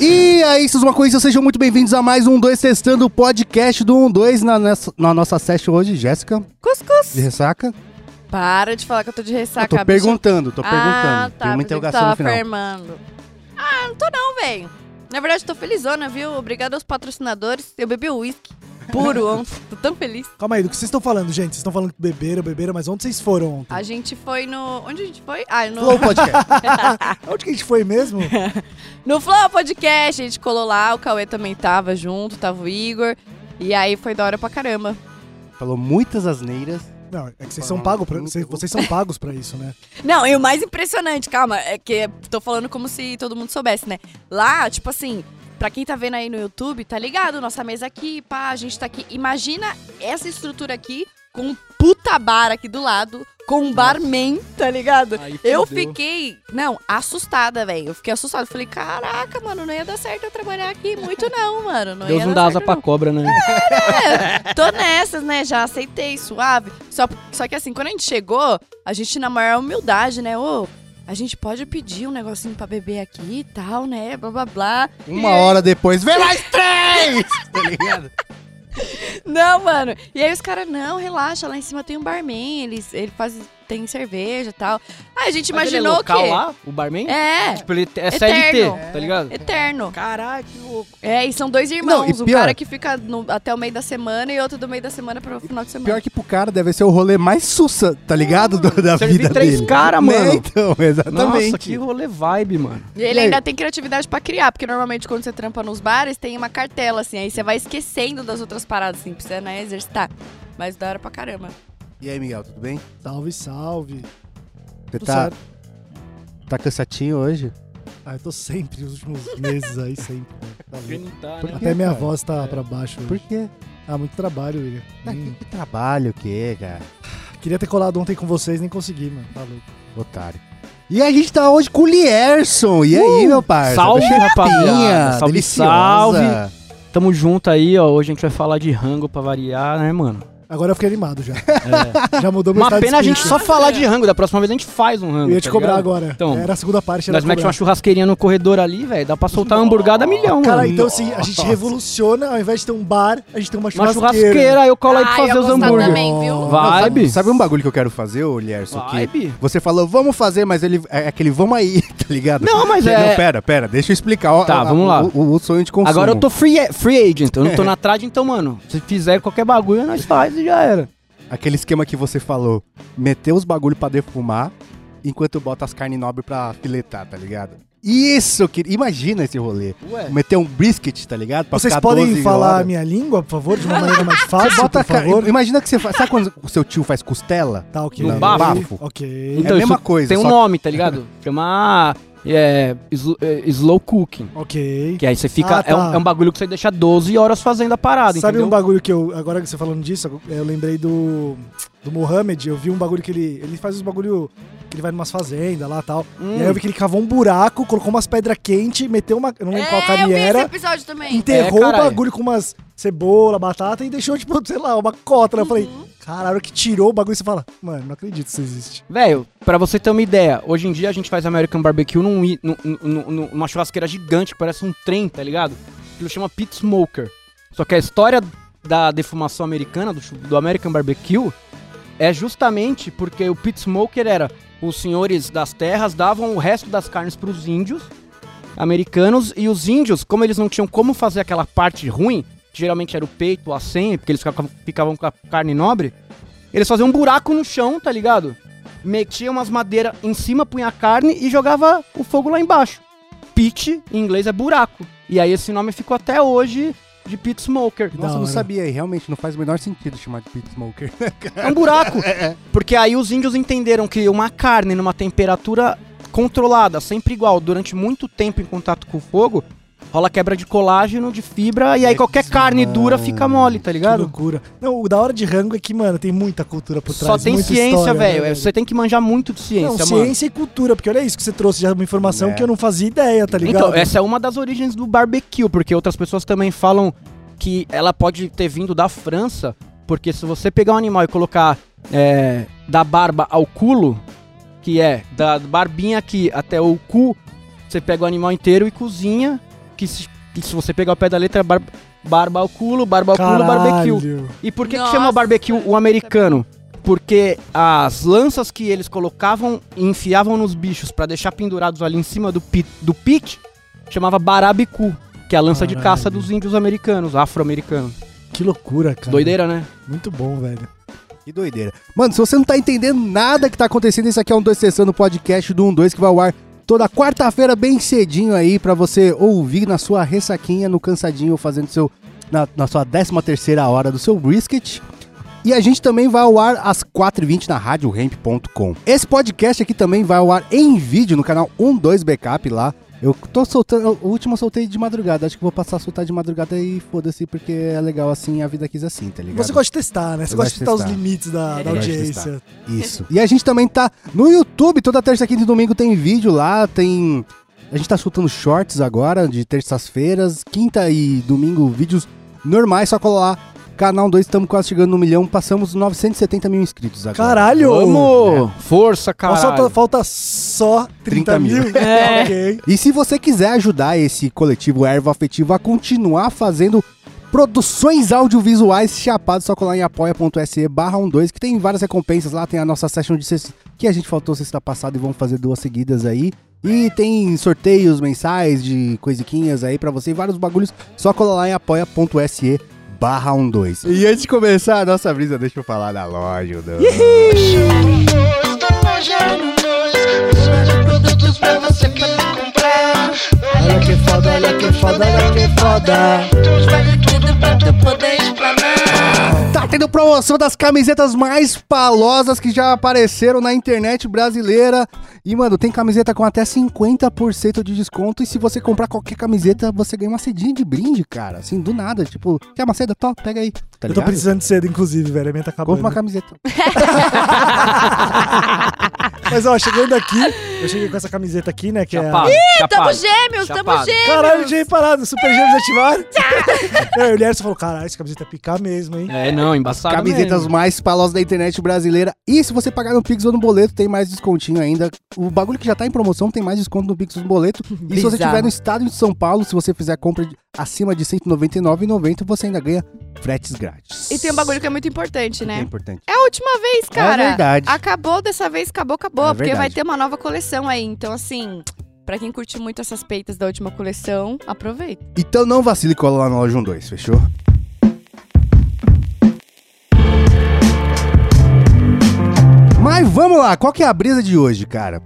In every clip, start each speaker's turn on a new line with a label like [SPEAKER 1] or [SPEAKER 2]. [SPEAKER 1] paraenses, uma coisa, sejam muito bem-vindos a mais um 2 Testando o podcast do 1 2 na, nessa- na nossa session hoje, Jéssica, de
[SPEAKER 2] Cuscuz.
[SPEAKER 1] ressaca.
[SPEAKER 2] Para de falar que eu tô de
[SPEAKER 1] Eu
[SPEAKER 2] ressaca.
[SPEAKER 1] tô
[SPEAKER 2] bicha.
[SPEAKER 1] perguntando, tô
[SPEAKER 2] Ah,
[SPEAKER 1] perguntando. Tem uma
[SPEAKER 2] tá. pensei que
[SPEAKER 1] interrogação
[SPEAKER 2] tava
[SPEAKER 1] no final.
[SPEAKER 2] afirmando. Ah, não tô não, velho. Na verdade, tô felizona, viu? Obrigada aos patrocinadores. Eu bebi uísque puro ontem. Tô tão feliz.
[SPEAKER 3] Calma aí, do que vocês estão falando, gente? Vocês estão falando que beberam, beberam, mas onde vocês foram ontem?
[SPEAKER 2] A gente foi no... Onde a gente foi? Ah, no...
[SPEAKER 1] Flow podcast.
[SPEAKER 3] Onde que a gente foi mesmo?
[SPEAKER 2] No Flow Podcast. A gente colou lá. O Cauê também tava junto. Tava o Igor. E aí foi da hora pra caramba.
[SPEAKER 1] Falou muitas asneiras.
[SPEAKER 3] Não, é que vocês são pagos pra, vocês, vocês são pagos pra isso, né?
[SPEAKER 2] Não, e o mais impressionante, calma, é que tô falando como se todo mundo soubesse, né? Lá, tipo assim, pra quem tá vendo aí no YouTube, tá ligado? Nossa mesa aqui, pá, a gente tá aqui. Imagina essa estrutura aqui com um puta bar aqui do lado, com um barman, tá ligado? Eu fiquei, não, assustada, velho. Eu fiquei assustada. Eu Falei, caraca, mano, não ia dar certo eu trabalhar aqui. Muito não, mano. Não
[SPEAKER 4] Deus
[SPEAKER 2] ia
[SPEAKER 4] não
[SPEAKER 2] dar
[SPEAKER 4] dá asa
[SPEAKER 2] certo,
[SPEAKER 4] pra
[SPEAKER 2] não.
[SPEAKER 4] cobra, né?
[SPEAKER 2] Tô nessas, né? Já aceitei, suave. Só, só que assim, quando a gente chegou, a gente na maior humildade, né? Ô, a gente pode pedir um negocinho pra beber aqui e tal, né? Blá, blá, blá.
[SPEAKER 1] Uma hora depois, vem mais três! tá ligado?
[SPEAKER 2] Não, mano. E aí os caras, não, relaxa, lá em cima tem um barman, ele, ele faz, tem cerveja e tal. Aí a gente
[SPEAKER 4] Mas ele é
[SPEAKER 2] imaginou
[SPEAKER 4] local
[SPEAKER 2] que...
[SPEAKER 4] lá, o barman?
[SPEAKER 2] É,
[SPEAKER 4] Tipo, ele é
[SPEAKER 2] Eterno.
[SPEAKER 4] CLT, tá ligado?
[SPEAKER 2] eterno.
[SPEAKER 4] Caraca, que louco.
[SPEAKER 2] É, e são dois
[SPEAKER 1] Não, e
[SPEAKER 2] irmãos. um
[SPEAKER 1] pior-
[SPEAKER 2] cara que fica no- até o meio da semana e outro do meio da semana pro final de semana.
[SPEAKER 1] Pior que pro cara deve ser o rolê mais sussa, tá ligado? Do- da
[SPEAKER 4] Servi
[SPEAKER 1] vida
[SPEAKER 4] três
[SPEAKER 1] dele.
[SPEAKER 4] cara,
[SPEAKER 1] Né?
[SPEAKER 4] mano.
[SPEAKER 1] Então, exatamente.
[SPEAKER 4] Nossa, que rolê vibe, mano.
[SPEAKER 2] E ele
[SPEAKER 1] E aí?
[SPEAKER 4] é.
[SPEAKER 2] ainda tem criatividade pra criar, porque normalmente quando você trampa nos bares, tem uma cartela, assim, aí você vai esquecendo das outras paradas, assim, precisa né, exercitar. Mas da hora pra caramba.
[SPEAKER 1] E aí, Miguel, tudo bem?
[SPEAKER 3] Salve, salve.
[SPEAKER 1] Você
[SPEAKER 3] Tudo
[SPEAKER 1] tá,
[SPEAKER 3] certo.
[SPEAKER 1] tá cansatinho hoje?
[SPEAKER 3] Ah, eu tô sempre, os últimos meses aí, sempre. né? Tá louco.
[SPEAKER 1] Por
[SPEAKER 4] né?
[SPEAKER 1] quê,
[SPEAKER 3] Até
[SPEAKER 4] É.
[SPEAKER 3] minha
[SPEAKER 1] cara?
[SPEAKER 3] voz tá pra baixo.
[SPEAKER 4] Hum.
[SPEAKER 1] Por
[SPEAKER 3] hoje.
[SPEAKER 1] quê?
[SPEAKER 3] Ah, muito trabalho, William.
[SPEAKER 1] Ah,
[SPEAKER 4] É.
[SPEAKER 3] Hum,
[SPEAKER 1] que trabalho que, é, cara?
[SPEAKER 3] Queria ter colado ontem com vocês, nem consegui, mano. Tá louco.
[SPEAKER 1] Otário. E a gente tá hoje com o Lierson. E aí, meu
[SPEAKER 3] Ah,
[SPEAKER 1] parça?
[SPEAKER 4] Uh, Salve,
[SPEAKER 1] Pinha,
[SPEAKER 4] rapaziada. Salve,
[SPEAKER 1] deliciosa.
[SPEAKER 4] salve. Tamo junto aí, ó. Hoje a gente vai falar de rango pra variar, né, mano?
[SPEAKER 3] Agora eu fiquei animado já.
[SPEAKER 4] É.
[SPEAKER 3] Já mudou meu
[SPEAKER 4] Uma
[SPEAKER 3] estado de
[SPEAKER 4] pena a gente
[SPEAKER 3] espírito.
[SPEAKER 4] só falar de rango. Da próxima vez a gente faz um rango.
[SPEAKER 3] Eu ia te
[SPEAKER 4] tá
[SPEAKER 3] cobrar
[SPEAKER 4] ligado?
[SPEAKER 3] agora.
[SPEAKER 4] Então,
[SPEAKER 3] Era a segunda parte, era
[SPEAKER 4] Nós metemos
[SPEAKER 3] cobrar.
[SPEAKER 4] uma churrasqueirinha no corredor ali, velho. Dá pra soltar uma hamburgada a milhão, mano.
[SPEAKER 3] Cara, então assim, a gente revoluciona, ao invés de ter um bar, a gente tem uma
[SPEAKER 4] Uma
[SPEAKER 3] churrasqueira.
[SPEAKER 4] churrasqueira, aí eu colo aí pra
[SPEAKER 2] Ah,
[SPEAKER 4] fazer
[SPEAKER 2] eu
[SPEAKER 4] os
[SPEAKER 2] gostava
[SPEAKER 4] hambúrguer.
[SPEAKER 2] também, viu?
[SPEAKER 1] Não, sabe-
[SPEAKER 4] Vibe.
[SPEAKER 1] Sabe, um bagulho que eu quero fazer, ô Lierson? Que
[SPEAKER 4] Vibe.
[SPEAKER 1] você falou, vamos fazer, mas ele é aquele vamos aí, tá ligado?
[SPEAKER 4] Não, mas
[SPEAKER 1] Que-
[SPEAKER 4] é-
[SPEAKER 1] Não, pera, pera, deixa eu explicar. ó,
[SPEAKER 4] Tá,
[SPEAKER 1] a- a-
[SPEAKER 4] vamos lá.
[SPEAKER 1] O, o- o sonho de consumo.
[SPEAKER 4] Agora eu tô free, free agent, eu não tô na trade, então, mano, se fizer qualquer bagulho, nós faz e já era.
[SPEAKER 1] Aquele esquema que você falou, meter os bagulho pra defumar, enquanto bota as carnes nobres pra filetar, tá ligado? Isso, que... imagina esse rolê.
[SPEAKER 4] Ué.
[SPEAKER 1] Meter um brisket, tá ligado? Pra
[SPEAKER 3] Vocês
[SPEAKER 1] ficar
[SPEAKER 3] podem
[SPEAKER 1] 12
[SPEAKER 3] falar
[SPEAKER 1] horas.
[SPEAKER 3] a minha língua, por favor, de uma maneira mais fácil,
[SPEAKER 1] Bota a
[SPEAKER 3] por
[SPEAKER 1] ca-
[SPEAKER 3] favor?
[SPEAKER 1] Imagina que você faz. Sabe quando o seu tio faz costela?
[SPEAKER 3] Tá, ok.
[SPEAKER 4] No
[SPEAKER 1] bafo.
[SPEAKER 3] Ok.
[SPEAKER 1] Então, a mesma
[SPEAKER 4] isso
[SPEAKER 1] coisa,
[SPEAKER 4] Tem um
[SPEAKER 1] só-
[SPEAKER 4] nome, tá ligado? Chama é, slo- é, slow cooking.
[SPEAKER 3] Ok.
[SPEAKER 4] Que aí você fica.
[SPEAKER 3] Ah, tá.
[SPEAKER 4] é, um, é um bagulho que você deixa 12 horas fazendo a parada,
[SPEAKER 3] Sabe um
[SPEAKER 4] entendeu?
[SPEAKER 3] bagulho que eu, agora que você falando disso, eu lembrei do, do Mohamed, eu vi um bagulho que ele, ele faz uns bagulho que ele vai numas fazendas lá e tal.
[SPEAKER 4] Hum.
[SPEAKER 3] E aí eu vi que ele cavou um buraco, colocou umas pedras quentes, meteu uma, eu não lembro qual
[SPEAKER 2] é, eu
[SPEAKER 3] carne
[SPEAKER 2] vi esse
[SPEAKER 3] era,
[SPEAKER 2] episódio também.
[SPEAKER 3] enterrou
[SPEAKER 4] É,
[SPEAKER 3] o
[SPEAKER 4] caralho.
[SPEAKER 3] bagulho com umas cebola, batata e deixou, tipo, sei lá, uma cota. Eu falei,
[SPEAKER 2] Uhum.
[SPEAKER 3] caralho, que tirou o bagulho, você fala, mano, não acredito que isso existe.
[SPEAKER 4] Velho, pra você ter uma ideia, hoje em dia a gente faz American Barbecue num, i- num- num- num- numa churrasqueira gigante que parece um trem, tá ligado? Aquilo chama Pit Smoker. Só que a história da defumação americana, do, chu- do American Barbecue, é justamente porque o Pit Smoker era os senhores das terras davam o resto das carnes pros índios americanos e os índios, como eles não tinham como fazer aquela parte ruim, que geralmente era o peito, a senha, porque eles ficavam- ficavam com a carne nobre, eles faziam um buraco no chão, tá ligado? metia umas madeiras em cima, punha a carne e jogava o fogo lá embaixo. Pit, em inglês, é buraco. E aí esse nome ficou até hoje de pit smoker.
[SPEAKER 3] Que da
[SPEAKER 1] Nossa, eu não
[SPEAKER 3] hora.
[SPEAKER 1] sabia aí. Realmente não faz o menor sentido chamar de pit smoker.
[SPEAKER 4] É um buraco. Porque aí os índios entenderam que uma carne numa temperatura controlada, sempre igual, durante muito tempo em contato com o fogo, rola quebra de colágeno, de fibra, e aí qualquer carne dura fica mole, tá
[SPEAKER 3] Que
[SPEAKER 4] ligado?
[SPEAKER 3] loucura. Não, o da hora de rango é que, mano, tem muita cultura por trás.
[SPEAKER 4] Só tem
[SPEAKER 3] muita
[SPEAKER 4] ciência,
[SPEAKER 3] história, né,
[SPEAKER 4] velho. Você tem que manjar muito de ciência,
[SPEAKER 3] Não,
[SPEAKER 4] mano.
[SPEAKER 3] ciência e cultura, porque olha isso que você trouxe já uma informação
[SPEAKER 1] É.
[SPEAKER 3] que eu não fazia ideia, tá ligado?
[SPEAKER 4] Então, essa é uma das origens do barbecue, porque outras pessoas também falam que ela pode ter vindo da França, porque se você pegar um animal e colocar é, da barba ao culo, que é da barbinha aqui até o cu, você pega o animal inteiro e cozinha, que se que se você pegar o pé da letra, é bar, barba ao culo, barba ao culo, barbecue. E por que, que chama
[SPEAKER 2] Nossa.
[SPEAKER 4] barbecue o americano? Porque as lanças que eles colocavam e enfiavam nos bichos pra deixar pendurados ali em cima do pit, do pit chamava barabicu, que é a lança de
[SPEAKER 3] Caralho.
[SPEAKER 4] caça dos índios americanos, afro-americanos.
[SPEAKER 3] Que loucura, cara.
[SPEAKER 4] Doideira, né?
[SPEAKER 3] Muito bom, velho.
[SPEAKER 1] Que doideira. Mano, se você não tá entendendo nada que tá acontecendo, esse aqui é um 2 Sessão no podcast do 12 que vai ao ar toda quarta-feira, bem cedinho aí, pra você ouvir na sua ressaquinha, no cansadinho, fazendo seu. Na, na sua 13 terceira hora do seu brisket. E a gente também vai ao ar às 4h20 na RadioRamp.com. Esse podcast aqui também vai ao ar em vídeo no canal 12 Backup lá. Eu tô soltando. O último eu soltei de madrugada. Acho que vou passar a soltar de madrugada e foda-se, porque é legal assim, a vida quis assim, tá ligado?
[SPEAKER 3] Você gosta de testar, né? Você
[SPEAKER 1] Eu
[SPEAKER 3] gosta de testar
[SPEAKER 1] gosto de
[SPEAKER 3] os limites da, da
[SPEAKER 1] Eu gosto de
[SPEAKER 3] audiência.
[SPEAKER 1] Isso. E a gente também tá no YouTube, toda terça, quinta e domingo tem vídeo lá, tem. A gente tá soltando shorts agora, de terças-feiras, quinta e domingo, vídeos normais, só colar lá. Canal 2, estamos quase chegando no milhão, passamos 970 mil inscritos agora.
[SPEAKER 3] Caralho! É.
[SPEAKER 4] Vamos! Força,
[SPEAKER 3] Ó, só
[SPEAKER 4] cara!
[SPEAKER 3] to- falta só 30,
[SPEAKER 1] 30 mil. Tá
[SPEAKER 3] mil.
[SPEAKER 4] É.
[SPEAKER 3] Ok.
[SPEAKER 1] E se você quiser ajudar esse coletivo Erva Afetivo a continuar fazendo produções audiovisuais chapados, só colar em apoia.se barra 12, que tem várias recompensas lá, tem a nossa session de sexta, que a gente faltou sexta passada e vamos fazer duas seguidas aí. E tem sorteios mensais de coisiquinhas aí pra você e vários bagulhos, só colar lá em apoia.se barra 12. E antes de começar a nossa brisa, deixa eu falar da loja, do...
[SPEAKER 5] produtos pra você que comprar.
[SPEAKER 3] Olha que foda, olha que foda, olha que foda.
[SPEAKER 5] Tudo vale tudo pra tu poder explanar.
[SPEAKER 1] Tá tendo promoção das camisetas mais palosas que já apareceram na internet brasileira. E, mano, tem camiseta com até 50% de desconto. E se você comprar qualquer camiseta, você ganha uma cedinha de brinde, cara. Assim, do nada. Tipo, quer uma seda? Top, pega aí. Tá
[SPEAKER 3] Eu tô
[SPEAKER 1] ligado?
[SPEAKER 3] precisando de cedo, inclusive, velho. A minha tá acabando.
[SPEAKER 1] Compra uma camiseta.
[SPEAKER 3] Mas ó, chegando aqui, eu cheguei com essa camiseta aqui, né? Que é a...
[SPEAKER 4] Chapado,
[SPEAKER 2] Tamo
[SPEAKER 4] chapado.
[SPEAKER 2] gêmeos, tamo
[SPEAKER 4] Chapado.
[SPEAKER 2] gêmeos.
[SPEAKER 3] Caralho, eu tinha reparado, super gêmeos ativaram. Não, e o Lierson falou, caralho, essa camiseta é picar mesmo, hein?
[SPEAKER 4] É, não, embaçado
[SPEAKER 1] Camisetas
[SPEAKER 4] mesmo.
[SPEAKER 1] mais palosas da internet brasileira. E se você pagar no Pix ou no boleto, tem mais descontinho ainda. O bagulho que já tá em promoção tem mais desconto no Pix ou no boleto. E se você
[SPEAKER 2] Bizarro.
[SPEAKER 1] estiver no estado de São Paulo, se você fizer compra de- acima de R$ 199,90, você ainda ganha fretes grátis.
[SPEAKER 2] E tem um bagulho que é muito importante,
[SPEAKER 1] É
[SPEAKER 2] né?
[SPEAKER 1] importante.
[SPEAKER 2] É a última vez, cara.
[SPEAKER 1] É verdade.
[SPEAKER 2] Acabou dessa vez, acabou, acabou.
[SPEAKER 1] É
[SPEAKER 2] porque
[SPEAKER 1] verdade.
[SPEAKER 2] vai ter uma nova coleção aí. Então, assim, pra quem curte muito essas peitas da última coleção, aproveita.
[SPEAKER 1] Então não vacile e cola lá no Loja 12, fechou? Mas vamos lá, qual que é a brisa de hoje, cara?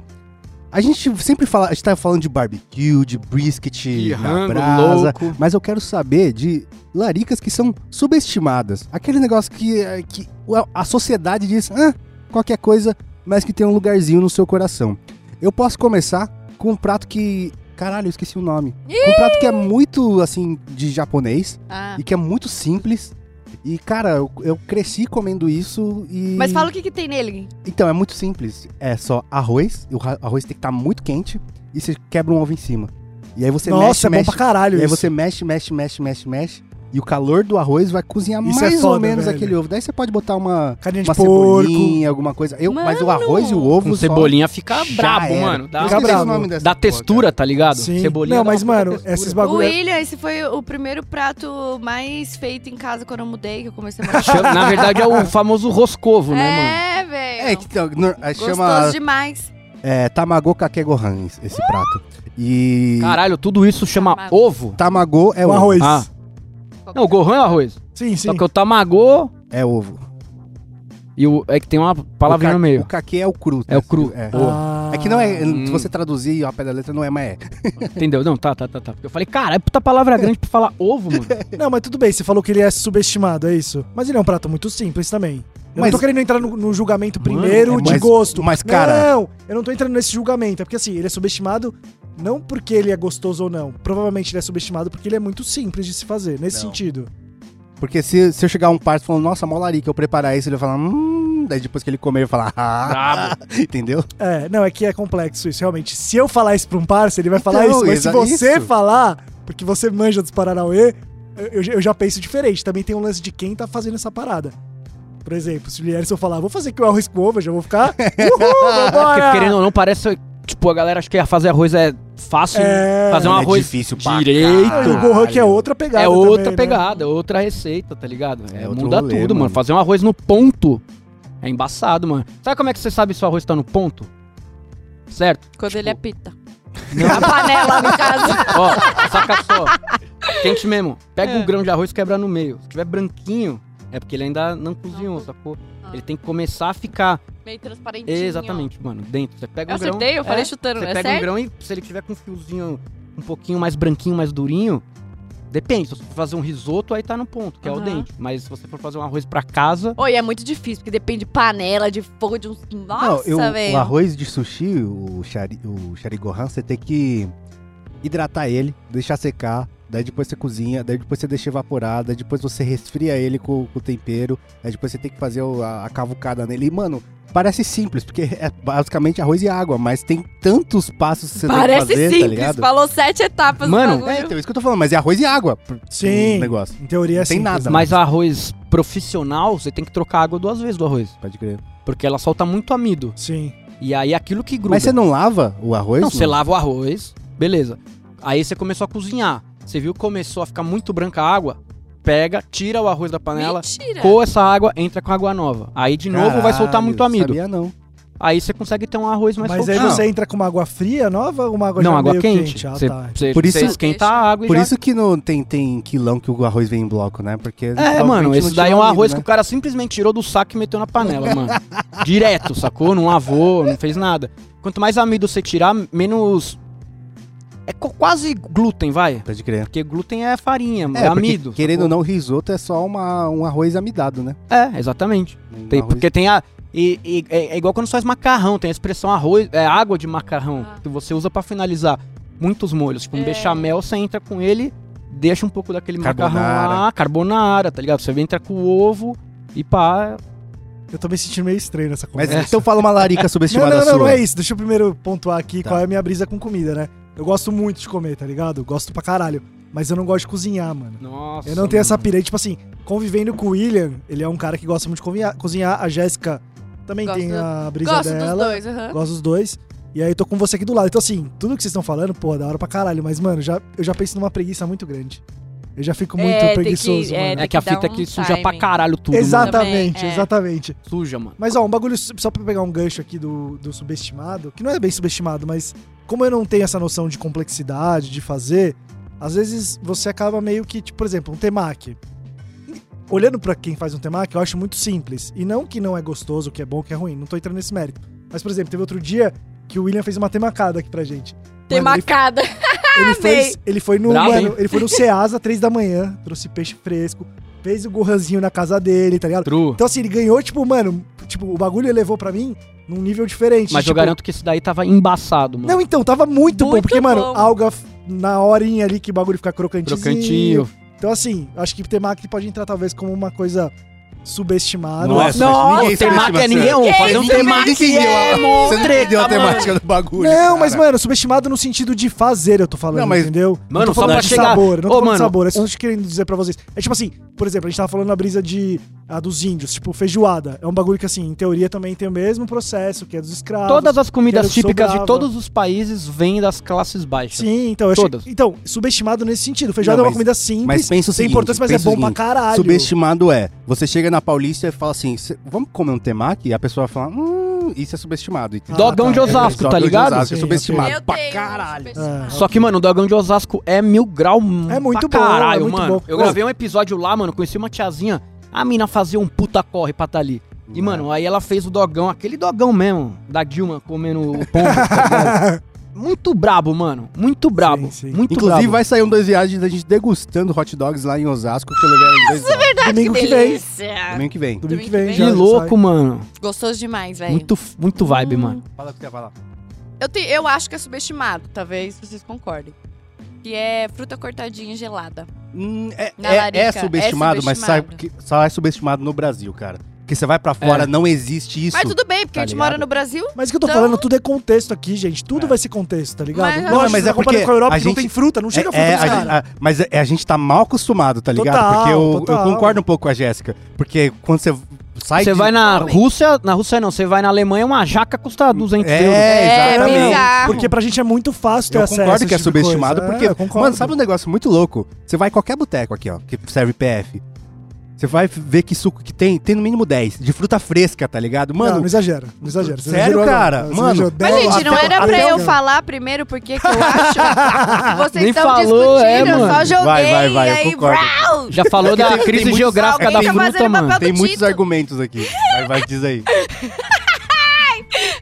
[SPEAKER 1] A gente sempre fala, a gente tá falando de barbecue, de brisket
[SPEAKER 4] Que
[SPEAKER 1] na
[SPEAKER 4] rango
[SPEAKER 1] brasa,
[SPEAKER 4] louco.
[SPEAKER 1] mas eu quero saber de laricas que são subestimadas. Aquele negócio que, eh, que a sociedade diz, ah, qualquer coisa, mas que tem um lugarzinho no seu coração. Eu posso começar com um prato que. Caralho, eu esqueci o nome. Com um prato que é muito, assim, de japonês
[SPEAKER 2] Ah.
[SPEAKER 1] e que é muito simples. E, cara, eu, eu cresci comendo isso e.
[SPEAKER 2] Mas fala o que, que tem nele.
[SPEAKER 1] Então, é muito simples. É só arroz, e o ra- arroz tem que estar muito quente e você quebra um ovo em cima. E aí você
[SPEAKER 3] Nossa, é bom
[SPEAKER 1] mexe,
[SPEAKER 3] pra
[SPEAKER 1] mexe.
[SPEAKER 3] caralho
[SPEAKER 1] E aí
[SPEAKER 3] isso.
[SPEAKER 1] você mexe, mexe, mexe, mexe, mexe. E o calor do arroz vai cozinhar
[SPEAKER 3] Isso é
[SPEAKER 1] mais ou
[SPEAKER 3] foda,
[SPEAKER 1] menos
[SPEAKER 3] velho.
[SPEAKER 1] aquele ovo. Daí você pode botar uma,
[SPEAKER 3] Carinha de
[SPEAKER 1] uma
[SPEAKER 3] porco.
[SPEAKER 1] cebolinha, alguma coisa. Eu, mas o
[SPEAKER 2] Mano!
[SPEAKER 1] arroz e o ovo.
[SPEAKER 4] Com
[SPEAKER 1] só- Tá
[SPEAKER 4] cebolinha fica
[SPEAKER 1] Já
[SPEAKER 4] brabo,
[SPEAKER 1] era.
[SPEAKER 4] mano.
[SPEAKER 1] Eu
[SPEAKER 4] Dá,
[SPEAKER 3] Fica
[SPEAKER 1] esqueci
[SPEAKER 3] brabo.
[SPEAKER 1] o nome dessa
[SPEAKER 4] dá
[SPEAKER 1] porra, cara.
[SPEAKER 4] textura, tá ligado?
[SPEAKER 3] Sim.
[SPEAKER 4] Cebolinha.
[SPEAKER 3] Não,
[SPEAKER 4] dá
[SPEAKER 3] mas,
[SPEAKER 4] uma puta
[SPEAKER 3] mano,
[SPEAKER 4] textura.
[SPEAKER 3] esses
[SPEAKER 2] O
[SPEAKER 3] bagulho... é-
[SPEAKER 2] William, esse foi o primeiro prato mais feito em casa quando eu mudei, que eu comecei a morar.
[SPEAKER 4] Chama- Na verdade é o famoso roscovo, né, mano?
[SPEAKER 2] É, velho.
[SPEAKER 1] É, que então, no- é,
[SPEAKER 2] Gostoso
[SPEAKER 1] chama
[SPEAKER 2] demais.
[SPEAKER 1] é, Tamago Kakegohan esse esse prato. E
[SPEAKER 4] Caralho, tudo isso chama
[SPEAKER 2] Tamago.
[SPEAKER 4] ovo?
[SPEAKER 1] Tamago é
[SPEAKER 3] Com
[SPEAKER 1] ovo.
[SPEAKER 3] Um arroz.
[SPEAKER 4] Ah. Não, o gohan é arroz.
[SPEAKER 3] Sim, sim.
[SPEAKER 4] Só que o tamagô
[SPEAKER 1] É ovo.
[SPEAKER 4] e o... É que tem uma palavrinha
[SPEAKER 1] o
[SPEAKER 4] no
[SPEAKER 1] ka-
[SPEAKER 4] meio.
[SPEAKER 1] O kake é o cru.
[SPEAKER 4] É o cru.
[SPEAKER 1] É.
[SPEAKER 4] Ovo.
[SPEAKER 3] Ah.
[SPEAKER 1] É que não é,
[SPEAKER 4] Hum.
[SPEAKER 1] se você traduzir ao pé da letra, não é, mas é.
[SPEAKER 4] Entendeu? Não, tá, tá, tá, tá. Eu falei, cara, é puta palavra grande pra falar ovo, mano. É
[SPEAKER 3] Não, mas tudo bem, você falou que ele é subestimado, é isso? Mas ele é um prato muito simples também. Eu
[SPEAKER 1] Mas-
[SPEAKER 3] não tô querendo entrar no, no julgamento
[SPEAKER 4] Mano,
[SPEAKER 3] primeiro
[SPEAKER 1] é,
[SPEAKER 3] de
[SPEAKER 1] mas-
[SPEAKER 3] gosto.
[SPEAKER 1] mas, cara-
[SPEAKER 3] Não, eu não tô entrando nesse julgamento. É porque assim, ele é subestimado não porque ele é gostoso ou não. Provavelmente ele é subestimado porque ele é muito simples de se fazer, nesse
[SPEAKER 1] Não.
[SPEAKER 3] sentido.
[SPEAKER 1] Porque se, se eu chegar um parto falando, nossa, mó larica, eu preparar isso, ele vai falar, hum. Daí depois que ele comer, ele vai falar, ah. Entendeu?
[SPEAKER 3] É, não, é que é complexo isso, realmente. Se eu falar isso pra um parça, ele vai falar
[SPEAKER 1] Então,
[SPEAKER 3] isso. Mas
[SPEAKER 1] exa-
[SPEAKER 3] se você
[SPEAKER 1] isso.
[SPEAKER 3] falar, porque você manja dos Paranauê, eu, eu já- eu já penso diferente. Também tem um lance de quem tá fazendo essa parada. Por exemplo, se o Lierson falar, vou fazer aqui o arroz com ovo, eu já vou ficar... Uhul,
[SPEAKER 4] Porque,
[SPEAKER 3] vambora!
[SPEAKER 4] querendo ou não, parece... Tipo, a galera acha que fazer arroz é fácil
[SPEAKER 3] É.
[SPEAKER 4] fazer um
[SPEAKER 6] Não é
[SPEAKER 4] arroz
[SPEAKER 6] difícil pra
[SPEAKER 4] direito.
[SPEAKER 3] E o
[SPEAKER 6] caralho.
[SPEAKER 3] Gohan que é outra pegada
[SPEAKER 4] é outra
[SPEAKER 3] também, né?
[SPEAKER 4] pegada, é outra receita, tá ligado?
[SPEAKER 1] É
[SPEAKER 4] É,
[SPEAKER 1] outro
[SPEAKER 4] muda
[SPEAKER 1] rolê,
[SPEAKER 4] tudo, mano.
[SPEAKER 1] mano.
[SPEAKER 4] Fazer um arroz no ponto é embaçado, mano. Sabe como é que você sabe se o arroz tá no ponto? Certo?
[SPEAKER 2] Quando ele é pita.
[SPEAKER 4] Não.
[SPEAKER 2] Na panela, no caso.
[SPEAKER 4] Ó, saca só. Quente mesmo. Pega
[SPEAKER 2] É.
[SPEAKER 4] um grão de arroz e quebra no meio. Se tiver branquinho, é porque ele ainda não cozinhou,
[SPEAKER 2] Não.
[SPEAKER 4] sacou?
[SPEAKER 2] Ah.
[SPEAKER 4] Ele tem que começar a ficar.
[SPEAKER 2] Meio transparentinho.
[SPEAKER 4] Exatamente, mano. Dentro. Você pega
[SPEAKER 2] Eu
[SPEAKER 4] um grão.
[SPEAKER 2] acertei, eu falei
[SPEAKER 4] é,
[SPEAKER 2] chutando,
[SPEAKER 4] Você
[SPEAKER 2] é
[SPEAKER 4] pega um
[SPEAKER 2] sério?
[SPEAKER 4] grão e se ele tiver com um fiozinho um pouquinho mais branquinho, mais durinho, depende. Se você for fazer um risoto, aí tá no ponto, que é o
[SPEAKER 2] Aham.
[SPEAKER 4] dente. Mas se você for fazer um arroz pra casa,
[SPEAKER 2] Oi, é muito difícil, porque depende de panela, de fogo, de uns. Nossa,
[SPEAKER 1] eu-
[SPEAKER 2] velho.
[SPEAKER 1] o arroz de sushi, o, shari, o sharigohan, você tem que hidratar ele, deixar secar, daí depois você cozinha, daí depois você deixa evaporar, daí depois você resfria ele com, com o tempero, daí depois você tem que fazer o- a, a cavucada nele. E, mano, parece simples, porque é basicamente arroz e água, mas tem tantos passos que você
[SPEAKER 2] Parece
[SPEAKER 1] tem que fazer, tá
[SPEAKER 2] simples,
[SPEAKER 1] ligado?
[SPEAKER 2] falou sete etapas
[SPEAKER 4] Mano,
[SPEAKER 2] do
[SPEAKER 1] É,
[SPEAKER 2] bagulho.
[SPEAKER 1] então, isso que eu tô falando, mas é arroz e água.
[SPEAKER 3] Sim.
[SPEAKER 1] O negócio.
[SPEAKER 3] Em teoria
[SPEAKER 1] Não
[SPEAKER 3] é
[SPEAKER 1] tem
[SPEAKER 3] simples,
[SPEAKER 1] nada.
[SPEAKER 3] né?
[SPEAKER 4] mas arroz profissional, você tem que trocar a água duas vezes do arroz.
[SPEAKER 1] Pode crer.
[SPEAKER 4] Porque ela solta muito amido.
[SPEAKER 3] Sim.
[SPEAKER 4] E aí aquilo que gruda.
[SPEAKER 1] Mas você não lava o arroz?
[SPEAKER 4] Não, você
[SPEAKER 1] mano?
[SPEAKER 4] lava o arroz, beleza. Aí você começou a cozinhar. Você viu que começou a ficar muito branca a água? Pega, tira o arroz da panela,
[SPEAKER 2] Mentira.
[SPEAKER 4] coa essa água, entra com água nova. Aí de novo vai soltar
[SPEAKER 1] Caralho,
[SPEAKER 4] muito amido.
[SPEAKER 1] Sabia não.
[SPEAKER 4] Aí você consegue ter um arroz mais
[SPEAKER 3] Mas aí
[SPEAKER 4] soltinho.
[SPEAKER 3] você entra com uma água fria nova ou uma água
[SPEAKER 4] Não,
[SPEAKER 3] já
[SPEAKER 4] água
[SPEAKER 3] meio
[SPEAKER 4] quente.
[SPEAKER 3] Ah,
[SPEAKER 4] Você-
[SPEAKER 3] tá.
[SPEAKER 4] você-
[SPEAKER 1] Por
[SPEAKER 4] você
[SPEAKER 1] isso-
[SPEAKER 4] esquenta a água e
[SPEAKER 1] Por
[SPEAKER 4] já...
[SPEAKER 1] isso que não tem, tem quilão que o arroz vem em bloco, né? Porque
[SPEAKER 4] É,
[SPEAKER 1] provavelmente
[SPEAKER 4] mano,
[SPEAKER 1] não
[SPEAKER 4] esse daí é
[SPEAKER 1] tinha
[SPEAKER 4] um
[SPEAKER 1] amido,
[SPEAKER 4] arroz
[SPEAKER 1] né?
[SPEAKER 4] que o cara simplesmente tirou do saco e meteu na panela, mano. Direto, sacou? Não lavou, não fez nada. Quanto mais amido você tirar, menos. É co- quase glúten, vai.
[SPEAKER 1] Pode crer.
[SPEAKER 4] Porque glúten é farinha,
[SPEAKER 1] É,
[SPEAKER 4] é,
[SPEAKER 1] porque,
[SPEAKER 4] amido.
[SPEAKER 1] querendo ou
[SPEAKER 4] sacou?
[SPEAKER 1] não, o risoto é só uma, um arroz amidado, né?
[SPEAKER 4] É, exatamente.
[SPEAKER 1] Um
[SPEAKER 4] Tem-
[SPEAKER 1] arroz-
[SPEAKER 4] Porque tem a. E, e- é, é igual quando você faz macarrão, tem a expressão arroz, é água de macarrão,
[SPEAKER 2] Ah.
[SPEAKER 4] que você usa pra finalizar muitos molhos. Tipo, um
[SPEAKER 2] É.
[SPEAKER 4] bechamel, você entra com ele, deixa um pouco daquele macarrão
[SPEAKER 1] Carbonara.
[SPEAKER 4] lá, carbonara, tá ligado? Você entra com o ovo e pá.
[SPEAKER 3] Eu tô me sentindo meio estranho nessa
[SPEAKER 1] Mas
[SPEAKER 3] conversa.
[SPEAKER 1] então fala uma larica
[SPEAKER 3] Não,
[SPEAKER 1] subestimada
[SPEAKER 3] não, não,
[SPEAKER 1] sua.
[SPEAKER 3] não é isso. Deixa eu primeiro pontuar aqui
[SPEAKER 1] Tá.
[SPEAKER 3] qual é a minha brisa com comida, né? Eu gosto muito de comer, tá ligado? Gosto pra caralho. Mas eu não gosto de cozinhar, mano.
[SPEAKER 4] Nossa.
[SPEAKER 3] Eu não tenho essa
[SPEAKER 4] mano.
[SPEAKER 3] pira. E, tipo assim, convivendo com o William, ele é um cara que gosta muito de convinha- cozinhar. A Jéssica também
[SPEAKER 2] Gosto
[SPEAKER 3] tem
[SPEAKER 2] do-
[SPEAKER 3] a brisa
[SPEAKER 2] Gosto dos
[SPEAKER 3] dela.
[SPEAKER 2] dois, aham.
[SPEAKER 3] Gosto dos dois. E aí eu tô com você aqui do lado. Então, assim, tudo que vocês estão falando, pô, da hora pra caralho. Mas, mano, já, eu já penso numa preguiça muito grande. Eu já fico muito
[SPEAKER 2] É, tem que-
[SPEAKER 3] preguiçoso,
[SPEAKER 2] é,
[SPEAKER 3] mano.
[SPEAKER 2] tem
[SPEAKER 4] É que a
[SPEAKER 2] que dar
[SPEAKER 4] fita
[SPEAKER 2] um
[SPEAKER 4] aqui suja pra
[SPEAKER 2] timing.
[SPEAKER 4] caralho tudo. Mano.
[SPEAKER 3] Exatamente,
[SPEAKER 2] Também, é.
[SPEAKER 3] exatamente.
[SPEAKER 4] Suja, mano.
[SPEAKER 3] Mas, ó, um bagulho su- só pra pegar um gancho aqui do, do subestimado, que não é bem subestimado, mas como eu não tenho essa noção de complexidade, de fazer, às vezes você acaba meio que, tipo, por exemplo, um temaki. Olhando pra quem faz um temaki, eu acho muito simples. E não que não é gostoso, que é bom, que é ruim, não tô entrando nesse mérito. Mas, por exemplo, teve outro dia que o William fez uma temacada aqui pra gente.
[SPEAKER 2] Tem
[SPEAKER 3] Mano, ele-
[SPEAKER 2] macada.
[SPEAKER 3] ele foi,
[SPEAKER 2] Amei.
[SPEAKER 3] ele foi no,
[SPEAKER 4] Bravo,
[SPEAKER 3] mano,
[SPEAKER 4] hein?
[SPEAKER 3] ele foi no Ceasa, três da manhã, trouxe peixe fresco, fez o gorranzinho na casa dele, tá ligado?
[SPEAKER 4] True.
[SPEAKER 3] Então, assim, ele ganhou, tipo, mano, tipo, o bagulho ele levou pra mim num nível diferente.
[SPEAKER 4] Mas eu
[SPEAKER 3] tipo-
[SPEAKER 4] garanto que esse daí tava embaçado, mano.
[SPEAKER 3] Não, então, tava muito, bom,
[SPEAKER 2] Muito
[SPEAKER 3] porque, mano,
[SPEAKER 2] bom.
[SPEAKER 3] alga f- na horinha ali que o bagulho fica crocantinho.
[SPEAKER 4] Crocantinho.
[SPEAKER 3] Então, assim, acho que temaki pode entrar talvez como uma coisa subestimada.
[SPEAKER 1] Nossa,
[SPEAKER 4] Nossa,
[SPEAKER 1] é ninguém assim, sabe
[SPEAKER 4] temaki
[SPEAKER 1] subestimar
[SPEAKER 4] é ninguém
[SPEAKER 1] isso.
[SPEAKER 4] um. Fazer um
[SPEAKER 1] Ninguém
[SPEAKER 4] temaki
[SPEAKER 1] entendeu
[SPEAKER 4] é
[SPEAKER 1] a-
[SPEAKER 4] mó
[SPEAKER 1] Você não entendeu a
[SPEAKER 4] treta, mano.
[SPEAKER 1] temática do bagulho.
[SPEAKER 3] Não,
[SPEAKER 1] cara.
[SPEAKER 3] mas, mano, subestimado no sentido de fazer, eu tô falando,
[SPEAKER 1] Não, mas-
[SPEAKER 3] entendeu? não
[SPEAKER 4] Mano,
[SPEAKER 3] tô
[SPEAKER 4] só
[SPEAKER 3] falando
[SPEAKER 4] pra
[SPEAKER 3] de
[SPEAKER 4] chegar-
[SPEAKER 3] sabor, eu não tô
[SPEAKER 4] Ô,
[SPEAKER 3] falando de
[SPEAKER 4] mano.
[SPEAKER 3] sabor, é só isso que eu querendo dizer pra vocês. É tipo assim, por exemplo, a gente tava falando a brisa de a dos índios, tipo feijoada. É um bagulho que, assim, em teoria também tem o mesmo processo que é dos escravos.
[SPEAKER 4] Todas as comidas
[SPEAKER 3] Quero
[SPEAKER 4] típicas de
[SPEAKER 3] sobrava.
[SPEAKER 4] todos os países vêm das classes baixas.
[SPEAKER 3] Sim, então eu achei-
[SPEAKER 4] Todas.
[SPEAKER 3] Então, subestimado nesse sentido. Feijoada
[SPEAKER 1] Não,
[SPEAKER 3] é uma
[SPEAKER 1] mas-
[SPEAKER 3] comida simples.
[SPEAKER 1] Mas pensa o
[SPEAKER 3] tem
[SPEAKER 1] seguinte,
[SPEAKER 3] importância, mas é
[SPEAKER 1] pensa o
[SPEAKER 3] bom pra
[SPEAKER 1] seguinte,
[SPEAKER 3] caralho.
[SPEAKER 1] Subestimado é, você chega na Paulista e fala assim, "Cê- vamos comer um temaki? E a pessoa fala, hum, isso é subestimado. entendeu?
[SPEAKER 4] Dogão
[SPEAKER 3] tá.
[SPEAKER 4] de Osasco,
[SPEAKER 1] Dogão
[SPEAKER 4] tá
[SPEAKER 1] de
[SPEAKER 4] ligado?
[SPEAKER 1] Osasco, é
[SPEAKER 3] Sim,
[SPEAKER 1] subestimado
[SPEAKER 2] Eu
[SPEAKER 1] pra
[SPEAKER 2] tenho
[SPEAKER 1] caralho.
[SPEAKER 2] superstição.
[SPEAKER 3] É.
[SPEAKER 4] Só que, mano, o Dogão de Osasco é mil grau.
[SPEAKER 3] É muito
[SPEAKER 4] pra
[SPEAKER 3] bom, é
[SPEAKER 4] caralho,
[SPEAKER 3] muito
[SPEAKER 4] mano.
[SPEAKER 3] bom.
[SPEAKER 4] Eu gravei um episódio lá, mano, conheci uma tiazinha. A mina fazia um puta corre pra tá ali. E, mano, aí ela fez o dogão, aquele dogão mesmo, da Dilma comendo o pombo. tá ligado? muito brabo, mano. Muito brabo.
[SPEAKER 3] sim.
[SPEAKER 4] Muito
[SPEAKER 1] Inclusive,
[SPEAKER 4] brabo.
[SPEAKER 1] vai sair um dois viagens da gente degustando hot dogs lá em Osasco, que eu levei em dois Nossa,
[SPEAKER 3] Domingo que vem.
[SPEAKER 1] Domingo que vem.
[SPEAKER 3] Domingo que vem.
[SPEAKER 2] Que
[SPEAKER 3] já-
[SPEAKER 4] Que
[SPEAKER 3] já
[SPEAKER 4] louco, mano.
[SPEAKER 2] Gostoso demais, velho.
[SPEAKER 4] Muito, muito vibe, mano.
[SPEAKER 1] Fala o que você ia falar.
[SPEAKER 2] Eu, te- eu acho que é subestimado, talvez vocês concordem. Que é fruta cortadinha e gelada.
[SPEAKER 1] Hum, é,
[SPEAKER 2] Na
[SPEAKER 1] é-
[SPEAKER 2] larica,
[SPEAKER 1] é subestimado,
[SPEAKER 2] é
[SPEAKER 1] mas sabe que só é subestimado no Brasil, cara. Porque você vai pra fora,
[SPEAKER 4] É.
[SPEAKER 1] não existe isso.
[SPEAKER 2] Mas tudo bem,
[SPEAKER 1] tá
[SPEAKER 2] porque a gente
[SPEAKER 1] ligado?
[SPEAKER 2] mora no Brasil.
[SPEAKER 3] Mas o que eu tô
[SPEAKER 2] Então-
[SPEAKER 3] falando, tudo é contexto aqui, gente. Tudo vai ser contexto, tá ligado?
[SPEAKER 2] Mas-
[SPEAKER 3] Lógico,
[SPEAKER 2] Não,
[SPEAKER 3] você
[SPEAKER 1] É. mas
[SPEAKER 3] tá
[SPEAKER 1] é porque
[SPEAKER 3] comparando com a Europa,
[SPEAKER 1] a
[SPEAKER 3] não
[SPEAKER 1] gente-
[SPEAKER 3] tem fruta, não chega fruta
[SPEAKER 1] É,
[SPEAKER 3] nos
[SPEAKER 1] a gente-
[SPEAKER 3] caras.
[SPEAKER 1] a- mas é- a gente tá mal acostumado, tá ligado?
[SPEAKER 3] Total,
[SPEAKER 1] porque eu, eu
[SPEAKER 3] total.
[SPEAKER 1] concordo um pouco com a Jéssica. Porque quando você sai
[SPEAKER 4] Você
[SPEAKER 1] de-
[SPEAKER 4] vai na
[SPEAKER 2] Homem.
[SPEAKER 4] Rússia, na Rússia não, você vai na Alemanha, uma jaca custa 200 euros.
[SPEAKER 1] É,
[SPEAKER 2] É,
[SPEAKER 1] exatamente.
[SPEAKER 2] bizarro.
[SPEAKER 3] Porque pra gente é muito fácil ter
[SPEAKER 1] Eu
[SPEAKER 3] acesso. a
[SPEAKER 1] concordo
[SPEAKER 3] esse
[SPEAKER 1] que é
[SPEAKER 3] tipo de
[SPEAKER 1] subestimado,
[SPEAKER 3] coisa.
[SPEAKER 1] porque,
[SPEAKER 3] É, eu concordo.
[SPEAKER 1] mano, sabe um negócio muito louco? Você vai em qualquer boteco aqui, ó, que serve PF. Você vai ver que suco que tem, tem no mínimo 10, de fruta fresca, tá ligado?
[SPEAKER 3] Não, não
[SPEAKER 1] Mano,
[SPEAKER 3] exagera, não exagera. Você
[SPEAKER 1] Sério,
[SPEAKER 3] exagerou agora.
[SPEAKER 1] cara?
[SPEAKER 3] Você
[SPEAKER 1] Mano.
[SPEAKER 3] exagerou.
[SPEAKER 2] Mas, gente, não
[SPEAKER 3] Até-
[SPEAKER 2] era pra
[SPEAKER 3] até
[SPEAKER 2] eu
[SPEAKER 3] o-
[SPEAKER 2] falar primeiro porque que eu acho? Vocês
[SPEAKER 4] Nem
[SPEAKER 2] estão
[SPEAKER 4] falou, é,
[SPEAKER 2] discutindo, eu
[SPEAKER 4] mano.
[SPEAKER 2] só joguei
[SPEAKER 1] Vai, vai, vai, eu
[SPEAKER 2] e aí...
[SPEAKER 1] concordo.
[SPEAKER 2] vrau!
[SPEAKER 4] Já falou da
[SPEAKER 1] Tem- tem
[SPEAKER 4] crise
[SPEAKER 1] muitos-
[SPEAKER 4] geográfica da
[SPEAKER 2] alguém tá
[SPEAKER 4] fruta,
[SPEAKER 2] fazendo
[SPEAKER 4] mano.
[SPEAKER 2] papel-
[SPEAKER 1] tem
[SPEAKER 2] do
[SPEAKER 1] muitos
[SPEAKER 2] Tito.
[SPEAKER 1] argumentos aqui. Vai, vai, diz aí.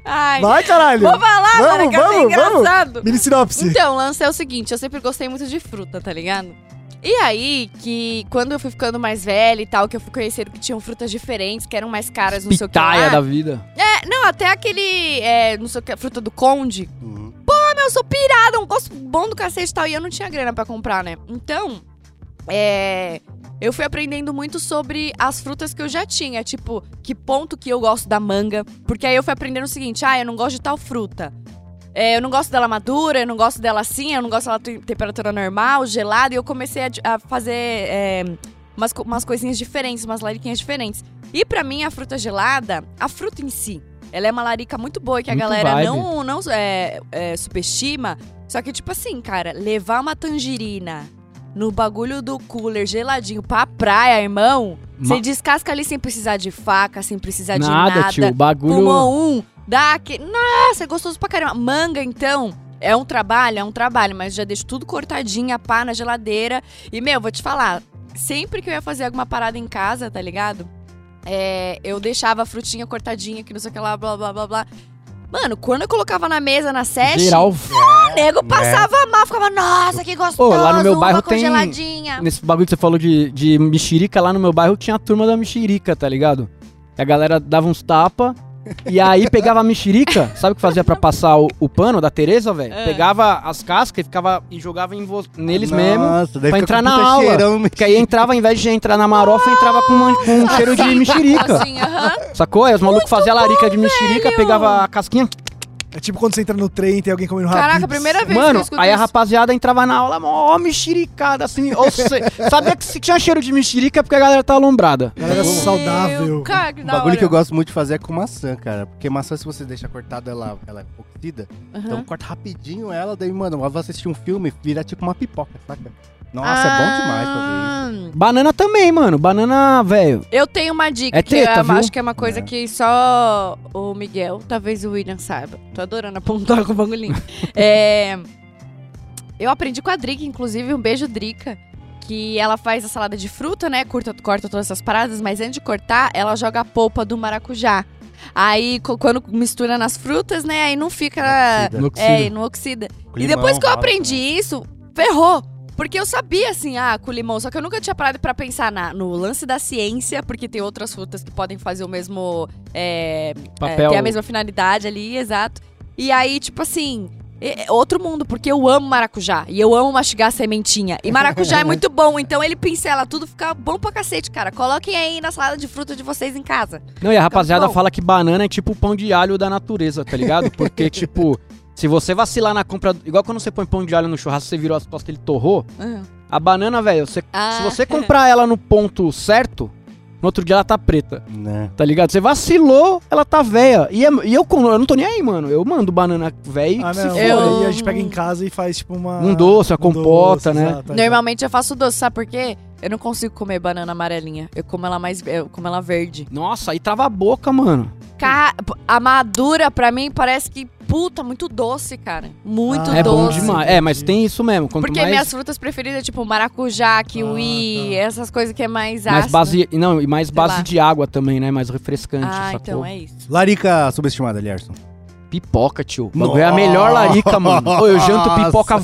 [SPEAKER 2] Ai,
[SPEAKER 3] Vai, caralho.
[SPEAKER 2] vou falar, mano,
[SPEAKER 3] Vamos,
[SPEAKER 2] que achei
[SPEAKER 3] vamos, vamos.
[SPEAKER 2] engraçado.
[SPEAKER 3] Mini sinopse.
[SPEAKER 2] Então, o lance é o seguinte, eu sempre gostei muito de fruta, tá ligado? E aí, que quando eu fui ficando mais velha e tal, que eu fui conhecendo que tinham frutas diferentes, que eram mais caras, não sei o que lá.
[SPEAKER 4] Pitaia da vida.
[SPEAKER 2] É, não, até aquele, é, não sei o que, fruta do conde, Meu, eu sou pirada, um gosto bom do cacete e tal. E eu não tinha grana pra comprar, né? Então, é. Eu fui aprendendo muito sobre as frutas que eu já tinha. Tipo, que ponto que eu gosto da manga. Porque aí eu fui aprendendo o seguinte: ah, eu não gosto de tal fruta. É, eu não gosto dela madura, eu não gosto dela assim, eu não gosto dela em temperatura normal, gelada. E eu comecei a, di- a fazer é, umas, co- umas coisinhas diferentes, umas lariquinhas diferentes. E pra mim, a fruta gelada, a fruta em si, ela é uma larica muito boa e que a
[SPEAKER 4] Muito
[SPEAKER 2] galera
[SPEAKER 4] vibe.
[SPEAKER 2] não, não é, é, subestima. Só que, tipo assim, cara, levar uma tangerina no bagulho do cooler geladinho pra praia, irmão,
[SPEAKER 4] Ma-
[SPEAKER 2] você descasca ali sem precisar de faca, sem precisar de
[SPEAKER 4] Nada,
[SPEAKER 2] nada.
[SPEAKER 4] tio. Bagulho.
[SPEAKER 2] Pulmou um, dá aquele. Nossa, é gostoso pra caramba. Manga, então. É um trabalho, é um trabalho, mas já deixo tudo cortadinha, pá na geladeira. E, meu, vou te falar, sempre que eu ia fazer alguma parada em casa, tá ligado? É, eu deixava a frutinha cortadinha, que não sei o que lá, blá, blá, blá, blá. Mano, quando eu colocava na mesa, na sete,
[SPEAKER 4] Geral.
[SPEAKER 2] o nego passava mal, ficava, nossa, que gostoso,
[SPEAKER 4] Ô, lá no meu
[SPEAKER 2] uva
[SPEAKER 4] bairro tem-
[SPEAKER 2] congeladinha.
[SPEAKER 4] Nesse bagulho que você falou de, de mexerica, lá no meu bairro tinha a turma da mexerica, tá ligado? E a galera dava uns tapa. E aí pegava a mexerica, sabe o que fazia pra passar o, o pano da Tereza, velho?
[SPEAKER 2] É.
[SPEAKER 4] Pegava as cascas e ficava e jogava em vo- neles mesmo.
[SPEAKER 1] Nossa, daí
[SPEAKER 4] pra
[SPEAKER 1] fica com
[SPEAKER 4] entrar na
[SPEAKER 1] puta
[SPEAKER 4] aula.
[SPEAKER 1] cheirão,
[SPEAKER 4] Que aí entrava, ao invés de entrar na marofa, entrava com, uma- com um cheiro de mexerica.
[SPEAKER 2] Assim, aham.
[SPEAKER 4] Sacou? Aí os malucos faziam a larica de mexerica,
[SPEAKER 2] velho!
[SPEAKER 4] pegava a casquinha.
[SPEAKER 3] É tipo quando você entra no trem e tem alguém comendo rápido.
[SPEAKER 2] Caraca, primeira vez que eu
[SPEAKER 4] Mano,
[SPEAKER 2] escuto
[SPEAKER 4] aí a
[SPEAKER 2] isso.
[SPEAKER 4] rapaziada entrava na aula, ó, mexericada, assim. Ou se- sabia que se tinha cheiro de mexerica é porque a galera tá alombrada.
[SPEAKER 3] Galera
[SPEAKER 2] Meu,
[SPEAKER 3] saudável.
[SPEAKER 2] Cara, que
[SPEAKER 1] Um
[SPEAKER 2] da
[SPEAKER 1] bagulho
[SPEAKER 2] hora.
[SPEAKER 1] que eu gosto muito de fazer é com maçã, cara. Porque maçã, se você deixa cortada, ela, ela é cozida. Então
[SPEAKER 2] Aham.
[SPEAKER 1] corta rapidinho ela, daí, mano, eu vou assistir um filme, vira tipo uma pipoca, saca? Nossa, é bom demais fazer isso.
[SPEAKER 2] Ah,
[SPEAKER 4] Banana também, mano. Banana, velho.
[SPEAKER 2] Eu tenho uma dica
[SPEAKER 4] É
[SPEAKER 2] que eu
[SPEAKER 4] teta, viu?
[SPEAKER 2] acho que é uma coisa
[SPEAKER 1] É.
[SPEAKER 2] que só o Miguel, talvez o William saiba. Tô adorando apontar com o bagulhinho. é, eu aprendi com a Drica, inclusive, um beijo Drica. Que ela faz a salada de fruta, né? Curta, corta todas essas paradas, mas antes de cortar, ela joga a polpa do maracujá. Aí, co- quando mistura nas frutas, né? Aí não fica.
[SPEAKER 1] Oxida.
[SPEAKER 4] Inoxida.
[SPEAKER 2] É, e não oxida.
[SPEAKER 1] Com
[SPEAKER 2] E
[SPEAKER 1] limão,
[SPEAKER 2] depois que eu
[SPEAKER 1] roça,
[SPEAKER 2] aprendi
[SPEAKER 1] né?
[SPEAKER 2] isso, ferrou. Porque eu sabia, assim, ah, com limão. Só que eu nunca tinha parado pra pensar na- no lance da ciência, porque tem outras frutas que podem fazer o mesmo. É, é,
[SPEAKER 4] Papel.
[SPEAKER 2] tem a mesma finalidade ali, exato. E aí, tipo assim. é- é outro mundo, porque eu amo maracujá. E eu amo mastigar a sementinha. E maracujá é muito bom, então ele pincela tudo, fica bom pra cacete, cara. Coloquem aí na salada de fruta de vocês em casa.
[SPEAKER 4] Não, e a rapaziada
[SPEAKER 2] Bom.
[SPEAKER 4] fala que banana é tipo o pão de alho da natureza, tá ligado? Porque, tipo, se você vacilar na compra. Igual quando você põe pão de alho no churrasco, você virou as costas e ele torrou.
[SPEAKER 2] Uhum.
[SPEAKER 4] A banana, velho, você-
[SPEAKER 2] Ah.
[SPEAKER 4] se você comprar ela no ponto certo, no outro dia ela tá preta.
[SPEAKER 1] Né?
[SPEAKER 4] Tá ligado? Você vacilou, ela tá véia. E, é- e eu, com- eu não tô nem aí, mano. Eu mando banana véia e
[SPEAKER 3] Ah,
[SPEAKER 4] que se
[SPEAKER 3] não.
[SPEAKER 4] foda.
[SPEAKER 2] Eu-
[SPEAKER 3] Aí a gente pega em casa e faz tipo uma.
[SPEAKER 4] Um doce, uma
[SPEAKER 3] um
[SPEAKER 4] compota,
[SPEAKER 3] doce,
[SPEAKER 4] né?
[SPEAKER 3] exato,
[SPEAKER 1] é.
[SPEAKER 3] exato.
[SPEAKER 2] Normalmente eu faço doce, sabe por quê? Eu não consigo comer banana amarelinha. Eu como ela mais. Eu como ela verde.
[SPEAKER 4] Nossa, aí trava a boca, mano.
[SPEAKER 2] Ca- A madura, pra mim, parece que, puta, muito doce, cara. Muito
[SPEAKER 3] Ah,
[SPEAKER 4] é bom
[SPEAKER 2] doce.
[SPEAKER 4] demais. É, mas tem isso mesmo. Quanto
[SPEAKER 2] Porque
[SPEAKER 4] mais, Ah,
[SPEAKER 2] minhas frutas preferidas, é tipo maracujá, kiwi,
[SPEAKER 3] tá.
[SPEAKER 2] essas coisas que é mais ácido.
[SPEAKER 4] mais base, não, e mais
[SPEAKER 2] Sei
[SPEAKER 4] base
[SPEAKER 2] lá.
[SPEAKER 4] de água também, né? Mais refrescante,
[SPEAKER 2] Ah,
[SPEAKER 4] sacou?
[SPEAKER 2] então é isso.
[SPEAKER 1] Larica subestimada, Lierson.
[SPEAKER 4] Pipoca, tio. O bagulho É a melhor larica, mano. Ô, eu janto pipoca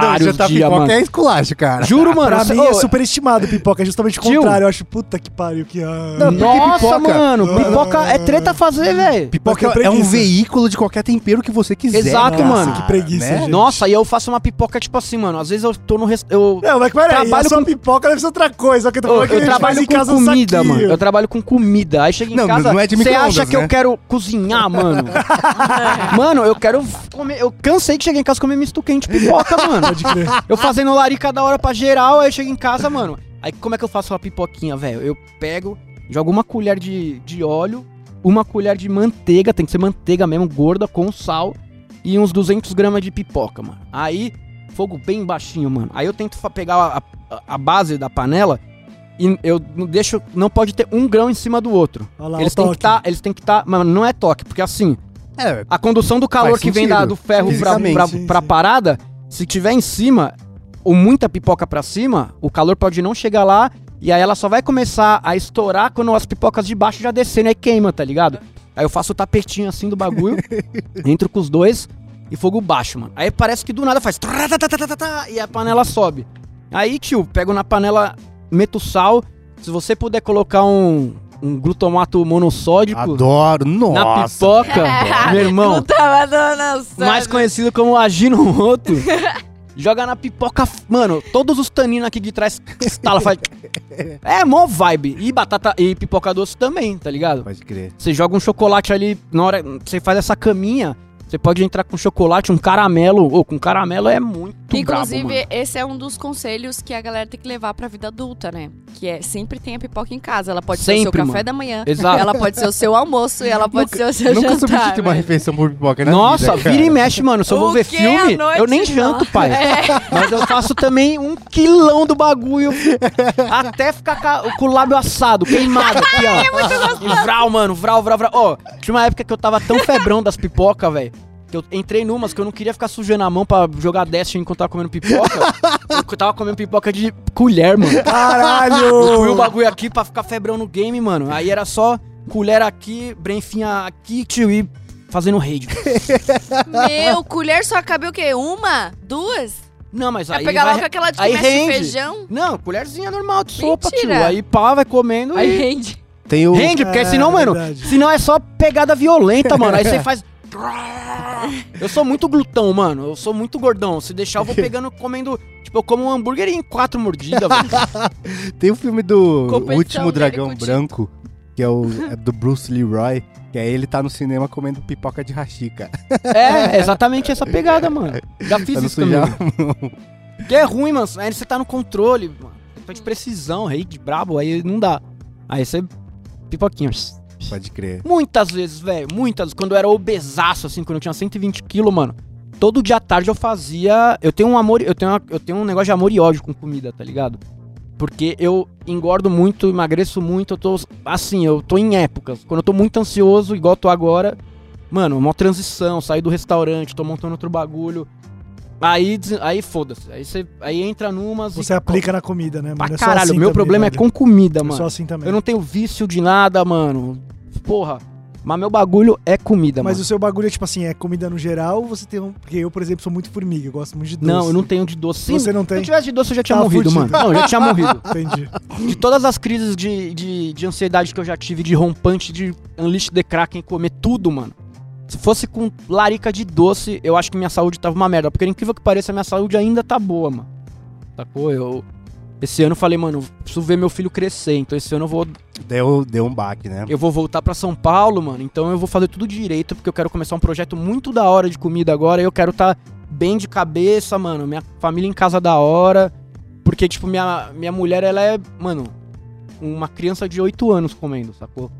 [SPEAKER 4] vários
[SPEAKER 1] jantar
[SPEAKER 4] dias,
[SPEAKER 1] Ah, pipoca
[SPEAKER 4] mano.
[SPEAKER 1] é esculacho, cara.
[SPEAKER 4] Juro, mano.
[SPEAKER 3] Pra
[SPEAKER 4] cê-
[SPEAKER 3] mim
[SPEAKER 4] ô,
[SPEAKER 3] é superestimado pipoca, é justamente o
[SPEAKER 4] Tio.
[SPEAKER 3] contrário. Eu acho puta que pariu que. Ah,
[SPEAKER 1] Não, porque
[SPEAKER 4] Nossa,
[SPEAKER 1] pipoca- Ah.
[SPEAKER 4] mano. Pipoca é treta fazer, velho.
[SPEAKER 1] Pipoca
[SPEAKER 3] Mas tem
[SPEAKER 1] é um
[SPEAKER 3] preguiça.
[SPEAKER 1] veículo de qualquer tempero que você quiser.
[SPEAKER 4] Exato,
[SPEAKER 1] cara,
[SPEAKER 4] mano.
[SPEAKER 3] Que preguiça,
[SPEAKER 1] né?
[SPEAKER 3] gente.
[SPEAKER 4] Nossa, e eu faço uma pipoca, tipo assim, mano. Às vezes eu tô no... Rest... Eu...
[SPEAKER 3] Não, mas peraí,
[SPEAKER 4] Trabalho
[SPEAKER 3] a sua
[SPEAKER 4] com-
[SPEAKER 3] pipoca deve ser outra coisa. ó, Que eu tô
[SPEAKER 4] Ô,
[SPEAKER 3] falando que a
[SPEAKER 4] eu
[SPEAKER 3] gente faz
[SPEAKER 4] trabalho
[SPEAKER 3] em
[SPEAKER 4] com
[SPEAKER 3] casa um
[SPEAKER 4] comida,
[SPEAKER 3] saquinho.
[SPEAKER 4] mano. Eu trabalho com comida. Aí chega em
[SPEAKER 1] Não,
[SPEAKER 4] casa.
[SPEAKER 1] não é de
[SPEAKER 4] Você
[SPEAKER 1] micro-ondas,
[SPEAKER 4] acha que
[SPEAKER 1] né?
[SPEAKER 4] eu quero cozinhar, mano? mano, eu quero comer. Eu cansei de chegar em casa e comer misto quente e pipoca, mano.
[SPEAKER 3] Pode crer.
[SPEAKER 4] Eu fazendo larica da hora pra geral, aí eu chego em casa, mano. Aí como é que eu faço uma pipoquinha, velho? Eu pego, Joga uma colher de, de óleo, uma colher de manteiga, tem que ser manteiga mesmo, gorda, com sal, e uns 200 gramas de pipoca, mano. Aí, fogo bem baixinho, mano. Aí eu tento fa- pegar a, a- a base da panela e eu não deixo. Não pode ter um grão em cima do outro.
[SPEAKER 3] Olha lá,
[SPEAKER 4] eles,
[SPEAKER 3] o
[SPEAKER 4] têm que
[SPEAKER 3] toque.
[SPEAKER 4] tá, eles têm que estar. Mano, não é toque, porque assim,
[SPEAKER 1] É,
[SPEAKER 4] a condução do calor
[SPEAKER 1] Faz
[SPEAKER 4] que vem da-
[SPEAKER 1] sentido,
[SPEAKER 4] do ferro pra,
[SPEAKER 1] fisicamente,
[SPEAKER 4] pra,
[SPEAKER 3] sim,
[SPEAKER 4] pra
[SPEAKER 3] sim.
[SPEAKER 4] parada, se tiver em cima, ou muita pipoca pra cima, o calor pode não chegar lá, e aí ela só vai começar a estourar quando as pipocas de baixo já descendo, aí queima, tá ligado? Aí eu faço o tapetinho assim do bagulho, entro com os dois, e fogo baixo, mano. Aí parece que do nada faz... tratatatata, E a panela sobe. Aí, tio, pego na panela, meto sal, se você puder colocar um, um glutamato monossódico...
[SPEAKER 1] adoro.
[SPEAKER 4] tipo, Na
[SPEAKER 1] Nossa.
[SPEAKER 4] pipoca, meu irmão. Mais
[SPEAKER 2] Mais
[SPEAKER 4] conhecido como Aginomoto. joga na pipoca. f- Mano, todos os taninos aqui de trás estala, faz. É, mó vibe. E batata e pipoca doce também, tá ligado?
[SPEAKER 1] Pode crer.
[SPEAKER 4] Você joga um chocolate ali, na hora que você faz essa caminha, você pode entrar com chocolate, um caramelo. Ô, com caramelo é muito
[SPEAKER 2] Inclusive,
[SPEAKER 4] brabo, mano.
[SPEAKER 2] esse é um dos conselhos que a galera tem que levar pra vida adulta, né? Que é sempre tenha pipoca em casa. Ela pode ser o seu
[SPEAKER 4] Sempre,
[SPEAKER 2] café
[SPEAKER 4] mano.
[SPEAKER 2] da manhã,
[SPEAKER 4] Exato.
[SPEAKER 2] ela pode ser o seu almoço e ela pode ser o seu
[SPEAKER 1] Nunca
[SPEAKER 2] jantar.
[SPEAKER 1] substitui uma
[SPEAKER 2] né?
[SPEAKER 1] refeição por pipoca, né?
[SPEAKER 4] Nossa, vira e mexe, mano. Se eu
[SPEAKER 2] O
[SPEAKER 4] vou ver
[SPEAKER 2] quê?
[SPEAKER 4] filme,
[SPEAKER 2] À noite,
[SPEAKER 4] eu nem
[SPEAKER 2] não. É.
[SPEAKER 4] janto, pai. Mas eu faço também um quilão do bagulho. até ficar ca- com o lábio assado, queimado aqui, ó.
[SPEAKER 2] É
[SPEAKER 4] e vral, mano, vral, vral, vral. Ó, tinha uma época que eu tava tão febrão das pipocas, velho. que Eu entrei numas que eu não queria ficar sujando a mão pra jogar Destiny enquanto tava comendo pipoca. eu tava comendo pipoca de colher, mano. Eu fui o
[SPEAKER 3] Caralho!
[SPEAKER 4] bagulho aqui pra ficar febrão no game, mano. Aí era só colher aqui, brenfinha aqui, tio, e fazendo raid.
[SPEAKER 2] Meu, colher só cabe o quê? Uma? Duas?
[SPEAKER 4] Não, mas
[SPEAKER 2] Vai
[SPEAKER 4] aí.
[SPEAKER 2] pegar
[SPEAKER 4] vai-
[SPEAKER 2] logo aquela de
[SPEAKER 4] aí
[SPEAKER 2] comer de
[SPEAKER 4] rende.
[SPEAKER 2] feijão?
[SPEAKER 4] Não, colherzinha normal de sopa, tio.
[SPEAKER 2] Mentira.
[SPEAKER 4] Aí pá, vai comendo
[SPEAKER 2] Aí
[SPEAKER 4] e.
[SPEAKER 2] rende.
[SPEAKER 1] Tem o.
[SPEAKER 4] Rende, porque
[SPEAKER 3] É,
[SPEAKER 4] senão, assim, mano,
[SPEAKER 3] verdade.
[SPEAKER 4] senão é só pegada violenta, mano. Aí você faz. Eu sou muito glutão, mano. Eu sou muito gordão. Se deixar, eu vou pegando, comendo. Tipo, eu como um hambúrguer em quatro mordidas, velho.
[SPEAKER 1] Tem o filme do
[SPEAKER 2] Competição
[SPEAKER 1] Último
[SPEAKER 2] dele
[SPEAKER 1] Dragão
[SPEAKER 2] com o Tito.
[SPEAKER 1] Branco, que é o é do Bruce Leroy, que aí ele tá no cinema comendo pipoca de hashi, cara.
[SPEAKER 4] É, é exatamente essa pegada, mano. Já
[SPEAKER 1] Pra
[SPEAKER 4] fiz
[SPEAKER 1] não
[SPEAKER 4] isso também.
[SPEAKER 1] sujar
[SPEAKER 4] Que é ruim, mano. Aí você tá no controle, mano. Tá de precisão, rei de brabo, aí não dá. Aí você. Pipoquinhas.
[SPEAKER 1] Pode crer.
[SPEAKER 4] Muitas vezes, velho. Muitas. Quando eu era obesaço, assim, quando eu tinha 120 quilos, mano. Todo dia à tarde eu fazia. Eu tenho um amor. Eu tenho, uma- eu tenho um negócio de amor e ódio com comida, tá ligado? Porque eu engordo muito, emagreço muito, eu tô. Assim, eu tô em épocas. Quando eu tô muito ansioso, igual eu tô agora. Mano, uma transição, saí do restaurante, tô montando outro bagulho. Aí, des- aí foda-se. Aí, você- aí entra numas. e-
[SPEAKER 3] Você aplica na comida, né, mano?
[SPEAKER 4] Pra
[SPEAKER 3] É só
[SPEAKER 4] caralho,
[SPEAKER 3] assim
[SPEAKER 4] meu
[SPEAKER 3] também,
[SPEAKER 4] problema é
[SPEAKER 3] velho.
[SPEAKER 4] com comida,
[SPEAKER 3] Eu
[SPEAKER 4] mano.
[SPEAKER 3] sou assim também.
[SPEAKER 4] Eu não tenho vício de nada, mano. Porra. Mas meu bagulho é comida,
[SPEAKER 3] Mas
[SPEAKER 4] mano.
[SPEAKER 3] o seu bagulho é tipo assim, é comida no geral ou você tem um. Porque eu, por exemplo, sou muito formiga, eu gosto muito de doce.
[SPEAKER 4] Não, eu não tenho de doce. Sim,
[SPEAKER 3] Você não
[SPEAKER 4] Se eu
[SPEAKER 3] tem?
[SPEAKER 4] tivesse de doce, eu já tinha
[SPEAKER 3] Tá
[SPEAKER 4] morrido,
[SPEAKER 3] fudido.
[SPEAKER 4] mano. Não, eu já tinha morrido.
[SPEAKER 3] Entendi.
[SPEAKER 4] De todas as crises de, de, de ansiedade que eu já tive, de rompante, de unleash the Kraken, comer tudo, mano. Se fosse com larica de doce, eu acho que minha saúde tava uma merda. Porque, incrível que pareça, minha saúde ainda tá boa, mano. Sacou? Eu... Esse ano eu falei, mano, preciso ver meu filho crescer. Então esse ano eu vou
[SPEAKER 1] Deu, deu um baque, né?
[SPEAKER 4] eu vou voltar pra São Paulo, mano. Então eu vou fazer tudo direito, porque eu quero começar um projeto muito da hora de comida agora. e Eu quero estar bem de cabeça, mano. Minha família em casa da hora. Porque, tipo, minha, minha mulher, ela é, mano, uma criança de 8 anos comendo, sacou?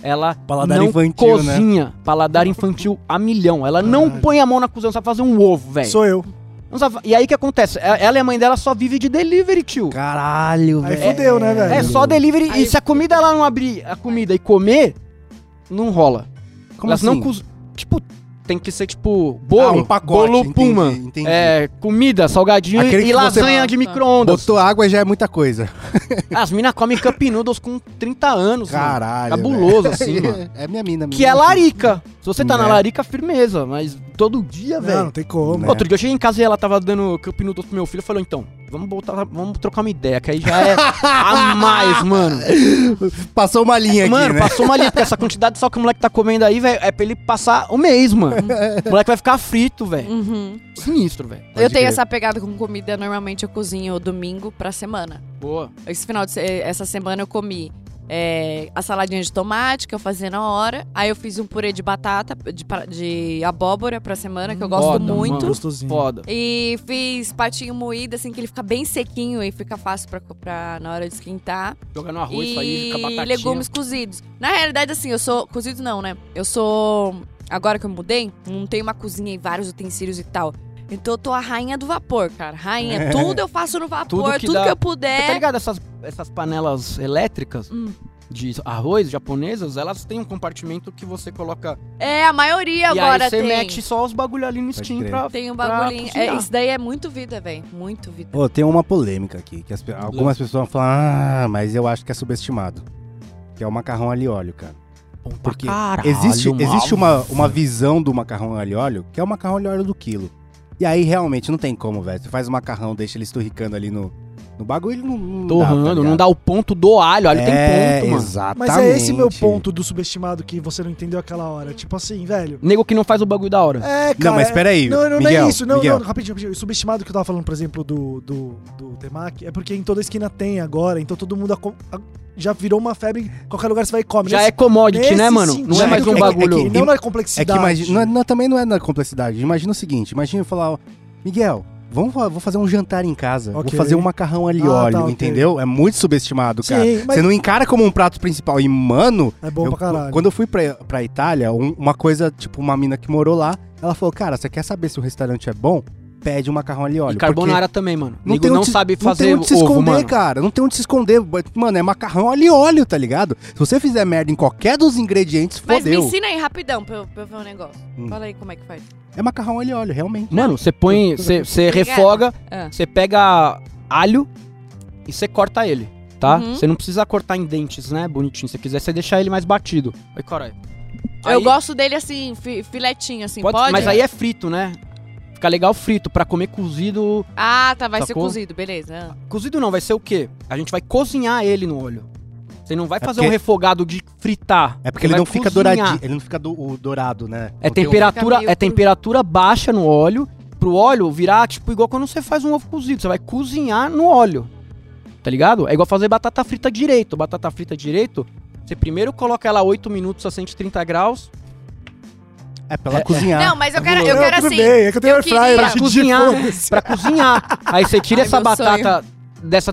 [SPEAKER 4] Ela
[SPEAKER 1] Paladar
[SPEAKER 4] não
[SPEAKER 1] infantil, né?
[SPEAKER 4] cozinha. Paladar infantil a milhão. Ela não
[SPEAKER 3] Caralho.
[SPEAKER 4] põe a mão na cozinha, só fazer um ovo, velho.
[SPEAKER 3] Sou eu.
[SPEAKER 4] Não sabe- E aí o que acontece? Ela e a mãe dela só vivem de delivery, tio.
[SPEAKER 1] Caralho,
[SPEAKER 3] Aí
[SPEAKER 1] velho.
[SPEAKER 3] fudeu, né, velho?
[SPEAKER 4] É só delivery.
[SPEAKER 2] Aí-
[SPEAKER 4] E se a comida ela não abrir a comida e comer, não rola.
[SPEAKER 1] Como
[SPEAKER 4] Elas
[SPEAKER 1] assim?
[SPEAKER 4] não cus... Tipo, tem que ser tipo
[SPEAKER 1] Ah,
[SPEAKER 4] bolo,
[SPEAKER 1] um pacote.
[SPEAKER 4] bolo
[SPEAKER 1] entendi,
[SPEAKER 4] puma,
[SPEAKER 1] entendi.
[SPEAKER 4] é, comida, salgadinho
[SPEAKER 1] Aquele
[SPEAKER 4] e
[SPEAKER 1] que você-
[SPEAKER 4] lasanha de micro-ondas.
[SPEAKER 1] Botou água já é muita coisa.
[SPEAKER 4] As minas comem Cup Noodles com 30 anos, mano.
[SPEAKER 1] Caralho.
[SPEAKER 4] Cabuloso,
[SPEAKER 1] velho.
[SPEAKER 4] assim, mano.
[SPEAKER 1] É minha mina.
[SPEAKER 4] Que é larica. Se você tá na
[SPEAKER 1] Né?
[SPEAKER 4] larica, firmeza, mas todo dia,
[SPEAKER 3] Não,
[SPEAKER 4] velho.
[SPEAKER 3] não tem como.
[SPEAKER 1] Né?
[SPEAKER 4] Outro dia eu cheguei em casa e ela tava dando Cup Noodles pro meu filho e falou, então, vamos botar, vamos trocar uma ideia, que aí já é a mais, mano.
[SPEAKER 1] Passou uma linha aqui,
[SPEAKER 4] Mano,
[SPEAKER 1] né?
[SPEAKER 4] passou uma linha, porque essa quantidade de sal que o moleque tá comendo aí, velho, é pra ele passar um mês, mano. O moleque vai ficar frito, velho.
[SPEAKER 2] Uhum.
[SPEAKER 4] Sinistro, velho.
[SPEAKER 2] Eu tenho
[SPEAKER 1] crer.
[SPEAKER 2] essa pegada com comida. Normalmente eu cozinho domingo pra semana.
[SPEAKER 4] Boa.
[SPEAKER 2] Esse final de se- essa eh, semana eu comi é, a saladinha de tomate que eu fazia na hora. Aí eu fiz um purê de batata, de, pa- de abóbora pra semana, que eu gosto
[SPEAKER 4] Foda,
[SPEAKER 2] muito.
[SPEAKER 4] mano.
[SPEAKER 3] Gostosinho.
[SPEAKER 4] Foda.
[SPEAKER 2] E fiz patinho moído, assim, que ele fica bem sequinho e fica fácil pra, pra- na hora de esquentar.
[SPEAKER 4] Jogar no arroz,
[SPEAKER 2] e
[SPEAKER 4] faísca, batatinha.
[SPEAKER 2] legumes cozidos. Na realidade, assim, eu sou. Cozido não, né? Eu sou. Agora que eu mudei, não tenho uma cozinha e vários utensílios e tal. Então eu tô a rainha do vapor, cara. Rainha. Tudo eu faço no vapor,
[SPEAKER 4] É.
[SPEAKER 2] tudo
[SPEAKER 4] Tudo que
[SPEAKER 2] que,
[SPEAKER 4] dá-
[SPEAKER 2] eu puder.
[SPEAKER 4] Tá ligado essas, essas panelas elétricas
[SPEAKER 2] é. Hum.
[SPEAKER 4] de arroz japonesas? Elas têm um compartimento que você coloca...
[SPEAKER 2] É, a maioria
[SPEAKER 4] e
[SPEAKER 2] agora
[SPEAKER 4] aí você
[SPEAKER 2] tem.
[SPEAKER 4] mete só os bagulho ali no
[SPEAKER 1] Pode
[SPEAKER 4] Steam
[SPEAKER 1] crer.
[SPEAKER 4] pra...
[SPEAKER 2] Tem um
[SPEAKER 4] pra
[SPEAKER 2] bagulhinho. É,
[SPEAKER 4] cozinhar.
[SPEAKER 2] isso daí é muito vida, velho. Muito vida.
[SPEAKER 1] Ô, tem uma polêmica aqui, que as pe- algumas pessoas falam, ah, mas eu acho que é subestimado. Que é o macarrão alho e óleo, cara.
[SPEAKER 4] Bom pra
[SPEAKER 1] Porque
[SPEAKER 4] caralho,
[SPEAKER 1] existe,
[SPEAKER 4] mano.
[SPEAKER 1] existe uma, uma visão do macarrão alho e óleo, que é o macarrão alho e óleo do quilo. E aí, realmente, não tem como, velho. Você faz o macarrão, deixa ele esturricando ali no, no bagulho, não, não dá, tá
[SPEAKER 4] Torrando,
[SPEAKER 1] ligado?
[SPEAKER 4] não dá o ponto do alho. Alho
[SPEAKER 1] é,
[SPEAKER 4] tem ponto, mano.
[SPEAKER 1] Exatamente.
[SPEAKER 3] Mas é esse meu ponto do subestimado que você não entendeu aquela hora. Tipo assim, velho.
[SPEAKER 4] Nego que não faz o bagulho da hora.
[SPEAKER 3] É, cara.
[SPEAKER 1] Não, mas
[SPEAKER 3] é-
[SPEAKER 1] peraí,
[SPEAKER 3] Não, não, não
[SPEAKER 1] Miguel,
[SPEAKER 3] é isso. Não,
[SPEAKER 1] Miguel.
[SPEAKER 3] não, rapidinho, rapidinho. O subestimado que eu tava falando, por exemplo, do, do, do Temac, é porque em toda esquina tem agora, então todo mundo aco- a- já virou uma febre, qualquer lugar você vai e come.
[SPEAKER 4] Já
[SPEAKER 3] Nesse-
[SPEAKER 4] é commodity,
[SPEAKER 3] nesse
[SPEAKER 4] né, mano? Não
[SPEAKER 3] sentido
[SPEAKER 4] é mais
[SPEAKER 3] que
[SPEAKER 4] um
[SPEAKER 3] eu-
[SPEAKER 4] bagulho...
[SPEAKER 3] E
[SPEAKER 1] que-
[SPEAKER 3] não na
[SPEAKER 1] É que
[SPEAKER 3] complexidade.
[SPEAKER 1] imagina, não é- não é- também não é na complexidade. Imagina o seguinte, imagina eu falar, ó, Miguel, vamos, fa- vou fazer um jantar em casa, vou
[SPEAKER 3] Ok.
[SPEAKER 1] fazer um macarrão alho e
[SPEAKER 3] Ah,
[SPEAKER 1] óleo,
[SPEAKER 3] tá, ok.
[SPEAKER 1] entendeu? É muito subestimado, cara.
[SPEAKER 3] Sim, mas
[SPEAKER 1] Você não encara como um prato principal. E, mano,
[SPEAKER 3] é bom
[SPEAKER 1] eu-
[SPEAKER 3] pra caralho.
[SPEAKER 1] quando eu fui pra, pra Itália, um- uma coisa, tipo, uma mina que morou lá, ela falou, cara, você quer saber se o restaurante é bom? Pede um macarrão alho e
[SPEAKER 4] E
[SPEAKER 1] óleo. porque
[SPEAKER 4] carbonara também, mano.
[SPEAKER 1] Não
[SPEAKER 4] Não
[SPEAKER 1] tem
[SPEAKER 4] não
[SPEAKER 1] onde se-
[SPEAKER 4] sabe
[SPEAKER 1] Não
[SPEAKER 4] fazer
[SPEAKER 1] tem onde se
[SPEAKER 4] ovo,
[SPEAKER 1] esconder,
[SPEAKER 4] mano.
[SPEAKER 1] cara. Não tem onde se esconder. But, Mano, é macarrão alho e óleo, tá ligado? Se você fizer merda em qualquer dos ingredientes,
[SPEAKER 2] Mas
[SPEAKER 1] fodeu.
[SPEAKER 2] me ensina aí rapidão pra eu, pra eu ver um negócio.
[SPEAKER 1] Hum.
[SPEAKER 2] Fala aí como é que faz.
[SPEAKER 1] É macarrão alho e óleo, realmente.
[SPEAKER 4] Mano, você põe, você você
[SPEAKER 2] Obrigada.
[SPEAKER 4] refoga,
[SPEAKER 2] Ah.
[SPEAKER 4] você pega alho e você corta ele, tá?
[SPEAKER 2] Uhum.
[SPEAKER 4] Você não precisa cortar em dentes, né, bonitinho. Se você quiser, você deixar ele mais batido. Aí, caralho.
[SPEAKER 2] Eu
[SPEAKER 4] Aí-
[SPEAKER 2] gosto dele assim, fi- filetinho, assim, pode?
[SPEAKER 4] Mas aí é frito, né? Fica legal frito pra comer cozido.
[SPEAKER 2] Ah, tá, vai
[SPEAKER 4] Sacou?
[SPEAKER 2] ser cozido, beleza.
[SPEAKER 4] Cozido não, vai ser o quê? A gente vai cozinhar ele no óleo. Você não vai
[SPEAKER 1] É
[SPEAKER 4] fazer um
[SPEAKER 1] porque-
[SPEAKER 4] refogado de fritar.
[SPEAKER 1] É porque
[SPEAKER 4] Você
[SPEAKER 1] ele
[SPEAKER 4] vai
[SPEAKER 1] não fica
[SPEAKER 4] cozinhar.
[SPEAKER 1] douradinho, ele não fica do- o dourado, né?
[SPEAKER 4] É
[SPEAKER 1] Não tem o-
[SPEAKER 4] temperatura,
[SPEAKER 2] Fica meio
[SPEAKER 4] é
[SPEAKER 2] cru.
[SPEAKER 4] temperatura baixa no óleo, pro óleo virar tipo igual quando você faz um ovo cozido, você vai cozinhar no óleo. Tá ligado? É igual fazer batata frita direito. Batata frita direito, você primeiro coloca ela 8 minutos a 130 graus.
[SPEAKER 1] É pra ela
[SPEAKER 4] Ah.
[SPEAKER 1] cozinhar.
[SPEAKER 2] Não, mas eu quero, eu
[SPEAKER 3] Não,
[SPEAKER 2] quero
[SPEAKER 3] tudo
[SPEAKER 2] assim.
[SPEAKER 3] bem, é que eu tenho
[SPEAKER 2] eu
[SPEAKER 3] air fryer,
[SPEAKER 2] queria-
[SPEAKER 3] hoje em dia,
[SPEAKER 4] Cozinhar.
[SPEAKER 3] foda-se.
[SPEAKER 4] Pra cozinhar. Aí você tira
[SPEAKER 2] Ai,
[SPEAKER 4] essa
[SPEAKER 2] meu
[SPEAKER 4] batata dessa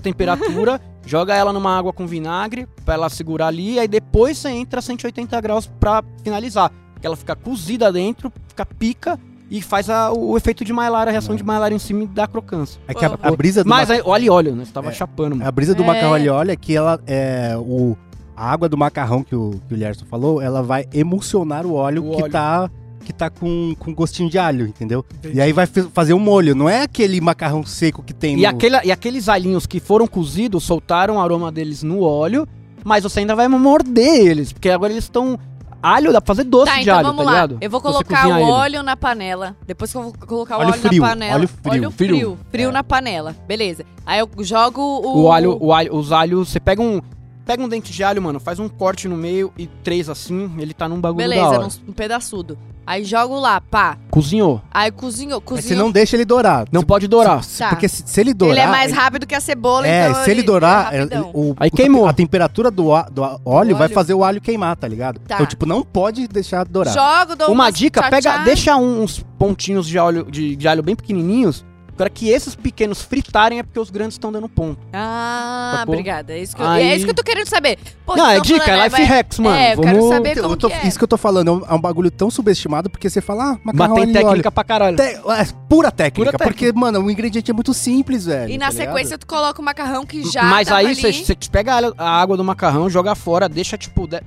[SPEAKER 4] temperatura, joga ela numa água com vinagre pra ela segurar ali, aí depois você entra a 180 graus pra finalizar. Porque ela fica cozida dentro, fica pica e faz a- o efeito de Maillard, a reação
[SPEAKER 2] É.
[SPEAKER 4] de Maillard em cima e dá a crocância.
[SPEAKER 1] É que a, a
[SPEAKER 2] Pô,
[SPEAKER 1] brisa do,
[SPEAKER 4] Mas
[SPEAKER 1] ma-
[SPEAKER 4] aí, olha e olha, né? Você tava
[SPEAKER 1] É.
[SPEAKER 4] chapando, mano.
[SPEAKER 1] a brisa do
[SPEAKER 2] É.
[SPEAKER 1] macarrão alho e óleo é que ela é o a água do macarrão que o que o Lierson falou, ela vai emulsionar o óleo
[SPEAKER 4] O
[SPEAKER 1] que
[SPEAKER 4] óleo.
[SPEAKER 1] tá que tá com, com gostinho de alho, entendeu?
[SPEAKER 3] Entendi.
[SPEAKER 1] E aí vai fe- fazer um molho, não é aquele macarrão seco que tem
[SPEAKER 4] E,
[SPEAKER 1] no
[SPEAKER 4] aquela- e aqueles alhinhos que foram cozidos soltaram o aroma deles no óleo, mas você ainda vai morder eles, porque agora eles estão. Alho dá pra fazer doce
[SPEAKER 2] Tá,
[SPEAKER 4] de
[SPEAKER 2] então
[SPEAKER 4] alho,
[SPEAKER 2] vamos
[SPEAKER 4] tá
[SPEAKER 2] lá.
[SPEAKER 4] ligado?
[SPEAKER 2] Eu vou
[SPEAKER 4] Você
[SPEAKER 2] colocar
[SPEAKER 4] cozinha
[SPEAKER 2] o
[SPEAKER 4] ele.
[SPEAKER 2] óleo na panela. Depois que eu vou colocar o
[SPEAKER 1] Óleo
[SPEAKER 2] óleo,
[SPEAKER 1] frio,
[SPEAKER 2] na panela.
[SPEAKER 1] óleo frio.
[SPEAKER 2] Óleo
[SPEAKER 4] Frio.
[SPEAKER 2] frio. Frio,
[SPEAKER 1] É.
[SPEAKER 2] na panela. Beleza. Aí eu jogo o.
[SPEAKER 4] O alho, o alho, os alhos, você pega um. Pega um dente de alho, mano, faz um corte no meio e três assim, ele tá num bagulho da
[SPEAKER 2] Beleza,
[SPEAKER 4] hora.
[SPEAKER 2] num, um pedaçudo. Aí jogo lá, pá.
[SPEAKER 4] Cozinhou.
[SPEAKER 2] Aí cozinhou.
[SPEAKER 1] Mas você
[SPEAKER 2] cozinho.
[SPEAKER 1] não deixa ele dourar.
[SPEAKER 4] Não
[SPEAKER 1] Se-
[SPEAKER 4] pode dourar.
[SPEAKER 1] se-
[SPEAKER 2] Tá.
[SPEAKER 1] Porque se, se ele dourar,
[SPEAKER 2] Ele é mais rápido que a cebola,
[SPEAKER 1] É,
[SPEAKER 2] então
[SPEAKER 1] se ele dourar,
[SPEAKER 2] é
[SPEAKER 1] é-
[SPEAKER 2] rapidão.
[SPEAKER 1] o,
[SPEAKER 4] Aí
[SPEAKER 1] o-
[SPEAKER 4] queimou.
[SPEAKER 1] a temperatura do, a- do a- óleo
[SPEAKER 2] O
[SPEAKER 1] vai
[SPEAKER 2] óleo.
[SPEAKER 1] fazer o alho queimar, tá ligado?
[SPEAKER 2] Tá.
[SPEAKER 1] Então, tipo, não pode deixar dourar.
[SPEAKER 2] Jogo, dou
[SPEAKER 4] Uma
[SPEAKER 2] umas
[SPEAKER 4] dica,
[SPEAKER 2] Então, tchá,
[SPEAKER 4] pega,
[SPEAKER 2] tchá.
[SPEAKER 4] deixa um- uns pontinhos de alho, de, de alho bem pequenininhos, para que esses pequenos fritarem é porque os grandes estão dando ponto.
[SPEAKER 2] Ah,
[SPEAKER 4] Sacou?
[SPEAKER 2] obrigada. É isso, que eu,
[SPEAKER 4] Aí-
[SPEAKER 2] é isso que eu tô querendo saber. Pô,
[SPEAKER 4] não, é
[SPEAKER 2] vocês tão
[SPEAKER 4] dica,
[SPEAKER 2] falando,
[SPEAKER 4] é
[SPEAKER 2] né,
[SPEAKER 4] life
[SPEAKER 2] vai-
[SPEAKER 4] hacks, mano.
[SPEAKER 2] É, eu
[SPEAKER 4] Vamos...
[SPEAKER 2] quero saber
[SPEAKER 1] Então, Eu
[SPEAKER 2] como
[SPEAKER 1] tô-
[SPEAKER 2] que é.
[SPEAKER 1] Isso que eu tô falando, é um, é um bagulho tão subestimado, porque você fala, ah,
[SPEAKER 4] Mas
[SPEAKER 1] macarrão
[SPEAKER 4] tem
[SPEAKER 1] alho e óleo.
[SPEAKER 4] técnica pra caralho.
[SPEAKER 1] Te- é, pura técnica,
[SPEAKER 4] Pura
[SPEAKER 1] porque, mano, o ingrediente é muito simples, velho.
[SPEAKER 2] E na
[SPEAKER 1] tá ligado?
[SPEAKER 2] sequência tu coloca o macarrão que já
[SPEAKER 4] Mas
[SPEAKER 2] tava
[SPEAKER 4] aí
[SPEAKER 2] ali.
[SPEAKER 4] você pega a alho- a água do macarrão, joga fora, deixa tipo de-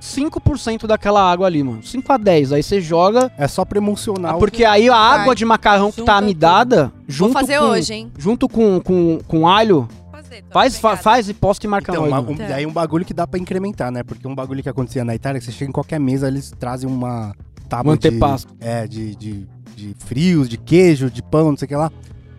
[SPEAKER 4] 5% daquela água ali, mano. 5 a 10. Aí você joga.
[SPEAKER 1] É só pra
[SPEAKER 4] Ah,
[SPEAKER 1] emocionar. o-
[SPEAKER 4] Porque aí a água
[SPEAKER 2] Vai.
[SPEAKER 4] de macarrão que
[SPEAKER 2] Junta
[SPEAKER 4] tá amidada,
[SPEAKER 2] Vou
[SPEAKER 4] junto
[SPEAKER 2] fazer
[SPEAKER 4] com,
[SPEAKER 2] hoje, hein?
[SPEAKER 4] junto com, com, com alho,
[SPEAKER 2] Fazer, tô
[SPEAKER 4] faz, fa-
[SPEAKER 2] obrigada.
[SPEAKER 4] faz e posta e marca
[SPEAKER 1] Então,
[SPEAKER 4] nós,
[SPEAKER 1] uma-
[SPEAKER 4] mano.
[SPEAKER 1] um,
[SPEAKER 2] É.
[SPEAKER 1] daí um bagulho que dá pra incrementar, né? Porque um bagulho que acontecia na Itália, que você chega em qualquer mesa, eles trazem uma tábua
[SPEAKER 4] Manter
[SPEAKER 1] de,
[SPEAKER 4] pasto.
[SPEAKER 1] é, de, de, de frios, de queijo, de pão, não sei o que lá.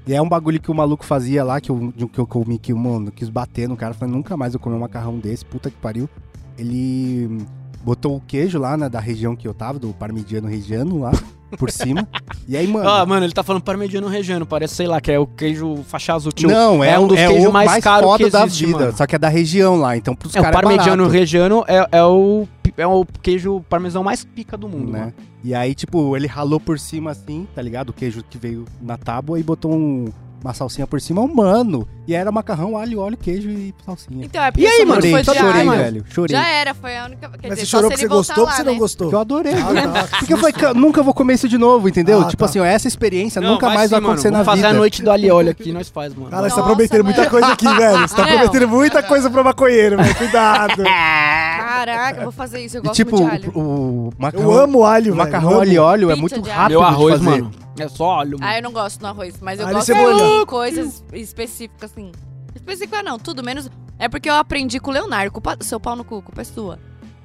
[SPEAKER 1] E é um bagulho que o maluco fazia lá, que eu, de- um, que eu comi, que, mano, quis bater no cara. Falei, nunca mais eu comer um macarrão desse, puta que pariu. Ele hum, botou o queijo lá, né, da região que eu tava, do parmigiano regiano lá. por cima. E aí, mano.
[SPEAKER 4] Ah, mano, ele tá falando parmegiano regiano, parece, sei lá, que é o queijo faixa azul. Tio.
[SPEAKER 1] não, é,
[SPEAKER 4] é um dos
[SPEAKER 1] é
[SPEAKER 4] queijos
[SPEAKER 1] o
[SPEAKER 4] mais caros
[SPEAKER 1] foda
[SPEAKER 4] que
[SPEAKER 1] da
[SPEAKER 4] existe,
[SPEAKER 1] vida.
[SPEAKER 4] mano.
[SPEAKER 1] Só que é da região lá. Então, pros
[SPEAKER 4] É, o
[SPEAKER 1] caras é
[SPEAKER 4] parmegiano
[SPEAKER 1] barato.
[SPEAKER 4] regiano é, é o, é o queijo parmesão mais pica do mundo,
[SPEAKER 1] né?
[SPEAKER 4] né?
[SPEAKER 1] E aí, tipo, ele ralou por cima assim, tá ligado? O queijo que veio na tábua e botou um- uma salsinha por cima, humano. E era macarrão, alho, óleo, queijo e salsinha.
[SPEAKER 2] Então, é porque
[SPEAKER 4] E aí,
[SPEAKER 2] esse
[SPEAKER 4] mano?
[SPEAKER 2] mundo foi
[SPEAKER 1] Chorei, só
[SPEAKER 2] de
[SPEAKER 1] chorei,
[SPEAKER 2] água.
[SPEAKER 1] velho. Chorei.
[SPEAKER 2] Já é? era, foi a única. Quer
[SPEAKER 3] Mas
[SPEAKER 2] dizer,
[SPEAKER 3] você
[SPEAKER 2] só
[SPEAKER 3] chorou
[SPEAKER 2] se
[SPEAKER 3] porque
[SPEAKER 2] ele
[SPEAKER 3] você
[SPEAKER 2] voltar
[SPEAKER 3] gostou ou
[SPEAKER 2] lá,
[SPEAKER 3] você
[SPEAKER 2] né?
[SPEAKER 3] não gostou?
[SPEAKER 1] Porque eu adorei.
[SPEAKER 3] Ah, tá.
[SPEAKER 1] Porque eu falei, "Ca- nunca vou comer isso de novo, entendeu?
[SPEAKER 3] Ah,
[SPEAKER 1] tipo
[SPEAKER 3] tá.
[SPEAKER 1] assim, ó, essa experiência nunca
[SPEAKER 4] vai
[SPEAKER 1] mais
[SPEAKER 4] sim,
[SPEAKER 1] vai acontecer
[SPEAKER 4] mano.
[SPEAKER 1] na
[SPEAKER 4] Vamos fazer
[SPEAKER 1] vida.
[SPEAKER 4] a noite do ali olha aqui, nós faz, mano.
[SPEAKER 3] Cara, você tá
[SPEAKER 2] Nossa,
[SPEAKER 3] prometendo
[SPEAKER 2] mano.
[SPEAKER 3] muita coisa aqui, velho. Você tá
[SPEAKER 2] Não.
[SPEAKER 3] prometendo muita coisa pra maconheiro, velho. Cuidado.
[SPEAKER 2] Caraca, eu vou fazer isso, eu
[SPEAKER 1] E
[SPEAKER 2] gosto
[SPEAKER 1] tipo,
[SPEAKER 2] muito de alho.
[SPEAKER 1] o, o macarrão,
[SPEAKER 3] Eu amo alho,
[SPEAKER 1] o
[SPEAKER 3] velho.
[SPEAKER 1] macarrão
[SPEAKER 3] eu
[SPEAKER 1] alho
[SPEAKER 3] amo.
[SPEAKER 1] e óleo é
[SPEAKER 2] Pizza
[SPEAKER 1] muito
[SPEAKER 2] de
[SPEAKER 1] rápido
[SPEAKER 4] Meu arroz,
[SPEAKER 1] de fazer.
[SPEAKER 4] mano. É só óleo, mano.
[SPEAKER 2] Ah, eu não gosto no arroz, mas eu
[SPEAKER 3] Alho e
[SPEAKER 2] gosto
[SPEAKER 3] cebola.
[SPEAKER 2] de coisas específicas, assim. Específica não, tudo menos. É porque eu aprendi com o Leonardo, culpa, seu pau no cu, culpa é sua.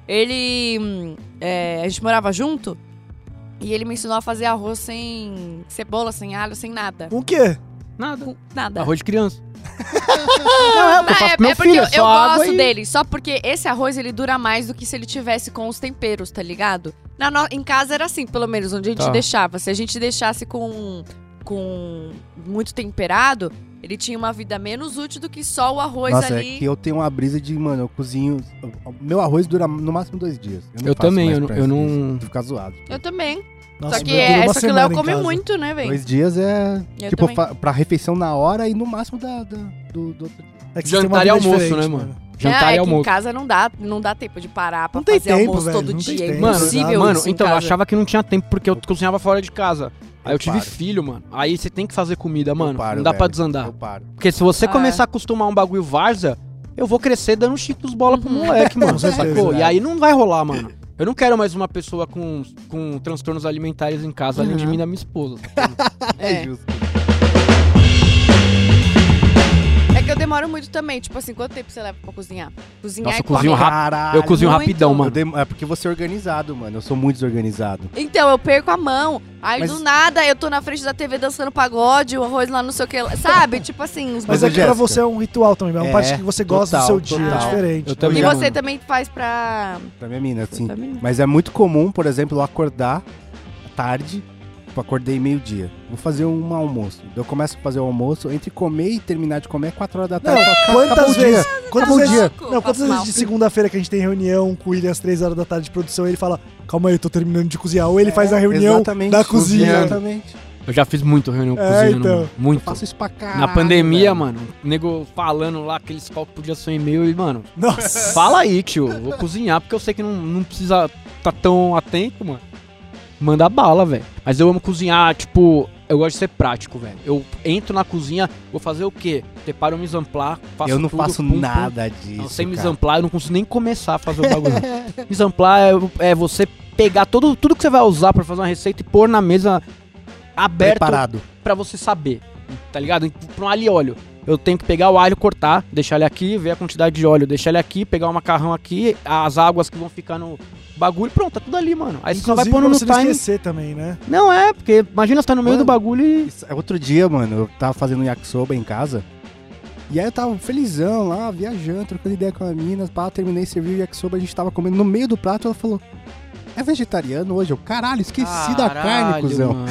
[SPEAKER 2] Ele. hum, é, a gente morava junto e ele me ensinou a fazer arroz sem cebola, sem alho, sem nada.
[SPEAKER 3] Com o quê?
[SPEAKER 4] Nada.
[SPEAKER 2] Nada.
[SPEAKER 4] Arroz de criança.
[SPEAKER 2] É, Ah,
[SPEAKER 4] faço
[SPEAKER 2] é,
[SPEAKER 4] pro meu
[SPEAKER 2] é porque
[SPEAKER 4] filho,
[SPEAKER 2] eu,
[SPEAKER 4] é só
[SPEAKER 2] eu
[SPEAKER 4] água
[SPEAKER 2] gosto
[SPEAKER 4] e-
[SPEAKER 2] dele, só porque esse arroz ele dura mais do que se ele tivesse com os temperos, tá ligado? Na no- Em casa era assim, pelo menos, onde a gente
[SPEAKER 4] Tá.
[SPEAKER 2] deixava. Se a gente deixasse com, com muito temperado, ele tinha uma vida menos útil do que só o arroz
[SPEAKER 1] Nossa,
[SPEAKER 2] ali.
[SPEAKER 1] é que eu tenho uma brisa de, mano, eu cozinho. o- o Meu arroz dura no máximo dois dias. não
[SPEAKER 4] Eu
[SPEAKER 1] faço
[SPEAKER 4] também,
[SPEAKER 1] mais
[SPEAKER 4] eu não-
[SPEAKER 1] pra
[SPEAKER 4] eu
[SPEAKER 1] isso,
[SPEAKER 4] não-
[SPEAKER 1] Ficar zoado.
[SPEAKER 2] Eu também.
[SPEAKER 3] Nossa,
[SPEAKER 2] só que
[SPEAKER 3] meu, durou
[SPEAKER 2] é,
[SPEAKER 3] uma
[SPEAKER 2] só que o
[SPEAKER 3] semana
[SPEAKER 2] Léo
[SPEAKER 3] em
[SPEAKER 2] come
[SPEAKER 3] casa.
[SPEAKER 2] muito, né, velho?
[SPEAKER 1] Dois dias é.
[SPEAKER 2] Eu
[SPEAKER 1] tipo,
[SPEAKER 2] também.
[SPEAKER 1] fa- pra refeição na hora e no máximo da, da- do, do outro dia.
[SPEAKER 3] É que você tem uma
[SPEAKER 4] Jantar e
[SPEAKER 3] vida
[SPEAKER 4] almoço,
[SPEAKER 3] diferente,
[SPEAKER 4] né, mano? Jantar
[SPEAKER 2] não, é
[SPEAKER 4] e
[SPEAKER 2] que em
[SPEAKER 4] almoço.
[SPEAKER 2] casa não dá, não dá tempo de parar pra
[SPEAKER 3] Não tem
[SPEAKER 2] fazer
[SPEAKER 3] tempo,
[SPEAKER 2] almoço
[SPEAKER 3] velho,
[SPEAKER 2] todo
[SPEAKER 3] não tem
[SPEAKER 2] dia. É
[SPEAKER 3] tempo.
[SPEAKER 4] Mano,
[SPEAKER 2] impossível
[SPEAKER 4] mano
[SPEAKER 2] isso em
[SPEAKER 4] então, eu
[SPEAKER 2] casa.
[SPEAKER 4] achava que não tinha tempo porque eu cozinhava fora de casa. Aí eu tive
[SPEAKER 1] paro.
[SPEAKER 4] filho, mano. Aí você tem que fazer comida, mano.
[SPEAKER 1] paro,
[SPEAKER 4] não dá pra
[SPEAKER 1] velho.
[SPEAKER 4] desandar.
[SPEAKER 1] Eu paro.
[SPEAKER 4] Porque se você
[SPEAKER 2] Ah,
[SPEAKER 4] começar a acostumar um bagulho várzea, eu vou crescer dando cheetos bola pro
[SPEAKER 2] Uhum.
[SPEAKER 4] moleque, mano.
[SPEAKER 3] Com certeza,
[SPEAKER 4] sacou? E
[SPEAKER 1] né?
[SPEAKER 4] aí não vai rolar, mano. Eu não quero mais uma pessoa com, com transtornos alimentares em casa, além de
[SPEAKER 2] Uhum.
[SPEAKER 4] mim e da minha esposa.
[SPEAKER 2] É.
[SPEAKER 1] justo.
[SPEAKER 2] É que eu demoro muito também. Tipo assim, quanto tempo você leva pra cozinhar? Cozinhar
[SPEAKER 4] Nossa,
[SPEAKER 2] é
[SPEAKER 4] eu cozinho
[SPEAKER 2] correr.
[SPEAKER 4] rápido,
[SPEAKER 1] Caralho.
[SPEAKER 4] Eu cozinho
[SPEAKER 2] muito.
[SPEAKER 4] rapidão,
[SPEAKER 1] Eu
[SPEAKER 4] mano.
[SPEAKER 1] dem- É porque você é organizado, mano. Eu sou muito desorganizado.
[SPEAKER 2] Então, eu perco a mão. Aí
[SPEAKER 1] Mas-
[SPEAKER 2] do nada eu tô na frente da TV dançando pagode, o arroz lá não sei o que. lá. Sabe? tipo assim, uns
[SPEAKER 3] Mas
[SPEAKER 1] Ô,
[SPEAKER 2] bagulho.
[SPEAKER 3] é que pra
[SPEAKER 1] Jéssica.
[SPEAKER 3] você é um ritual também, é uma
[SPEAKER 1] É,
[SPEAKER 3] parte que você gosta
[SPEAKER 1] total,
[SPEAKER 3] do seu dia, é
[SPEAKER 1] total.
[SPEAKER 3] diferente.
[SPEAKER 4] Eu também.
[SPEAKER 2] E
[SPEAKER 4] Obrigado,
[SPEAKER 2] você
[SPEAKER 4] mano.
[SPEAKER 2] também faz pra.
[SPEAKER 1] Pra minha mina, assim.
[SPEAKER 2] pra mim.
[SPEAKER 1] Mas é muito comum, por exemplo, eu acordar tarde. Tipo, acordei meio-dia. Vou fazer um almoço. Eu começo a fazer o almoço. Entre comer e terminar de comer é 4 horas da
[SPEAKER 3] Não,
[SPEAKER 1] tarde. Eu falo, "Ca- acabou o
[SPEAKER 3] quantas
[SPEAKER 1] dia."
[SPEAKER 3] vezes? Quantas
[SPEAKER 1] Acabou o
[SPEAKER 3] vezes?
[SPEAKER 1] dia.
[SPEAKER 2] Louco,
[SPEAKER 3] Não, quantas
[SPEAKER 2] faço
[SPEAKER 3] vezes
[SPEAKER 2] mal.
[SPEAKER 3] de segunda-feira que a gente tem reunião com o William às 3 horas da tarde de produção, ele fala, calma aí, eu tô terminando de cozinhar. Ou ele faz a reunião
[SPEAKER 1] É, Exatamente,
[SPEAKER 3] da cozinha.
[SPEAKER 1] Exatamente.
[SPEAKER 4] Eu já fiz muito reunião
[SPEAKER 3] É,
[SPEAKER 4] cozinhando,
[SPEAKER 3] então.
[SPEAKER 4] mano. Muito.
[SPEAKER 1] Faço isso pra caralho,
[SPEAKER 4] Na pandemia,
[SPEAKER 1] velho.
[SPEAKER 4] mano, o nego falando lá aqueles pau que podia ser um e-mail e, mano,
[SPEAKER 3] Nossa.
[SPEAKER 4] fala aí, tio. eu Vou cozinhar, porque eu sei que não, não precisa tá tão atento, mano. Manda bala, velho. Mas eu amo cozinhar, tipo, eu gosto de ser prático, velho. Eu entro na cozinha, vou fazer o quê? Preparo o mise en place, faço
[SPEAKER 1] Eu não
[SPEAKER 4] tudo,
[SPEAKER 1] faço
[SPEAKER 4] pum, pum.
[SPEAKER 1] nada disso.
[SPEAKER 4] Não, sem mise
[SPEAKER 1] cara.
[SPEAKER 4] en place, eu não consigo nem começar a fazer o bagulho. mise en place é, é você pegar todo, tudo que você vai usar pra fazer uma receita e pôr na mesa aberta
[SPEAKER 1] Preparado.
[SPEAKER 4] pra você saber, tá ligado? Pra um alho e óleo. Eu tenho que pegar o alho, cortar, deixar ele aqui, ver a quantidade de óleo, deixar ele aqui, pegar o macarrão aqui, as águas que vão ficar no bagulho, pronto, tá tudo ali, mano. Aí você só vai
[SPEAKER 3] Inclusive,
[SPEAKER 4] pondo
[SPEAKER 3] pra
[SPEAKER 4] no
[SPEAKER 3] você não
[SPEAKER 4] time.
[SPEAKER 3] esquecer também, né?
[SPEAKER 4] Não é, porque imagina você tá no meio
[SPEAKER 1] Mano.
[SPEAKER 4] do bagulho e.
[SPEAKER 1] Isso- é Outro dia, mano, eu tava fazendo yakisoba em casa. E aí eu tava felizão lá, viajando, trocando ideia com a mina, pá, terminei de servir o yakisoba, a gente tava comendo. No meio do prato, ela falou, é vegetariano hoje? Eu, caralho, esqueci da carne,
[SPEAKER 4] Caralho,
[SPEAKER 1] cuzão.
[SPEAKER 4] mano.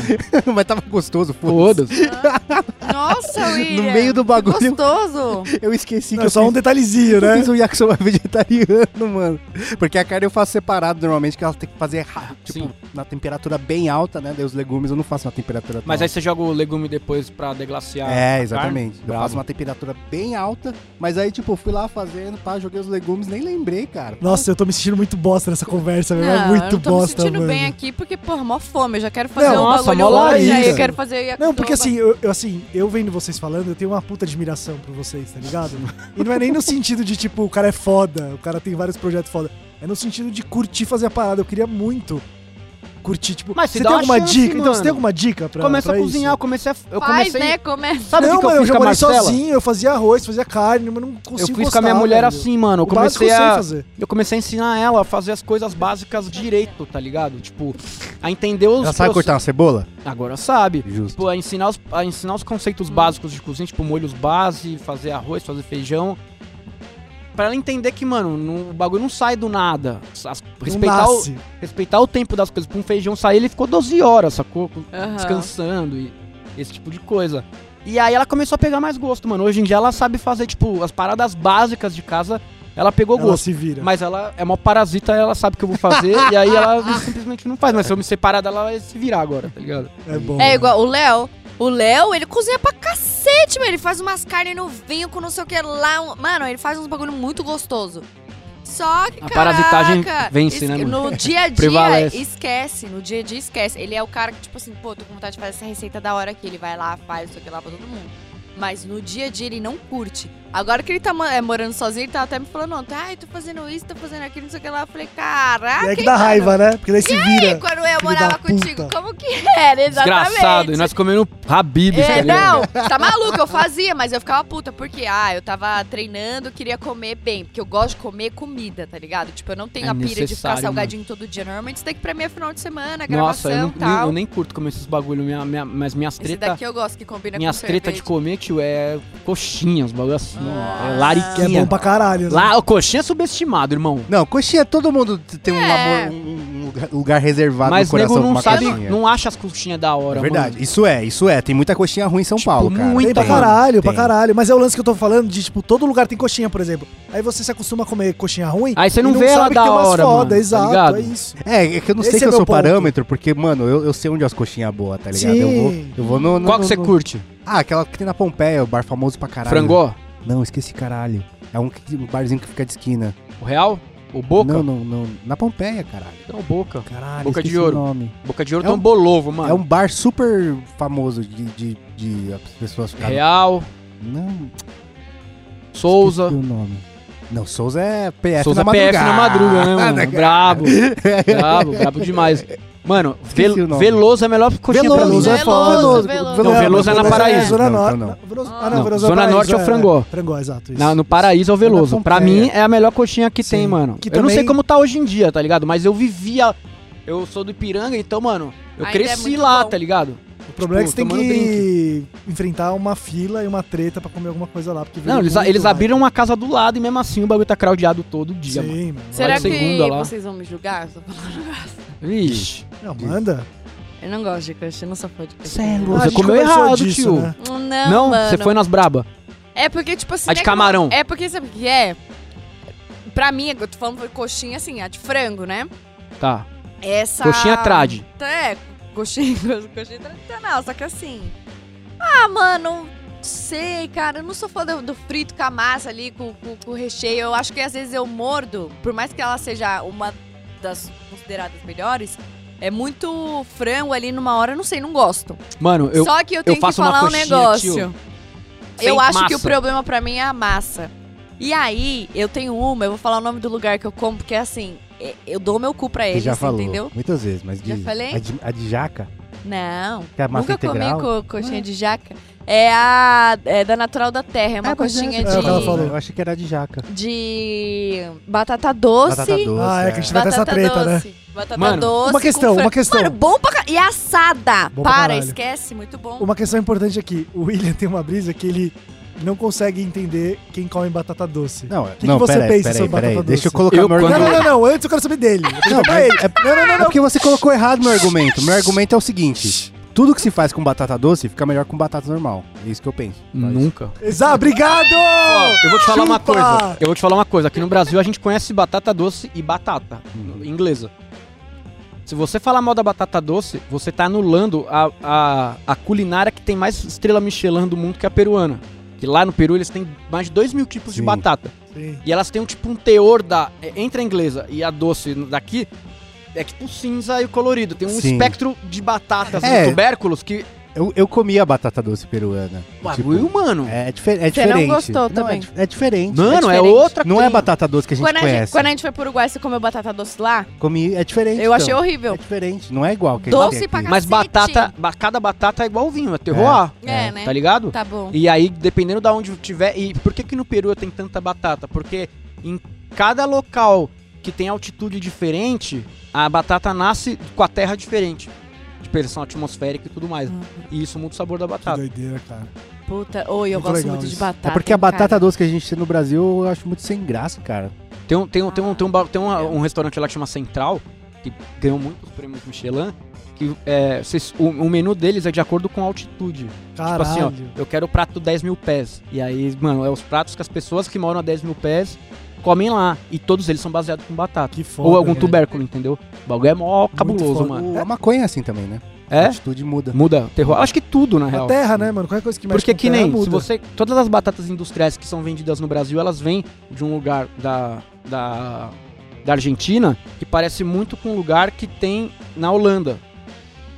[SPEAKER 1] Mas tava gostoso, foda-se.
[SPEAKER 4] Foda-se.
[SPEAKER 2] Nossa,
[SPEAKER 1] No
[SPEAKER 2] William.
[SPEAKER 1] meio do
[SPEAKER 2] que
[SPEAKER 1] bagulho,
[SPEAKER 2] Gostoso.
[SPEAKER 1] eu esqueci
[SPEAKER 3] Não,
[SPEAKER 1] que
[SPEAKER 3] é
[SPEAKER 1] eu
[SPEAKER 3] só um
[SPEAKER 1] fiz,
[SPEAKER 3] detalhezinho,
[SPEAKER 1] eu
[SPEAKER 3] né?
[SPEAKER 1] fiz um yakisoba vegetariano, mano. Porque a carne eu faço separado normalmente, que ela tem que fazer, ra- tipo,
[SPEAKER 4] Sim.
[SPEAKER 1] na temperatura bem alta, né? Daí os legumes eu não faço na temperatura tão
[SPEAKER 4] Mas
[SPEAKER 1] alta.
[SPEAKER 4] aí você joga o legume depois pra deglaciar.
[SPEAKER 1] É, exatamente. Eu
[SPEAKER 4] Bravo.
[SPEAKER 1] faço uma temperatura bem alta, mas aí, tipo, eu fui lá fazendo, pá, joguei os legumes, nem lembrei, cara.
[SPEAKER 3] Nossa, eu tô me sentindo muito bosta nessa conversa, velho. É
[SPEAKER 2] Não, eu
[SPEAKER 3] muito
[SPEAKER 2] não tô
[SPEAKER 3] bosta,
[SPEAKER 2] me sentindo
[SPEAKER 3] mano.
[SPEAKER 2] bem aqui porque, pô, mó fome. Eu já quero fazer
[SPEAKER 3] Não,
[SPEAKER 2] um
[SPEAKER 4] nossa,
[SPEAKER 2] bagulho
[SPEAKER 4] mó
[SPEAKER 2] hoje. Aí eu
[SPEAKER 4] larissa.
[SPEAKER 2] quero fazer yakisoba.
[SPEAKER 3] Não, porque assim eu, eu- assim, eu vendo vocês falando, eu tenho uma puta admiração por vocês, tá ligado? E não é nem no sentido de, tipo, o cara é foda, o cara tem vários projetos foda. É no sentido de curtir fazer a parada. Eu queria muito curtir, tipo,
[SPEAKER 4] Mas se
[SPEAKER 3] você
[SPEAKER 4] dá
[SPEAKER 3] tem
[SPEAKER 4] uma
[SPEAKER 3] alguma
[SPEAKER 4] chance,
[SPEAKER 3] dica? Então,
[SPEAKER 4] mano.
[SPEAKER 3] você tem alguma dica pra
[SPEAKER 4] Começa
[SPEAKER 3] pra
[SPEAKER 4] a cozinhar, eu
[SPEAKER 3] é Isso?
[SPEAKER 4] comecei a. Eu
[SPEAKER 2] Faz,
[SPEAKER 4] comecei.
[SPEAKER 2] né? Começa.
[SPEAKER 4] Sabe o
[SPEAKER 3] não,
[SPEAKER 4] que, que
[SPEAKER 3] mano,
[SPEAKER 4] eu
[SPEAKER 3] eu
[SPEAKER 4] fiz
[SPEAKER 3] já
[SPEAKER 4] com a
[SPEAKER 3] morei
[SPEAKER 4] Marcela?
[SPEAKER 3] sozinho, eu fazia arroz, fazia carne, mas não consigo
[SPEAKER 4] eu fiz com a
[SPEAKER 3] gostar,
[SPEAKER 4] minha mulher
[SPEAKER 3] velho.
[SPEAKER 4] assim, mano. Eu
[SPEAKER 3] O básico
[SPEAKER 4] comecei
[SPEAKER 3] eu sei
[SPEAKER 4] a.
[SPEAKER 3] fazer.
[SPEAKER 4] Eu comecei a ensinar ela a fazer as coisas básicas direito, tá ligado? Tipo, a entender
[SPEAKER 1] Ela
[SPEAKER 4] os.
[SPEAKER 1] sabe
[SPEAKER 4] proce-
[SPEAKER 1] cortar uma cebola?
[SPEAKER 4] Agora sabe.
[SPEAKER 1] Justo.
[SPEAKER 4] Tipo, a ensinar os, a ensinar os conceitos básicos de cozinha, tipo molhos base, fazer arroz, fazer feijão. Pra ela entender que, mano, não- o bagulho não sai do nada. As- respeitar, o,
[SPEAKER 3] nasce.
[SPEAKER 4] respeitar o tempo das coisas. Pra um feijão sair, ele ficou 12 horas, sacou? Com-
[SPEAKER 2] Aham.
[SPEAKER 4] Descansando e esse tipo de coisa. E aí ela começou a pegar mais gosto, mano. Hoje em dia ela sabe fazer, tipo, as paradas básicas de casa. Ela pegou
[SPEAKER 3] Ela
[SPEAKER 4] gosto.
[SPEAKER 3] se vira.
[SPEAKER 4] Mas ela é uma parasita, ela sabe o que eu vou fazer, e aí ela simplesmente não faz. Mas se eu me separar dela, ela vai se virar agora, tá ligado?
[SPEAKER 3] É bom.
[SPEAKER 2] É igual o Léo. O Léo, ele cozinha pra cacete, mano. Ele faz umas carnes no vinho com não sei o que lá. um- Mano, ele faz uns bagulho muito gostoso. Só que,
[SPEAKER 4] A parasitagem
[SPEAKER 2] caraca,
[SPEAKER 4] vence, né,
[SPEAKER 2] esque-
[SPEAKER 4] mano?
[SPEAKER 2] No dia a dia,
[SPEAKER 4] Prevalece.
[SPEAKER 2] esquece. No dia a dia, esquece. Ele é o cara que, tipo assim, pô, tô com vontade de fazer essa receita da hora aqui. Ele vai lá, faz isso aqui lá pra todo mundo. Mas no dia a dia, ele não curte. Agora que ele tá ma- é, morando sozinho, ele tá até me falando, ontem, ai, tô fazendo isso, tô fazendo aquilo, não sei o que lá. Eu falei, caraca,
[SPEAKER 3] E é que
[SPEAKER 2] hein,
[SPEAKER 3] dá
[SPEAKER 2] mano?
[SPEAKER 3] raiva, né? Porque daí se
[SPEAKER 2] E
[SPEAKER 3] vira.
[SPEAKER 2] quando eu
[SPEAKER 3] da
[SPEAKER 2] morava
[SPEAKER 3] puta.
[SPEAKER 2] contigo, como que era? Exatamente.
[SPEAKER 4] Desgraçado, né? e nós comendo rabibes, tá
[SPEAKER 2] É,
[SPEAKER 4] ligado?
[SPEAKER 2] não, tá maluco, eu fazia, mas eu ficava puta, porque, ah, eu tava treinando, queria comer bem, porque eu gosto de comer comida, tá ligado? Tipo, eu não tenho
[SPEAKER 4] É
[SPEAKER 2] a pira de ficar
[SPEAKER 4] necessário,
[SPEAKER 2] salgadinho todo dia, normalmente isso daqui pra mim é final de semana,
[SPEAKER 4] Nossa,
[SPEAKER 2] gravação
[SPEAKER 4] eu,
[SPEAKER 2] e
[SPEAKER 4] não, nem,
[SPEAKER 2] tal.
[SPEAKER 4] eu nem curto comer esses bagulho, minha, minha- mas minhas
[SPEAKER 2] Esse
[SPEAKER 4] treta,
[SPEAKER 2] daqui eu gosto, que combina
[SPEAKER 4] minhas
[SPEAKER 2] com
[SPEAKER 4] treta de
[SPEAKER 2] sorvete.
[SPEAKER 4] comer, tio, é coxinha, os bagulhos assim, ó,
[SPEAKER 2] Ah.
[SPEAKER 4] é
[SPEAKER 3] Que é bom
[SPEAKER 4] lariquinha.
[SPEAKER 3] pra caralho. né?
[SPEAKER 4] Lá, o coxinha é subestimado, irmão.
[SPEAKER 1] Não, coxinha, todo mundo t- tem um,
[SPEAKER 2] É.
[SPEAKER 1] amor- um- um lugar- lugar reservado no
[SPEAKER 4] Mas o
[SPEAKER 1] coração
[SPEAKER 4] nego
[SPEAKER 1] pra
[SPEAKER 4] não
[SPEAKER 1] uma
[SPEAKER 4] sabe,
[SPEAKER 1] coxinha.
[SPEAKER 4] não acha as coxinhas da hora,
[SPEAKER 1] É verdade,
[SPEAKER 4] mano.
[SPEAKER 1] isso é, isso é. Tem muita coxinha ruim em São
[SPEAKER 4] Tipo,
[SPEAKER 1] Paulo, cara.
[SPEAKER 4] muita
[SPEAKER 3] Tem pra
[SPEAKER 4] Tem,
[SPEAKER 3] caralho, pra
[SPEAKER 1] tem.
[SPEAKER 3] caralho. Mas é o lance que eu tô falando de, tipo, todo lugar tem coxinha, por exemplo. Aí você se acostuma a comer coxinha ruim.
[SPEAKER 4] Aí você
[SPEAKER 3] e
[SPEAKER 4] não
[SPEAKER 3] não
[SPEAKER 4] vê ela
[SPEAKER 3] sabe que
[SPEAKER 4] da
[SPEAKER 3] tem umas
[SPEAKER 4] hora,
[SPEAKER 3] foda,
[SPEAKER 4] mano, tá
[SPEAKER 3] exato,
[SPEAKER 4] ligado?
[SPEAKER 3] é isso.
[SPEAKER 1] É, é que eu não
[SPEAKER 3] Esse
[SPEAKER 1] sei que
[SPEAKER 3] é
[SPEAKER 1] eu
[SPEAKER 3] meu
[SPEAKER 1] sou
[SPEAKER 3] ponto.
[SPEAKER 1] parâmetro, porque, mano, eu, eu sei onde as coxinhas boas, tá ligado? Eu vou,
[SPEAKER 3] Sim.
[SPEAKER 1] eu vou no, no-
[SPEAKER 4] Qual que
[SPEAKER 1] no-
[SPEAKER 4] você
[SPEAKER 1] no-
[SPEAKER 4] curte?
[SPEAKER 1] Ah, aquela que tem na Pompeia, o bar famoso pra caralho.
[SPEAKER 4] Frangó?
[SPEAKER 1] Não, esqueci caralho. É um, que- um barzinho que fica de esquina.
[SPEAKER 4] O real? O boca?
[SPEAKER 1] Não, não, não. Na Pompeia, caralho.
[SPEAKER 4] Não, boca.
[SPEAKER 1] É, Caralho,
[SPEAKER 4] Boca de
[SPEAKER 1] esqueci o
[SPEAKER 4] Ouro.
[SPEAKER 1] nome.
[SPEAKER 4] Boca de ouro
[SPEAKER 1] É
[SPEAKER 4] é um
[SPEAKER 1] um-
[SPEAKER 4] bolovo, mano.
[SPEAKER 1] É um bar super famoso de, de, de as pessoas ficarem.
[SPEAKER 4] Real,
[SPEAKER 1] Não,
[SPEAKER 4] Souza.
[SPEAKER 1] esqueci o nome. Não, Souza é PF
[SPEAKER 4] Souza
[SPEAKER 1] na
[SPEAKER 4] PF
[SPEAKER 1] madrugada.
[SPEAKER 4] na madruga, né, mano? brabo. brabo, brabo demais. Mano,
[SPEAKER 1] Esqueci
[SPEAKER 4] Vel-
[SPEAKER 1] o nome.
[SPEAKER 4] Veloso é a melhor coxinha pra mim.
[SPEAKER 3] Veloso
[SPEAKER 4] né?
[SPEAKER 3] é foda.
[SPEAKER 2] Veloso,
[SPEAKER 1] Veloso.
[SPEAKER 2] Veloso.
[SPEAKER 4] Não, Veloso é na
[SPEAKER 3] Veloso
[SPEAKER 4] Paraíso.
[SPEAKER 3] Zona
[SPEAKER 1] Não,
[SPEAKER 3] Norte.
[SPEAKER 1] então não.
[SPEAKER 3] Na- Veloso-
[SPEAKER 2] Ah,
[SPEAKER 3] Ah,
[SPEAKER 4] não,
[SPEAKER 3] não, Veloso é
[SPEAKER 4] Zona
[SPEAKER 3] Paraíso,
[SPEAKER 4] Norte é o
[SPEAKER 3] é.
[SPEAKER 4] Frangó.
[SPEAKER 3] Frangó, exato. Isso.
[SPEAKER 4] Na- no Paraíso é o Veloso. Pra
[SPEAKER 1] Pompeia.
[SPEAKER 4] mim é a melhor coxinha que
[SPEAKER 3] Sim.
[SPEAKER 4] tem, mano.
[SPEAKER 3] Que
[SPEAKER 4] eu não sei
[SPEAKER 3] também-
[SPEAKER 4] como tá hoje em dia, tá ligado? Mas eu vivia. Eu sou do Ipiranga, então, mano, eu
[SPEAKER 2] Ainda é
[SPEAKER 4] cresci
[SPEAKER 2] muito
[SPEAKER 4] lá,
[SPEAKER 2] bom.
[SPEAKER 4] tá ligado?
[SPEAKER 3] O problema é que você tem
[SPEAKER 4] Tipo,
[SPEAKER 3] que
[SPEAKER 4] tomando
[SPEAKER 3] enfrentar uma fila e uma treta pra comer alguma coisa lá. Porque
[SPEAKER 4] Não,
[SPEAKER 3] virou
[SPEAKER 4] eles,
[SPEAKER 3] muito
[SPEAKER 4] eles
[SPEAKER 3] lá.
[SPEAKER 4] abriram uma casa do lado e mesmo assim o bagulho tá craudiado todo dia, mano.
[SPEAKER 3] Sim, mano.
[SPEAKER 2] Será
[SPEAKER 4] Vai de
[SPEAKER 2] que
[SPEAKER 4] é segunda lá.
[SPEAKER 2] vocês vão me julgar? Eu tô falando-
[SPEAKER 4] Vixe.
[SPEAKER 3] Não, manda.
[SPEAKER 2] Eu não gosto de coxinha, eu não sou fã de coxinha.
[SPEAKER 4] Cê é
[SPEAKER 3] Ah,
[SPEAKER 4] louco.
[SPEAKER 3] a
[SPEAKER 4] Você
[SPEAKER 3] gente
[SPEAKER 4] comeu
[SPEAKER 3] conversou
[SPEAKER 4] errado,
[SPEAKER 3] disso,
[SPEAKER 4] tio.
[SPEAKER 3] né?
[SPEAKER 2] Não,
[SPEAKER 4] Não,
[SPEAKER 2] mano.
[SPEAKER 4] você foi nas braba.
[SPEAKER 2] É porque, tipo assim.
[SPEAKER 4] A de
[SPEAKER 2] é que-
[SPEAKER 4] camarão.
[SPEAKER 2] É porque, sabe o que é? Pra mim, eu tô falando coxinha assim, a de frango, né?
[SPEAKER 4] Tá.
[SPEAKER 2] Essa.
[SPEAKER 4] Coxinha trade.
[SPEAKER 2] É, coxinha, coxinha tradicional, só que assim. Ah, mano, não sei, cara. Eu não sou fã do, do frito com a massa ali, com, com, com o recheio. Eu acho que às vezes eu mordo, por mais que ela seja uma das consideradas melhores, é muito frango ali numa hora, eu não sei, não gosto.
[SPEAKER 4] Mano, eu.
[SPEAKER 2] só que eu tenho que
[SPEAKER 4] faço uma
[SPEAKER 2] falar um
[SPEAKER 4] coxinha,
[SPEAKER 2] negócio.
[SPEAKER 4] tio.
[SPEAKER 2] Eu
[SPEAKER 4] Sem
[SPEAKER 2] acho que
[SPEAKER 4] massa.
[SPEAKER 2] o problema pra mim é a massa. E aí, eu tenho uma, eu vou falar o nome do lugar que eu como, porque assim, é- eu dou meu cu pra
[SPEAKER 1] Você
[SPEAKER 2] eles,
[SPEAKER 1] já falou
[SPEAKER 2] entendeu?
[SPEAKER 1] muitas vezes, mas
[SPEAKER 2] Já
[SPEAKER 1] de,
[SPEAKER 2] falei?
[SPEAKER 1] A, de, a de jaca,
[SPEAKER 2] Não.
[SPEAKER 1] que é a massa
[SPEAKER 2] Nunca
[SPEAKER 1] integral.
[SPEAKER 2] comi co- coxinha de jaca. É a é da Natural da Terra, é uma
[SPEAKER 1] Ah, pois
[SPEAKER 2] coxinha
[SPEAKER 1] é,
[SPEAKER 3] É o que ela
[SPEAKER 2] de,
[SPEAKER 3] falou.
[SPEAKER 1] Eu achei que era de jaca.
[SPEAKER 2] de batata doce.
[SPEAKER 1] Batata doce.
[SPEAKER 3] Ah, é que a gente vai ter
[SPEAKER 2] Batata
[SPEAKER 3] essa treta, né?
[SPEAKER 2] doce. Batata
[SPEAKER 4] Mano,
[SPEAKER 2] doce.
[SPEAKER 3] uma
[SPEAKER 2] com
[SPEAKER 3] questão,
[SPEAKER 2] frango.
[SPEAKER 3] uma questão.
[SPEAKER 2] Mano, bom pra ca- E assada.
[SPEAKER 3] Bom pra
[SPEAKER 2] Para,
[SPEAKER 3] caralho.
[SPEAKER 2] esquece, muito bom.
[SPEAKER 3] Uma questão importante aqui. O William tem uma brisa que ele não consegue entender quem come batata doce.
[SPEAKER 1] Não, é-
[SPEAKER 3] que
[SPEAKER 1] não,
[SPEAKER 3] você
[SPEAKER 1] peraí,
[SPEAKER 3] pensa
[SPEAKER 1] peraí,
[SPEAKER 3] sobre batata
[SPEAKER 1] peraí.
[SPEAKER 3] doce?
[SPEAKER 1] Deixa eu colocar
[SPEAKER 4] Eu
[SPEAKER 1] meu
[SPEAKER 4] quando-
[SPEAKER 3] Não,
[SPEAKER 1] argumento.
[SPEAKER 3] não, não, não. Antes eu quero saber dele. Eu
[SPEAKER 1] Não,
[SPEAKER 3] tenho que
[SPEAKER 1] mas
[SPEAKER 3] saber ele.
[SPEAKER 1] é, é porque você colocou errado meu argumento. Meu argumento é o seguinte: tudo que se faz com batata doce fica melhor com batata normal. É isso que eu penso.
[SPEAKER 4] Nunca.
[SPEAKER 1] é-
[SPEAKER 3] Exato, obrigado!
[SPEAKER 4] Eu vou te falar uma
[SPEAKER 3] Chupa!
[SPEAKER 4] coisa. Eu vou te falar uma coisa. Aqui no Brasil a gente conhece batata doce e batata
[SPEAKER 1] Uhum.
[SPEAKER 4] inglesa. Se você falar mal da batata doce, você tá anulando a, a, a culinária que tem mais estrela Michelin do mundo que a peruana. Que lá no Peru eles têm mais de 2 mil tipos de
[SPEAKER 1] Sim.
[SPEAKER 4] batata.
[SPEAKER 3] Sim.
[SPEAKER 4] E elas têm um tipo um teor da. é, Entre a inglesa e a doce daqui. É tipo cinza e colorido. Tem um
[SPEAKER 1] Sim.
[SPEAKER 4] espectro de batatas,
[SPEAKER 1] É.
[SPEAKER 4] de tubérculos que.
[SPEAKER 1] Eu, eu comi a batata doce peruana.
[SPEAKER 4] Bagulho, mano.
[SPEAKER 1] é, dife- é
[SPEAKER 2] Você não
[SPEAKER 1] diferente.
[SPEAKER 2] gostou
[SPEAKER 1] é
[SPEAKER 2] também.
[SPEAKER 1] di- É, diferente.
[SPEAKER 4] Mano, é,
[SPEAKER 2] diferente.
[SPEAKER 4] outra
[SPEAKER 1] Não é batata doce que a gente
[SPEAKER 2] quando, a gente,
[SPEAKER 1] conhece.
[SPEAKER 2] quando a gente foi pro Uruguai, você comeu batata doce lá?
[SPEAKER 1] Comi, é diferente.
[SPEAKER 2] eu achei
[SPEAKER 1] então.
[SPEAKER 2] horrível.
[SPEAKER 1] É diferente, não é igual. Que
[SPEAKER 2] Doce
[SPEAKER 1] a gente tem
[SPEAKER 2] pra
[SPEAKER 1] aqui.
[SPEAKER 4] Mas
[SPEAKER 2] Cacete.
[SPEAKER 4] batata, ba- cada batata é igual vinho, é terroir,
[SPEAKER 2] É,
[SPEAKER 1] É,
[SPEAKER 2] né?
[SPEAKER 4] tá ligado?
[SPEAKER 2] Tá bom.
[SPEAKER 4] E aí, dependendo da onde tiver, e por que que no Peru tem tanta batata? Porque em cada local que tem altitude diferente, Tipo, a batata nasce com a terra diferente. de pressão atmosférica e tudo mais.
[SPEAKER 2] Uhum.
[SPEAKER 4] E isso muda o sabor da
[SPEAKER 3] Que
[SPEAKER 4] batata.
[SPEAKER 3] doideira, cara.
[SPEAKER 2] Puta, oi, eu
[SPEAKER 3] Muito
[SPEAKER 2] gosto
[SPEAKER 3] legal
[SPEAKER 2] muito de
[SPEAKER 3] isso.
[SPEAKER 2] batata.
[SPEAKER 1] É porque a
[SPEAKER 2] hein, cara.
[SPEAKER 1] batata doce que a gente tem no Brasil eu acho muito sem graça, cara.
[SPEAKER 4] Tem um, tem um, tem um, tem um, ba- tem uma-
[SPEAKER 2] Ah.
[SPEAKER 4] um restaurante lá que chama Central, que ganhou muitos prêmios Michelin, que é, vocês- o, o menu deles é de acordo com a altitude.
[SPEAKER 3] Caralho.
[SPEAKER 4] Tipo assim, ó, eu quero o prato 10 mil pés. E aí, mano, é os pratos que as pessoas que moram a 10 mil pés comem lá. E todos eles são baseados com batata.
[SPEAKER 3] que foda.
[SPEAKER 4] Ou algum
[SPEAKER 3] né?
[SPEAKER 4] tubérculo, entendeu? O bagulho é mó cabuloso,
[SPEAKER 3] foda.
[SPEAKER 4] mano.
[SPEAKER 1] O- A maconha é assim também, né? A
[SPEAKER 4] É?
[SPEAKER 1] atitude muda.
[SPEAKER 4] Muda o terroir. Acho que tudo, na real.
[SPEAKER 3] A terra, né, mano? Qualquer coisa que mexe
[SPEAKER 4] Porque
[SPEAKER 3] com
[SPEAKER 4] que
[SPEAKER 3] terra
[SPEAKER 4] nem,
[SPEAKER 3] muda.
[SPEAKER 4] se você. Todas as batatas industriais que são vendidas no Brasil, elas vêm de um lugar da. da. da Argentina que parece muito com um lugar que tem na Holanda.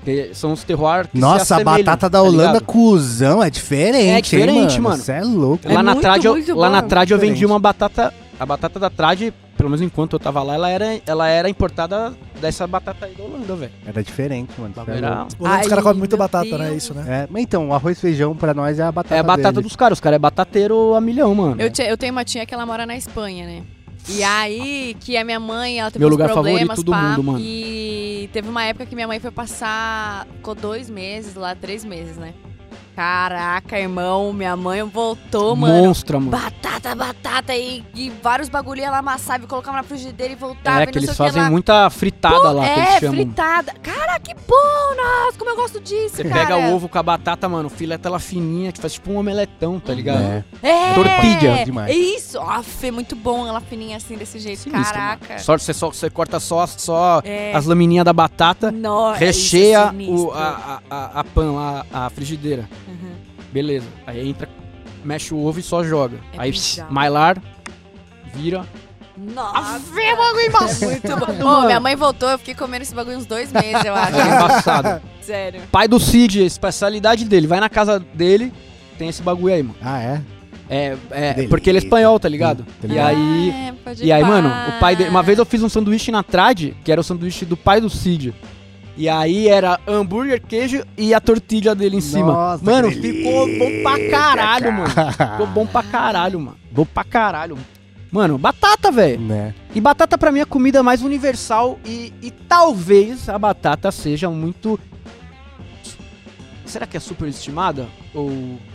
[SPEAKER 4] Que são os terroir que se
[SPEAKER 1] Nossa, a
[SPEAKER 4] assemelham,
[SPEAKER 1] batata da
[SPEAKER 4] tá
[SPEAKER 1] Holanda,
[SPEAKER 4] ligado?
[SPEAKER 1] cuzão, é diferente,
[SPEAKER 4] É diferente,
[SPEAKER 1] hein, mano.
[SPEAKER 4] mano.
[SPEAKER 1] Você é louco.
[SPEAKER 2] É
[SPEAKER 4] lá na
[SPEAKER 2] muito,
[SPEAKER 4] Trade,
[SPEAKER 2] muito
[SPEAKER 4] eu, lá
[SPEAKER 2] bom.
[SPEAKER 4] na Trade eu vendi
[SPEAKER 1] Diferente.
[SPEAKER 4] uma batata. A batata da Trade, pelo menos enquanto eu tava lá, ela era, ela era importada dessa batata aí da Holanda, velho.
[SPEAKER 1] Era diferente, mano. Cê é
[SPEAKER 4] Era-
[SPEAKER 1] louco.
[SPEAKER 3] Os
[SPEAKER 2] Ai,
[SPEAKER 3] caras comem muita
[SPEAKER 2] meu
[SPEAKER 3] batata, né?
[SPEAKER 2] Deus.
[SPEAKER 3] Isso, né?
[SPEAKER 1] É, mas então, o arroz e feijão pra nós é a batata
[SPEAKER 4] É a batata
[SPEAKER 1] deles.
[SPEAKER 4] dos caras, os caras é batateiro a milhão, mano.
[SPEAKER 2] Eu, tinha- eu tenho uma tia que ela mora na Espanha, né? E aí, que a minha mãe, ela teve
[SPEAKER 4] Meu
[SPEAKER 2] uns
[SPEAKER 4] lugar
[SPEAKER 2] problemas,
[SPEAKER 4] favorito do
[SPEAKER 2] pá,
[SPEAKER 4] mundo, mano.
[SPEAKER 2] E teve uma época que minha mãe foi passar, ficou dois meses lá, três meses, né? Caraca, irmão, minha mãe voltou, mano.
[SPEAKER 4] Monstra, mano.
[SPEAKER 2] Batata, batata e, e vários bagulho ela amassava e colocava na frigideira e voltava.
[SPEAKER 4] É,
[SPEAKER 2] e
[SPEAKER 4] que
[SPEAKER 2] não
[SPEAKER 4] eles
[SPEAKER 2] sei o que
[SPEAKER 4] fazem
[SPEAKER 2] lá.
[SPEAKER 4] muita fritada lá, que eles
[SPEAKER 2] É,
[SPEAKER 4] chamam.
[SPEAKER 2] fritada. Cara, que bom, nossa, como eu gosto disso,
[SPEAKER 4] Você
[SPEAKER 2] cara.
[SPEAKER 4] pega o ovo com a batata, mano, fileta ela fininha, que faz tipo um omeletão, tá ligado?
[SPEAKER 1] É.
[SPEAKER 2] É,
[SPEAKER 4] Tortilha.
[SPEAKER 1] Demais.
[SPEAKER 2] É isso, aff, é muito bom ela fininha assim, desse jeito,
[SPEAKER 4] Sinistro,
[SPEAKER 2] caraca.
[SPEAKER 4] mano. Só, você, só, você corta só, só
[SPEAKER 2] É.
[SPEAKER 4] as lamininhas da batata,
[SPEAKER 2] No,
[SPEAKER 4] recheia
[SPEAKER 2] isso é
[SPEAKER 4] o,
[SPEAKER 2] sinistro.
[SPEAKER 4] a, a, a, a pan, lá, a, frigideira.
[SPEAKER 2] Uhum.
[SPEAKER 4] Beleza. Aí entra, mexe o ovo e só joga.
[SPEAKER 2] É
[SPEAKER 4] Aí,
[SPEAKER 2] bizarro.
[SPEAKER 4] mailar, vira.
[SPEAKER 2] Nossa.
[SPEAKER 4] um embaçado.
[SPEAKER 2] É muito bom. Ô, minha mãe voltou, eu fiquei comendo esse bagulho uns dois meses, eu acho.
[SPEAKER 4] É embaçado.
[SPEAKER 2] Sério.
[SPEAKER 4] Pai do Cid, especialidade dele. Vai na casa dele, tem esse bagulho aí, mano.
[SPEAKER 1] Ah, é?
[SPEAKER 4] É, é
[SPEAKER 1] Delícia.
[SPEAKER 4] porque ele é espanhol, tá ligado?
[SPEAKER 1] Tá
[SPEAKER 4] E
[SPEAKER 1] ligado.
[SPEAKER 4] aí...
[SPEAKER 2] Ah, é, pode
[SPEAKER 4] E aí,
[SPEAKER 2] pá.
[SPEAKER 4] mano, o pai dele. Uma vez eu fiz um sanduíche na Trad, que era o sanduíche do pai do Cid. E aí era hambúrguer, queijo e a tortilha dele em
[SPEAKER 1] Nossa,
[SPEAKER 4] cima.
[SPEAKER 1] que
[SPEAKER 4] Mano,
[SPEAKER 1] delícia,
[SPEAKER 4] ficou bom pra caralho, mano. Ficou bom pra caralho, mano. Bom pra caralho. Mano, batata, velho.
[SPEAKER 1] Né?
[SPEAKER 4] E batata pra mim é a comida mais universal e, e talvez a batata seja muito. Será que é superestimada? Ou,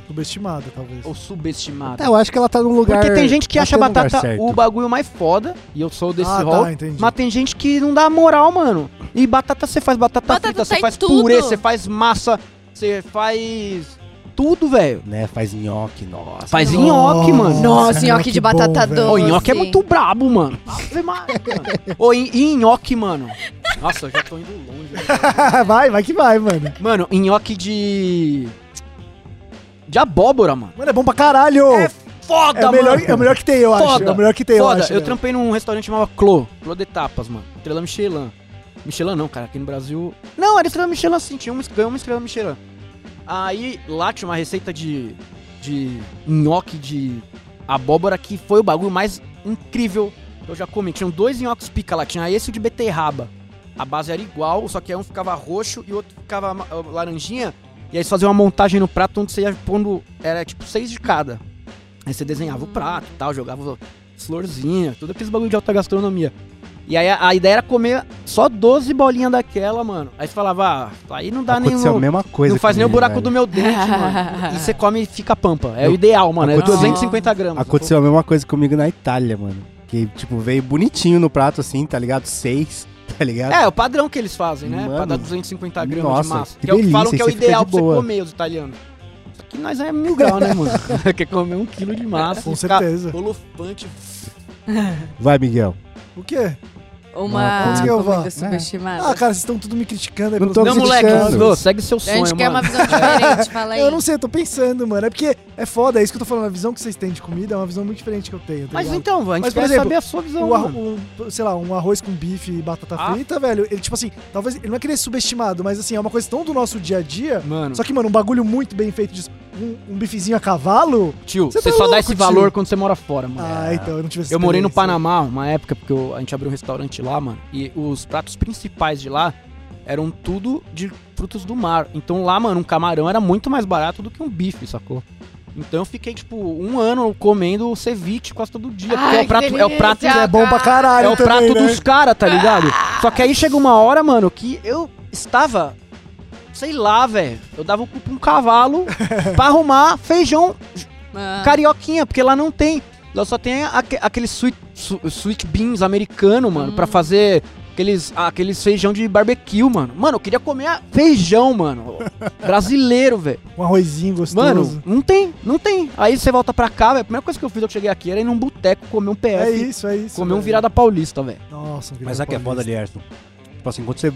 [SPEAKER 3] Subestimado, talvez.
[SPEAKER 4] ou subestimada?
[SPEAKER 1] É, eu acho que ela tá num lugar.
[SPEAKER 4] Porque tem gente que
[SPEAKER 1] ela
[SPEAKER 4] acha a
[SPEAKER 1] tá num lugar
[SPEAKER 4] batata
[SPEAKER 1] certo.
[SPEAKER 4] o bagulho mais foda, e eu sou desse
[SPEAKER 3] ah,
[SPEAKER 4] rol.
[SPEAKER 3] tá, entendi.
[SPEAKER 4] Mas tem gente que não dá moral, mano. E batata você faz batata,
[SPEAKER 2] Batata
[SPEAKER 4] frita,
[SPEAKER 2] tá
[SPEAKER 4] você
[SPEAKER 2] em
[SPEAKER 4] faz
[SPEAKER 2] tudo.
[SPEAKER 4] purê, você faz massa, você faz tudo, velho.
[SPEAKER 1] Né? Faz nhoque, nossa.
[SPEAKER 4] Faz
[SPEAKER 3] Nossa.
[SPEAKER 4] nhoque, mano.
[SPEAKER 2] Nossa,
[SPEAKER 3] Nossa,
[SPEAKER 2] nhoque
[SPEAKER 3] que
[SPEAKER 2] de
[SPEAKER 3] bom,
[SPEAKER 2] batata
[SPEAKER 3] velho.
[SPEAKER 4] Ô,
[SPEAKER 2] doce.
[SPEAKER 4] nhoque é muito brabo, mano. Ave Maria, mano. Ô, e, e nhoque, mano. Nossa, eu já tô indo longe. velho.
[SPEAKER 3] vai, vai que vai, mano.
[SPEAKER 4] Mano, nhoque de... De abóbora, mano.
[SPEAKER 3] Mano, é bom pra caralho.
[SPEAKER 4] É foda,
[SPEAKER 3] É o melhor,
[SPEAKER 4] mano.
[SPEAKER 3] é o melhor que tem, eu acho.
[SPEAKER 4] Foda.
[SPEAKER 3] É o melhor que tem,
[SPEAKER 4] Foda,
[SPEAKER 3] eu acho.
[SPEAKER 4] eu
[SPEAKER 3] velho.
[SPEAKER 4] trampei num restaurante chamado Clo, Clo de Tapas, mano. Estrela Michelin. Michelin não, cara, aqui no Brasil. Não, era estrela Michelin sim, tinha uma, ganhou uma estrela Michelin. Aí lá tinha uma receita de. de nhoque de abóbora que foi o bagulho mais incrível que eu já comi. Tinham dois nhoques pica lá, tinha esse e o de beterraba. A base era igual, só que aí um ficava roxo e o outro ficava ama- laranjinha. E aí você fazia uma montagem no prato onde você ia pondo. Era tipo seis de cada. Aí você desenhava o prato e tal, jogava florzinha, tudo aqueles bagulho de alta gastronomia. E aí a, a ideia era comer só 12 bolinhas daquela, mano. Aí você falava, ah, aí não dá
[SPEAKER 1] Aconteceu a
[SPEAKER 4] nenhum.
[SPEAKER 1] mesma coisa.
[SPEAKER 4] Não faz nem o
[SPEAKER 1] comigo,
[SPEAKER 4] buraco
[SPEAKER 1] velho.
[SPEAKER 4] do meu dente, mano. E você come e fica pampa. É o ideal, mano. É
[SPEAKER 1] Aconteceu-
[SPEAKER 4] 250 gramas.
[SPEAKER 1] Aconteceu a mesma coisa comigo na Itália, mano. Que, tipo, veio bonitinho no prato, assim, tá ligado? Seis, tá ligado?
[SPEAKER 4] É, o padrão que eles fazem, né?
[SPEAKER 1] Mano,
[SPEAKER 4] pra dar 250 gramas
[SPEAKER 1] nossa,
[SPEAKER 4] de massa.
[SPEAKER 1] que
[SPEAKER 4] Que, é o que
[SPEAKER 1] delícia,
[SPEAKER 4] falam que é o
[SPEAKER 1] isso aí fica
[SPEAKER 4] ideal
[SPEAKER 1] de
[SPEAKER 4] pra você
[SPEAKER 1] boa.
[SPEAKER 4] comer, os italianos. Só que nós é mil grau, né, mano? Quer comer um quilo de massa.
[SPEAKER 3] Com
[SPEAKER 4] e ficar
[SPEAKER 3] certeza.
[SPEAKER 4] Olufante.
[SPEAKER 1] Vai, Miguel.
[SPEAKER 3] O quê?
[SPEAKER 2] Uma
[SPEAKER 1] Onde
[SPEAKER 3] que eu vou?
[SPEAKER 2] comida
[SPEAKER 3] É.
[SPEAKER 2] subestimada.
[SPEAKER 3] Ah, cara, vocês estão tudo me criticando aí
[SPEAKER 1] Não
[SPEAKER 3] pelos
[SPEAKER 1] tô
[SPEAKER 3] meus
[SPEAKER 4] Não, moleque,
[SPEAKER 1] criticando.
[SPEAKER 3] criticando.
[SPEAKER 4] Lô, segue seu
[SPEAKER 2] a
[SPEAKER 4] sonho,
[SPEAKER 2] gente quer
[SPEAKER 4] mano.
[SPEAKER 2] uma visão diferente, fala aí.
[SPEAKER 3] Eu não sei, eu tô pensando, mano. É porque é foda, é isso que eu tô falando. A visão que vocês têm de comida é uma visão muito diferente que eu tenho. Tá
[SPEAKER 4] Mas
[SPEAKER 3] ligado?
[SPEAKER 4] então, a gente
[SPEAKER 3] Mas, por
[SPEAKER 4] quer
[SPEAKER 3] exemplo,
[SPEAKER 4] saber a sua visão,
[SPEAKER 3] um, arro-
[SPEAKER 4] mano.
[SPEAKER 3] um, sei lá, um arroz com bife e batata
[SPEAKER 4] Ah.
[SPEAKER 3] frita, velho. Ele, tipo assim, talvez ele não é querer subestimado, mas assim, é uma coisa tão do nosso dia a dia.
[SPEAKER 4] Mano,
[SPEAKER 3] Só que, mano, um bagulho muito bem feito disso. Um, um bifezinho a cavalo.
[SPEAKER 4] tio,
[SPEAKER 3] Você
[SPEAKER 4] você,
[SPEAKER 3] tá
[SPEAKER 4] só
[SPEAKER 3] louco,
[SPEAKER 4] dá
[SPEAKER 3] tio?
[SPEAKER 4] esse valor quando você mora fora, mano.
[SPEAKER 3] Ah, então, eu não tive essa
[SPEAKER 4] É. Eu morei no
[SPEAKER 3] experiência.
[SPEAKER 4] Panamá uma época, porque eu- a gente abriu um restaurante lá, mano. E os pratos principais de lá eram tudo de frutos do mar. Então lá, mano, um camarão era muito mais barato do que um bife, sacou? Então eu fiquei, tipo, um ano comendo ceviche quase todo dia. porque é o prato, é o prato,
[SPEAKER 3] Que é bom pra caralho,
[SPEAKER 4] é o
[SPEAKER 3] também,
[SPEAKER 4] prato
[SPEAKER 3] né?
[SPEAKER 4] dos caras, tá ligado? Só que aí chega uma hora, mano, que eu estava sei lá, velho. Eu dava o cu pra um cavalo pra arrumar feijão
[SPEAKER 2] Ah,
[SPEAKER 4] carioquinha, porque lá não tem. Lá só tem aque- aqueles sweet, su- sweet beans americano, mano,
[SPEAKER 3] Hum.
[SPEAKER 4] pra fazer aqueles, aqueles feijão de barbecue, mano. Mano, eu queria comer a- feijão, mano. Brasileiro, velho.
[SPEAKER 3] Um arrozinho gostoso.
[SPEAKER 4] Mano, não tem, não tem. Aí você volta pra cá, velho. A primeira coisa que eu fiz quando eu cheguei aqui era ir num boteco comer um PF.
[SPEAKER 3] é isso, é isso.
[SPEAKER 4] Comer um
[SPEAKER 3] velho.
[SPEAKER 4] virada paulista, velho.
[SPEAKER 3] Nossa, um virada
[SPEAKER 1] Mas sabe o que é
[SPEAKER 3] paulista.
[SPEAKER 1] foda ali, Ayrton? Tipo assim, quando você.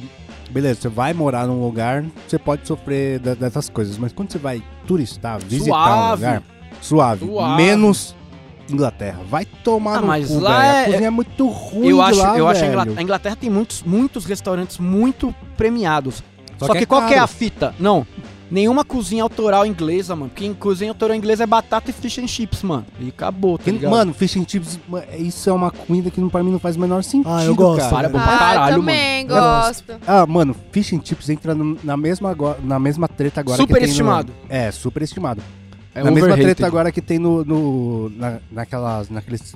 [SPEAKER 1] Beleza, você vai morar num lugar, você pode sofrer da- dessas coisas, mas quando você vai turistar, visitar um
[SPEAKER 4] Suave.
[SPEAKER 1] lugar, suave,
[SPEAKER 4] Suave.
[SPEAKER 1] menos Inglaterra. Vai tomar
[SPEAKER 4] Ah,
[SPEAKER 1] no
[SPEAKER 4] mas
[SPEAKER 1] cu,
[SPEAKER 4] lá
[SPEAKER 1] velho. A
[SPEAKER 4] é-
[SPEAKER 1] cozinha é muito ruim
[SPEAKER 4] Eu
[SPEAKER 1] de
[SPEAKER 4] acho,
[SPEAKER 1] lá,
[SPEAKER 4] eu acho a
[SPEAKER 1] velho.
[SPEAKER 4] Inglaterra, a Inglaterra tem muitos, muitos restaurantes muito premiados. Só, que,
[SPEAKER 1] é
[SPEAKER 4] qual que é a
[SPEAKER 1] caro.
[SPEAKER 4] fita? Não, nenhuma cozinha autoral inglesa, mano. Porque cozinha autoral inglesa é batata e fish and chips, mano. E acabou, tá
[SPEAKER 1] Que-
[SPEAKER 4] ligado?
[SPEAKER 1] Mano, fish and chips, ma- isso é uma comida que não- pra mim não faz o menor sentido,
[SPEAKER 3] Ah, eu gosto.
[SPEAKER 1] cara.
[SPEAKER 4] Para, é bom pra
[SPEAKER 2] Ah,
[SPEAKER 4] caralho, mano.
[SPEAKER 2] também
[SPEAKER 1] Eu
[SPEAKER 2] gosto.
[SPEAKER 1] Ah, mano, fish and chips entra no- na, mesma, agora- na mesma treta agora que tem no-
[SPEAKER 4] Superestimado.
[SPEAKER 1] É, superestimado.
[SPEAKER 4] É
[SPEAKER 1] na mesma
[SPEAKER 4] overrated.
[SPEAKER 1] treta agora que tem no, no- na, naquelas, naqueles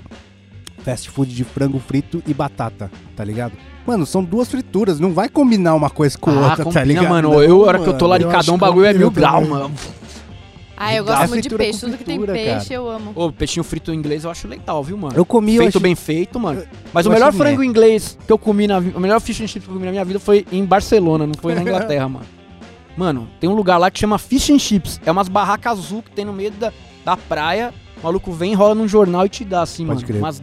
[SPEAKER 1] fast food de frango frito e batata, tá ligado? Mano, são duas frituras, não vai combinar uma coisa com
[SPEAKER 4] ah,
[SPEAKER 1] outra,
[SPEAKER 4] combina,
[SPEAKER 1] tá ligado?
[SPEAKER 4] mano.
[SPEAKER 1] Não,
[SPEAKER 4] eu, a hora que eu tô
[SPEAKER 1] mano.
[SPEAKER 3] eu acho
[SPEAKER 4] laricadão, o
[SPEAKER 3] que
[SPEAKER 4] bagulho é
[SPEAKER 3] combina
[SPEAKER 4] mil grau,
[SPEAKER 3] também.
[SPEAKER 4] mano.
[SPEAKER 2] Ah, eu
[SPEAKER 1] Dá
[SPEAKER 2] gosto muito de
[SPEAKER 1] fritura com
[SPEAKER 2] peixe. Tudo que tem
[SPEAKER 1] fritura,
[SPEAKER 2] peixe,
[SPEAKER 1] cara.
[SPEAKER 2] eu amo.
[SPEAKER 4] Ô, peixinho frito inglês eu acho legal, viu, mano?
[SPEAKER 1] Eu comi, eu
[SPEAKER 4] feito
[SPEAKER 1] achei...
[SPEAKER 4] bem feito, mano. Mas
[SPEAKER 1] eu
[SPEAKER 4] o melhor
[SPEAKER 1] achei
[SPEAKER 4] frango inglês que eu comi na vida, o melhor fish and chips que eu comi na minha vida foi em Barcelona, não foi na Inglaterra, mano. Mano, tem um lugar lá que chama Fish and Chips. É umas barracas azul que tem no meio da, da praia. O maluco vem, enrola num jornal e te dá, assim,
[SPEAKER 1] Pode
[SPEAKER 4] mano.
[SPEAKER 1] crer.
[SPEAKER 4] Umas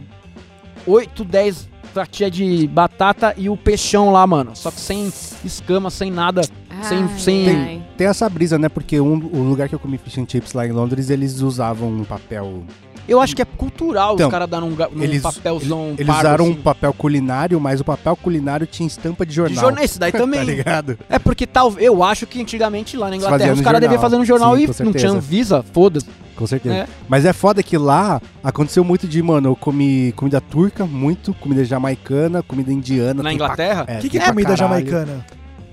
[SPEAKER 4] 8, 10 fatias de batata e o peixão lá, mano. Só que sem escama, sem nada. Sem-
[SPEAKER 2] Ai,
[SPEAKER 4] sem-
[SPEAKER 2] ai.
[SPEAKER 1] Tem essa brisa, né? Porque um, o lugar que eu comi fish and chips lá em Londres, eles usavam um papel...
[SPEAKER 4] Eu acho que é cultural
[SPEAKER 1] Então,
[SPEAKER 4] os caras dar num, ga- num
[SPEAKER 1] eles-
[SPEAKER 4] papelzão
[SPEAKER 1] Eles
[SPEAKER 4] pardo,
[SPEAKER 1] usaram
[SPEAKER 4] assim.
[SPEAKER 1] um papel culinário, mas o papel culinário tinha estampa de
[SPEAKER 4] de
[SPEAKER 1] jornal.
[SPEAKER 4] jornal. Esse daí
[SPEAKER 1] Tá
[SPEAKER 4] também.
[SPEAKER 1] ligado?
[SPEAKER 4] É porque talvez. Eu acho que antigamente lá na
[SPEAKER 1] Fazia
[SPEAKER 4] Inglaterra os
[SPEAKER 1] no
[SPEAKER 4] caras deviam
[SPEAKER 1] jornal.
[SPEAKER 4] fazer no jornal
[SPEAKER 1] Sim, com
[SPEAKER 4] e não tinha
[SPEAKER 1] certeza.
[SPEAKER 4] Anvisa, foda-se.
[SPEAKER 1] Com certeza.
[SPEAKER 4] É.
[SPEAKER 1] Mas é foda que lá aconteceu muito de, mano, eu comi comida turca, muito, comida jamaicana, comida indiana.
[SPEAKER 4] Na
[SPEAKER 1] tem pra-
[SPEAKER 4] Inglaterra?
[SPEAKER 1] É,
[SPEAKER 3] O que, que é
[SPEAKER 1] tem pra
[SPEAKER 3] comida
[SPEAKER 1] caralho.
[SPEAKER 3] jamaicana?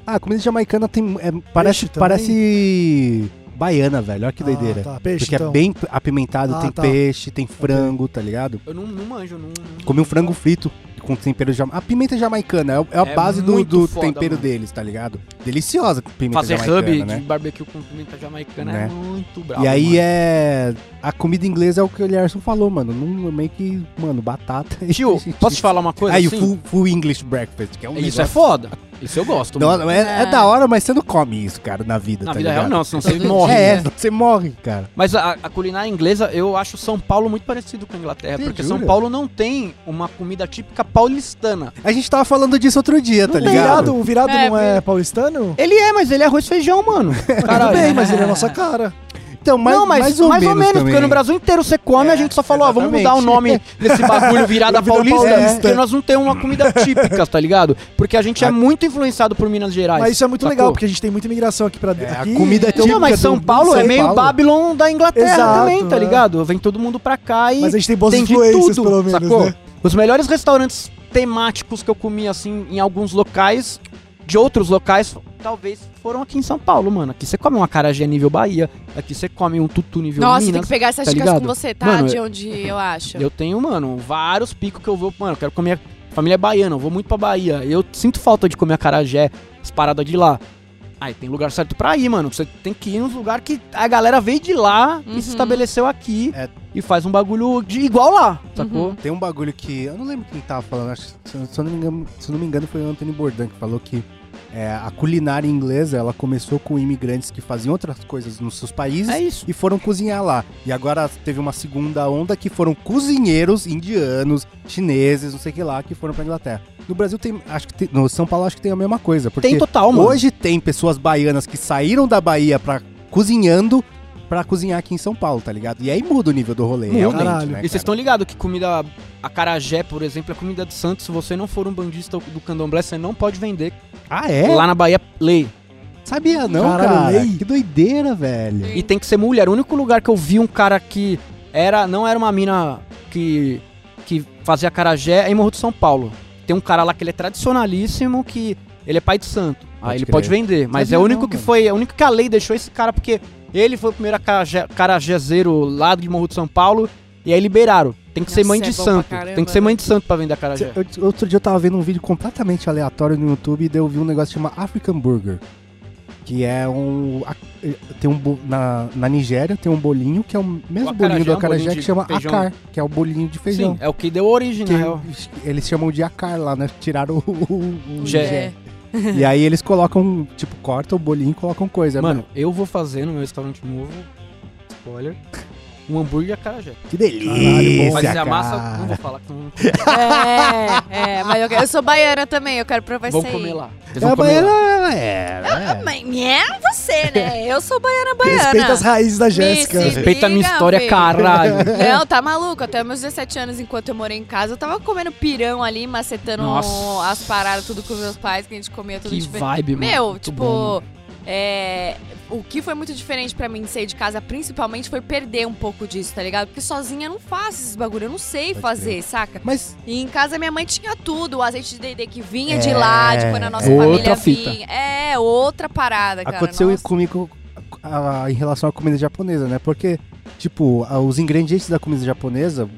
[SPEAKER 1] Ah, comida jamaicana tem. é, parece,
[SPEAKER 3] também?
[SPEAKER 1] parece baiana, velho. Olha que doideira.
[SPEAKER 3] Ah, tá. Peixe,
[SPEAKER 1] Porque
[SPEAKER 3] então.
[SPEAKER 1] é bem p- apimentado,
[SPEAKER 3] Ah,
[SPEAKER 1] tem
[SPEAKER 3] tá.
[SPEAKER 1] peixe, tem frango, tá ligado?
[SPEAKER 4] Eu não, não manjo, não. não-
[SPEAKER 1] Comi um frango frito com tempero jamaicano. A pimenta jamaicana é, o- é a
[SPEAKER 4] É
[SPEAKER 1] base do,
[SPEAKER 4] muito
[SPEAKER 1] do
[SPEAKER 4] foda,
[SPEAKER 1] tempero
[SPEAKER 4] mano.
[SPEAKER 1] deles, tá ligado? Deliciosa a pimenta
[SPEAKER 4] Fazer
[SPEAKER 1] jamaicana,
[SPEAKER 4] hub
[SPEAKER 1] né?
[SPEAKER 4] de barbecue com pimenta jamaicana
[SPEAKER 1] Né?
[SPEAKER 4] é muito bravo.
[SPEAKER 1] e aí
[SPEAKER 4] mano. né?
[SPEAKER 1] é. A comida inglesa é o que o Lerson falou, mano. Não, meio que, mano, batata. e
[SPEAKER 4] Tio,
[SPEAKER 1] fish and
[SPEAKER 4] posso
[SPEAKER 1] chips.
[SPEAKER 4] te falar uma coisa?
[SPEAKER 1] é Aí o
[SPEAKER 4] assim?
[SPEAKER 1] full, full English breakfast, que é um
[SPEAKER 4] Isso é
[SPEAKER 1] negócio-
[SPEAKER 4] foda. Isso eu gosto.
[SPEAKER 1] Não,
[SPEAKER 4] mano.
[SPEAKER 1] não, é, é da hora, mas você não come isso, cara, na vida,
[SPEAKER 4] Na
[SPEAKER 1] tá
[SPEAKER 4] vida
[SPEAKER 1] ligado?
[SPEAKER 4] real, não, senão você
[SPEAKER 2] Todo
[SPEAKER 4] morre.
[SPEAKER 2] dia.
[SPEAKER 1] É,
[SPEAKER 4] né?
[SPEAKER 1] é, você morre, cara.
[SPEAKER 4] Mas a, a culinária inglesa, eu acho São Paulo muito parecido com a Inglaterra.
[SPEAKER 1] Você
[SPEAKER 4] porque
[SPEAKER 1] jura?
[SPEAKER 4] São Paulo não tem uma comida típica paulistana.
[SPEAKER 1] A gente tava falando disso outro dia, tá
[SPEAKER 3] O
[SPEAKER 1] ligado?
[SPEAKER 3] virado, o virado
[SPEAKER 2] É,
[SPEAKER 3] não é paulistano?
[SPEAKER 4] Ele é, mas ele é arroz e feijão, mano.
[SPEAKER 3] Tudo
[SPEAKER 4] Caralho.
[SPEAKER 3] bem, mas ele é a nossa cara.
[SPEAKER 1] Então, mais,
[SPEAKER 4] não, mas mais ou menos, porque no Brasil inteiro você come, a gente só falou, ó, vamos mudar o nome desse bagulho virada
[SPEAKER 1] Virada
[SPEAKER 4] paulista,
[SPEAKER 1] paulista.
[SPEAKER 4] porque nós não temos uma comida típica, tá ligado? Porque a gente é muito influenciado por Minas Gerais.
[SPEAKER 3] Ah. Mas isso é muito
[SPEAKER 4] sacou?
[SPEAKER 3] legal, porque a gente tem muita imigração aqui pra
[SPEAKER 1] É, a
[SPEAKER 3] aqui,
[SPEAKER 1] comida
[SPEAKER 4] Então,
[SPEAKER 1] típica
[SPEAKER 4] não, mas São
[SPEAKER 1] do-
[SPEAKER 4] Paulo
[SPEAKER 1] São
[SPEAKER 4] é meio
[SPEAKER 1] Paulo.
[SPEAKER 4] Babylon da Inglaterra
[SPEAKER 3] Exato,
[SPEAKER 4] também, tá
[SPEAKER 3] é.
[SPEAKER 4] ligado? Vem todo mundo pra cá e
[SPEAKER 3] Mas a gente tem boas
[SPEAKER 4] tem de
[SPEAKER 3] influências,
[SPEAKER 4] tudo,
[SPEAKER 3] pelo menos,
[SPEAKER 4] sacou?
[SPEAKER 3] né?
[SPEAKER 4] Os melhores restaurantes temáticos que eu comi, assim, em alguns locais, de outros locais, talvez foram aqui em São Paulo, mano. Aqui você come uma acarajé nível Bahia, aqui você come um tutu nível
[SPEAKER 2] Nossa, tem
[SPEAKER 4] Minas.
[SPEAKER 2] que pegar essas
[SPEAKER 4] tá
[SPEAKER 2] dicas
[SPEAKER 4] ligado?
[SPEAKER 2] com você, tá?
[SPEAKER 4] Mano,
[SPEAKER 2] de onde eu acho.
[SPEAKER 4] Eu tenho, mano, vários picos que eu vou. Mano, eu quero comer. Família é baiana, eu vou muito pra Bahia. Eu sinto falta de comer acarajé, as paradas de lá. Aí tem lugar certo pra ir, mano. Você tem que ir nos lugares que a galera veio de lá
[SPEAKER 2] Uhum.
[SPEAKER 4] e se estabeleceu aqui
[SPEAKER 1] É.
[SPEAKER 4] e faz um bagulho de igual lá, sacou?
[SPEAKER 1] Tem um bagulho que. Eu não lembro quem tava falando, acho, que se, eu- se eu não me engano, se eu não me engano, foi o Anthony Bourdain que falou que é, a culinária inglesa ela começou com imigrantes que faziam outras coisas nos seus países.
[SPEAKER 4] É isso.
[SPEAKER 1] e foram cozinhar lá. E agora teve uma segunda onda que foram cozinheiros indianos, chineses, não sei o que lá, que foram pra Inglaterra. No Brasil tem, acho que tem, no São Paulo acho que tem a mesma coisa, porque
[SPEAKER 4] Tem total, mano.
[SPEAKER 1] hoje tem pessoas baianas que saíram da Bahia pra cozinhando pra cozinhar aqui em São Paulo, tá ligado? E aí muda o nível do rolê,
[SPEAKER 4] Muda.
[SPEAKER 1] realmente,
[SPEAKER 3] Caralho.
[SPEAKER 1] né,
[SPEAKER 4] E vocês
[SPEAKER 1] cara?
[SPEAKER 4] estão ligados que comida acarajé, por exemplo, é comida de santo. Se você não for um bandista do candomblé, você não pode vender.
[SPEAKER 1] Ah, é?
[SPEAKER 4] Lá na Bahia, lei.
[SPEAKER 1] Sabia não,
[SPEAKER 3] Caralho,
[SPEAKER 1] cara.
[SPEAKER 3] lei.
[SPEAKER 1] Que doideira, velho.
[SPEAKER 4] E tem que ser mulher. O único lugar que eu vi um cara que era não era uma mina que que fazia carajé é em Morro de São Paulo. Tem um cara lá que ele é tradicionalíssimo que ele é pai de santo.
[SPEAKER 1] Pode
[SPEAKER 4] Aí ele
[SPEAKER 1] crer.
[SPEAKER 4] pode vender, mas
[SPEAKER 1] Sabia
[SPEAKER 4] é o
[SPEAKER 1] não,
[SPEAKER 4] único que
[SPEAKER 1] mano.
[SPEAKER 4] foi, é o único que a lei deixou esse cara porque ele foi o primeiro acarajé- carajézeiro lá de Morro de São Paulo e aí liberaram. Tem que ser
[SPEAKER 2] Nossa,
[SPEAKER 4] mãe
[SPEAKER 2] é
[SPEAKER 4] de
[SPEAKER 2] bom pra
[SPEAKER 4] santo.
[SPEAKER 2] caramba,
[SPEAKER 4] Tem que ser mãe
[SPEAKER 2] né?
[SPEAKER 4] de santo pra vender carajé.
[SPEAKER 1] Eu- outro dia eu tava vendo um vídeo completamente aleatório no YouTube e daí eu vi um negócio que chama African Burger. Que é um. a- Tem um bo- na, na Nigéria tem um bolinho que é o mesmo bolinho
[SPEAKER 4] acarajé,
[SPEAKER 1] do
[SPEAKER 4] é um bolinho
[SPEAKER 1] acarajé que
[SPEAKER 4] de
[SPEAKER 1] chama
[SPEAKER 4] feijão.
[SPEAKER 1] acar, que é o bolinho de feijão.
[SPEAKER 4] Sim, é o que deu origem,
[SPEAKER 1] Que
[SPEAKER 4] na real.
[SPEAKER 1] eles chamam de acar lá, né? Tiraram o, o, o
[SPEAKER 4] Jé.
[SPEAKER 1] jé. E aí eles colocam, tipo, cortam o bolinho e colocam coisa. né? Mano,
[SPEAKER 4] Mano, eu vou fazer no meu restaurante novo, spoiler, um hambúrguer de acarajé.
[SPEAKER 1] que delícia!
[SPEAKER 4] Mas se a
[SPEAKER 1] é cara.
[SPEAKER 4] massa, não vou falar que não
[SPEAKER 2] É, é, mas eu, eu sou baiana também, eu quero provar
[SPEAKER 4] vão
[SPEAKER 2] isso aí.
[SPEAKER 4] comer lá. Eles
[SPEAKER 1] É,
[SPEAKER 4] vão
[SPEAKER 1] mas
[SPEAKER 4] comer lá.
[SPEAKER 1] ela é.
[SPEAKER 2] Ah, mas é você, né? Eu sou baiana baiana.
[SPEAKER 3] Respeita as raízes da Jéssica.
[SPEAKER 2] se-
[SPEAKER 1] é-
[SPEAKER 4] Respeita a minha
[SPEAKER 2] Liga,
[SPEAKER 4] história,
[SPEAKER 2] filho.
[SPEAKER 4] caralho.
[SPEAKER 2] Não, tá maluco. Até meus 17 anos, enquanto eu morei em casa, eu tava comendo pirão ali, macetando
[SPEAKER 4] Nossa.
[SPEAKER 2] as paradas, tudo com meus pais, que a gente comia tudo
[SPEAKER 4] Que
[SPEAKER 2] diferente.
[SPEAKER 4] vibe, mano.
[SPEAKER 2] Meu,
[SPEAKER 4] Muito
[SPEAKER 2] tipo,
[SPEAKER 4] bom, mano.
[SPEAKER 2] é, o que foi muito diferente pra mim de sair de casa, principalmente, foi perder um pouco disso, tá ligado? Porque sozinha eu não faço esses bagulho, eu não sei
[SPEAKER 1] Pode
[SPEAKER 2] fazer, saca?
[SPEAKER 1] Mas
[SPEAKER 2] E em casa minha mãe tinha tudo, o azeite de dendê que vinha de
[SPEAKER 1] É,
[SPEAKER 2] lá, de quando a nossa
[SPEAKER 4] é.
[SPEAKER 2] família
[SPEAKER 4] Outra fita.
[SPEAKER 2] vinha. É, outra parada, cara.
[SPEAKER 1] aconteceu
[SPEAKER 2] nossa.
[SPEAKER 1] comigo ah, em relação à comida japonesa, né? Porque, tipo, ah, os ingredientes da comida japonesa,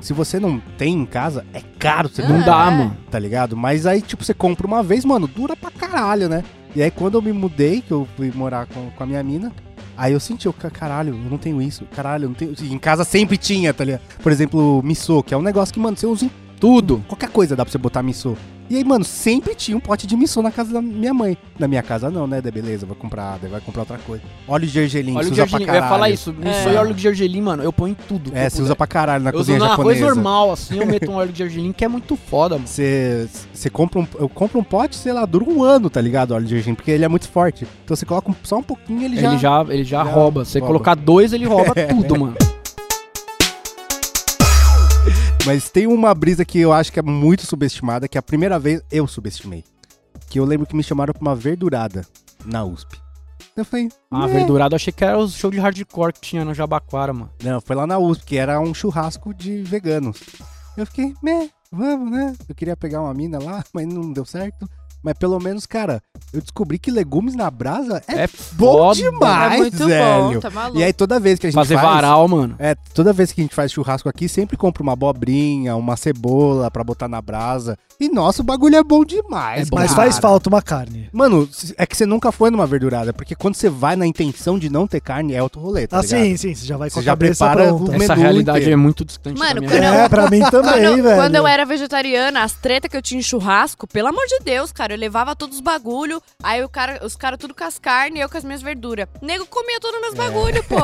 [SPEAKER 1] se você não tem em casa, é caro, você
[SPEAKER 4] Não
[SPEAKER 2] Ah,
[SPEAKER 4] dá,
[SPEAKER 2] é.
[SPEAKER 4] mano.
[SPEAKER 1] tá ligado? Mas aí, tipo, você compra uma vez, mano, dura pra caralho, né? E aí, quando eu me mudei, que eu fui morar com, com a minha mina, aí eu senti, eu, ca- caralho, eu não tenho isso, caralho, eu não tenho. E em casa sempre tinha, tá ligado? Por exemplo, miso, que é um negócio que, mano, você usa em
[SPEAKER 4] Tudo.
[SPEAKER 1] qualquer coisa dá pra você botar missô. E aí, mano, sempre tinha um pote de missô na casa da minha mãe. Na minha casa não, né? Daí beleza, vai comprar, daí vai comprar outra coisa. Óleo de gergelim,
[SPEAKER 4] Óleo
[SPEAKER 1] se
[SPEAKER 4] de
[SPEAKER 1] usa pra
[SPEAKER 4] gergelim. Eu ia
[SPEAKER 1] caralho.
[SPEAKER 4] falar isso. Não
[SPEAKER 2] É.
[SPEAKER 4] sou óleo de gergelim, mano. Eu ponho em tudo. que
[SPEAKER 1] É,
[SPEAKER 4] eu
[SPEAKER 1] se
[SPEAKER 4] puder.
[SPEAKER 1] usa pra caralho na
[SPEAKER 4] Eu uso
[SPEAKER 1] cozinha
[SPEAKER 4] na arroz
[SPEAKER 1] japonesa.
[SPEAKER 4] normal, assim, eu meto um óleo de gergelim, que é muito foda, mano.
[SPEAKER 1] Você você compra um, eu compro um pote, sei lá, dura um ano, tá ligado? Óleo de gergelim, porque ele é muito forte. Então você coloca um- só um pouquinho, ele, já...
[SPEAKER 4] Ele já, ele já
[SPEAKER 1] já
[SPEAKER 4] rouba. Se você
[SPEAKER 1] rouba. É.
[SPEAKER 4] colocar dois, ele rouba tudo, mano.
[SPEAKER 1] Mas tem uma brisa que eu acho que é muito subestimada, que é a primeira vez eu subestimei. Que eu lembro que me chamaram pra uma verdurada na USP. Eu falei,
[SPEAKER 4] Ah,
[SPEAKER 1] "Né?"
[SPEAKER 4] verdurado, eu achei que era o show de hardcore que tinha no Jabaquara, mano.
[SPEAKER 1] Não, foi lá na USP, que era um churrasco de veganos. Eu fiquei, né, vamos, né? Eu queria pegar uma mina lá, mas não deu certo. Mas pelo menos, cara, eu descobri que legumes na brasa é,
[SPEAKER 4] É
[SPEAKER 1] bom
[SPEAKER 4] foda.
[SPEAKER 1] demais,
[SPEAKER 2] é muito
[SPEAKER 1] velho.
[SPEAKER 2] bom, tá maluco.
[SPEAKER 1] e aí toda vez que a gente
[SPEAKER 4] Fazer
[SPEAKER 1] faz...
[SPEAKER 4] varal, mano.
[SPEAKER 1] É, toda vez que a gente faz churrasco aqui, sempre compra uma abobrinha, uma cebola pra botar na brasa. E nossa, o bagulho é bom demais,
[SPEAKER 4] É bom
[SPEAKER 1] cara.
[SPEAKER 3] Mas faz falta uma carne.
[SPEAKER 1] Mano, é que você nunca foi numa verdurada, porque quando você vai na intenção de não ter carne, é outro rolê, tá
[SPEAKER 3] Ah,
[SPEAKER 1] ligado?
[SPEAKER 3] sim, sim. Você já vai com
[SPEAKER 1] Você
[SPEAKER 3] a
[SPEAKER 1] já
[SPEAKER 3] cabeça
[SPEAKER 1] prepara
[SPEAKER 3] pronta.
[SPEAKER 1] o menu
[SPEAKER 4] Essa realidade
[SPEAKER 1] inteiro.
[SPEAKER 4] é muito distante
[SPEAKER 2] Mano,
[SPEAKER 4] da minha
[SPEAKER 2] quando
[SPEAKER 4] vida.
[SPEAKER 2] eu-
[SPEAKER 3] É, pra mim também,
[SPEAKER 2] Quando,
[SPEAKER 3] velho.
[SPEAKER 2] quando eu é era vegetariana, as treta que eu tinha em churrasco, pelo amor de Deus, cara, eu levava todos os bagulho, aí o cara, os caras tudo com as carnes e eu com as minhas verduras. Nego comia todos os meus bagulho, pô.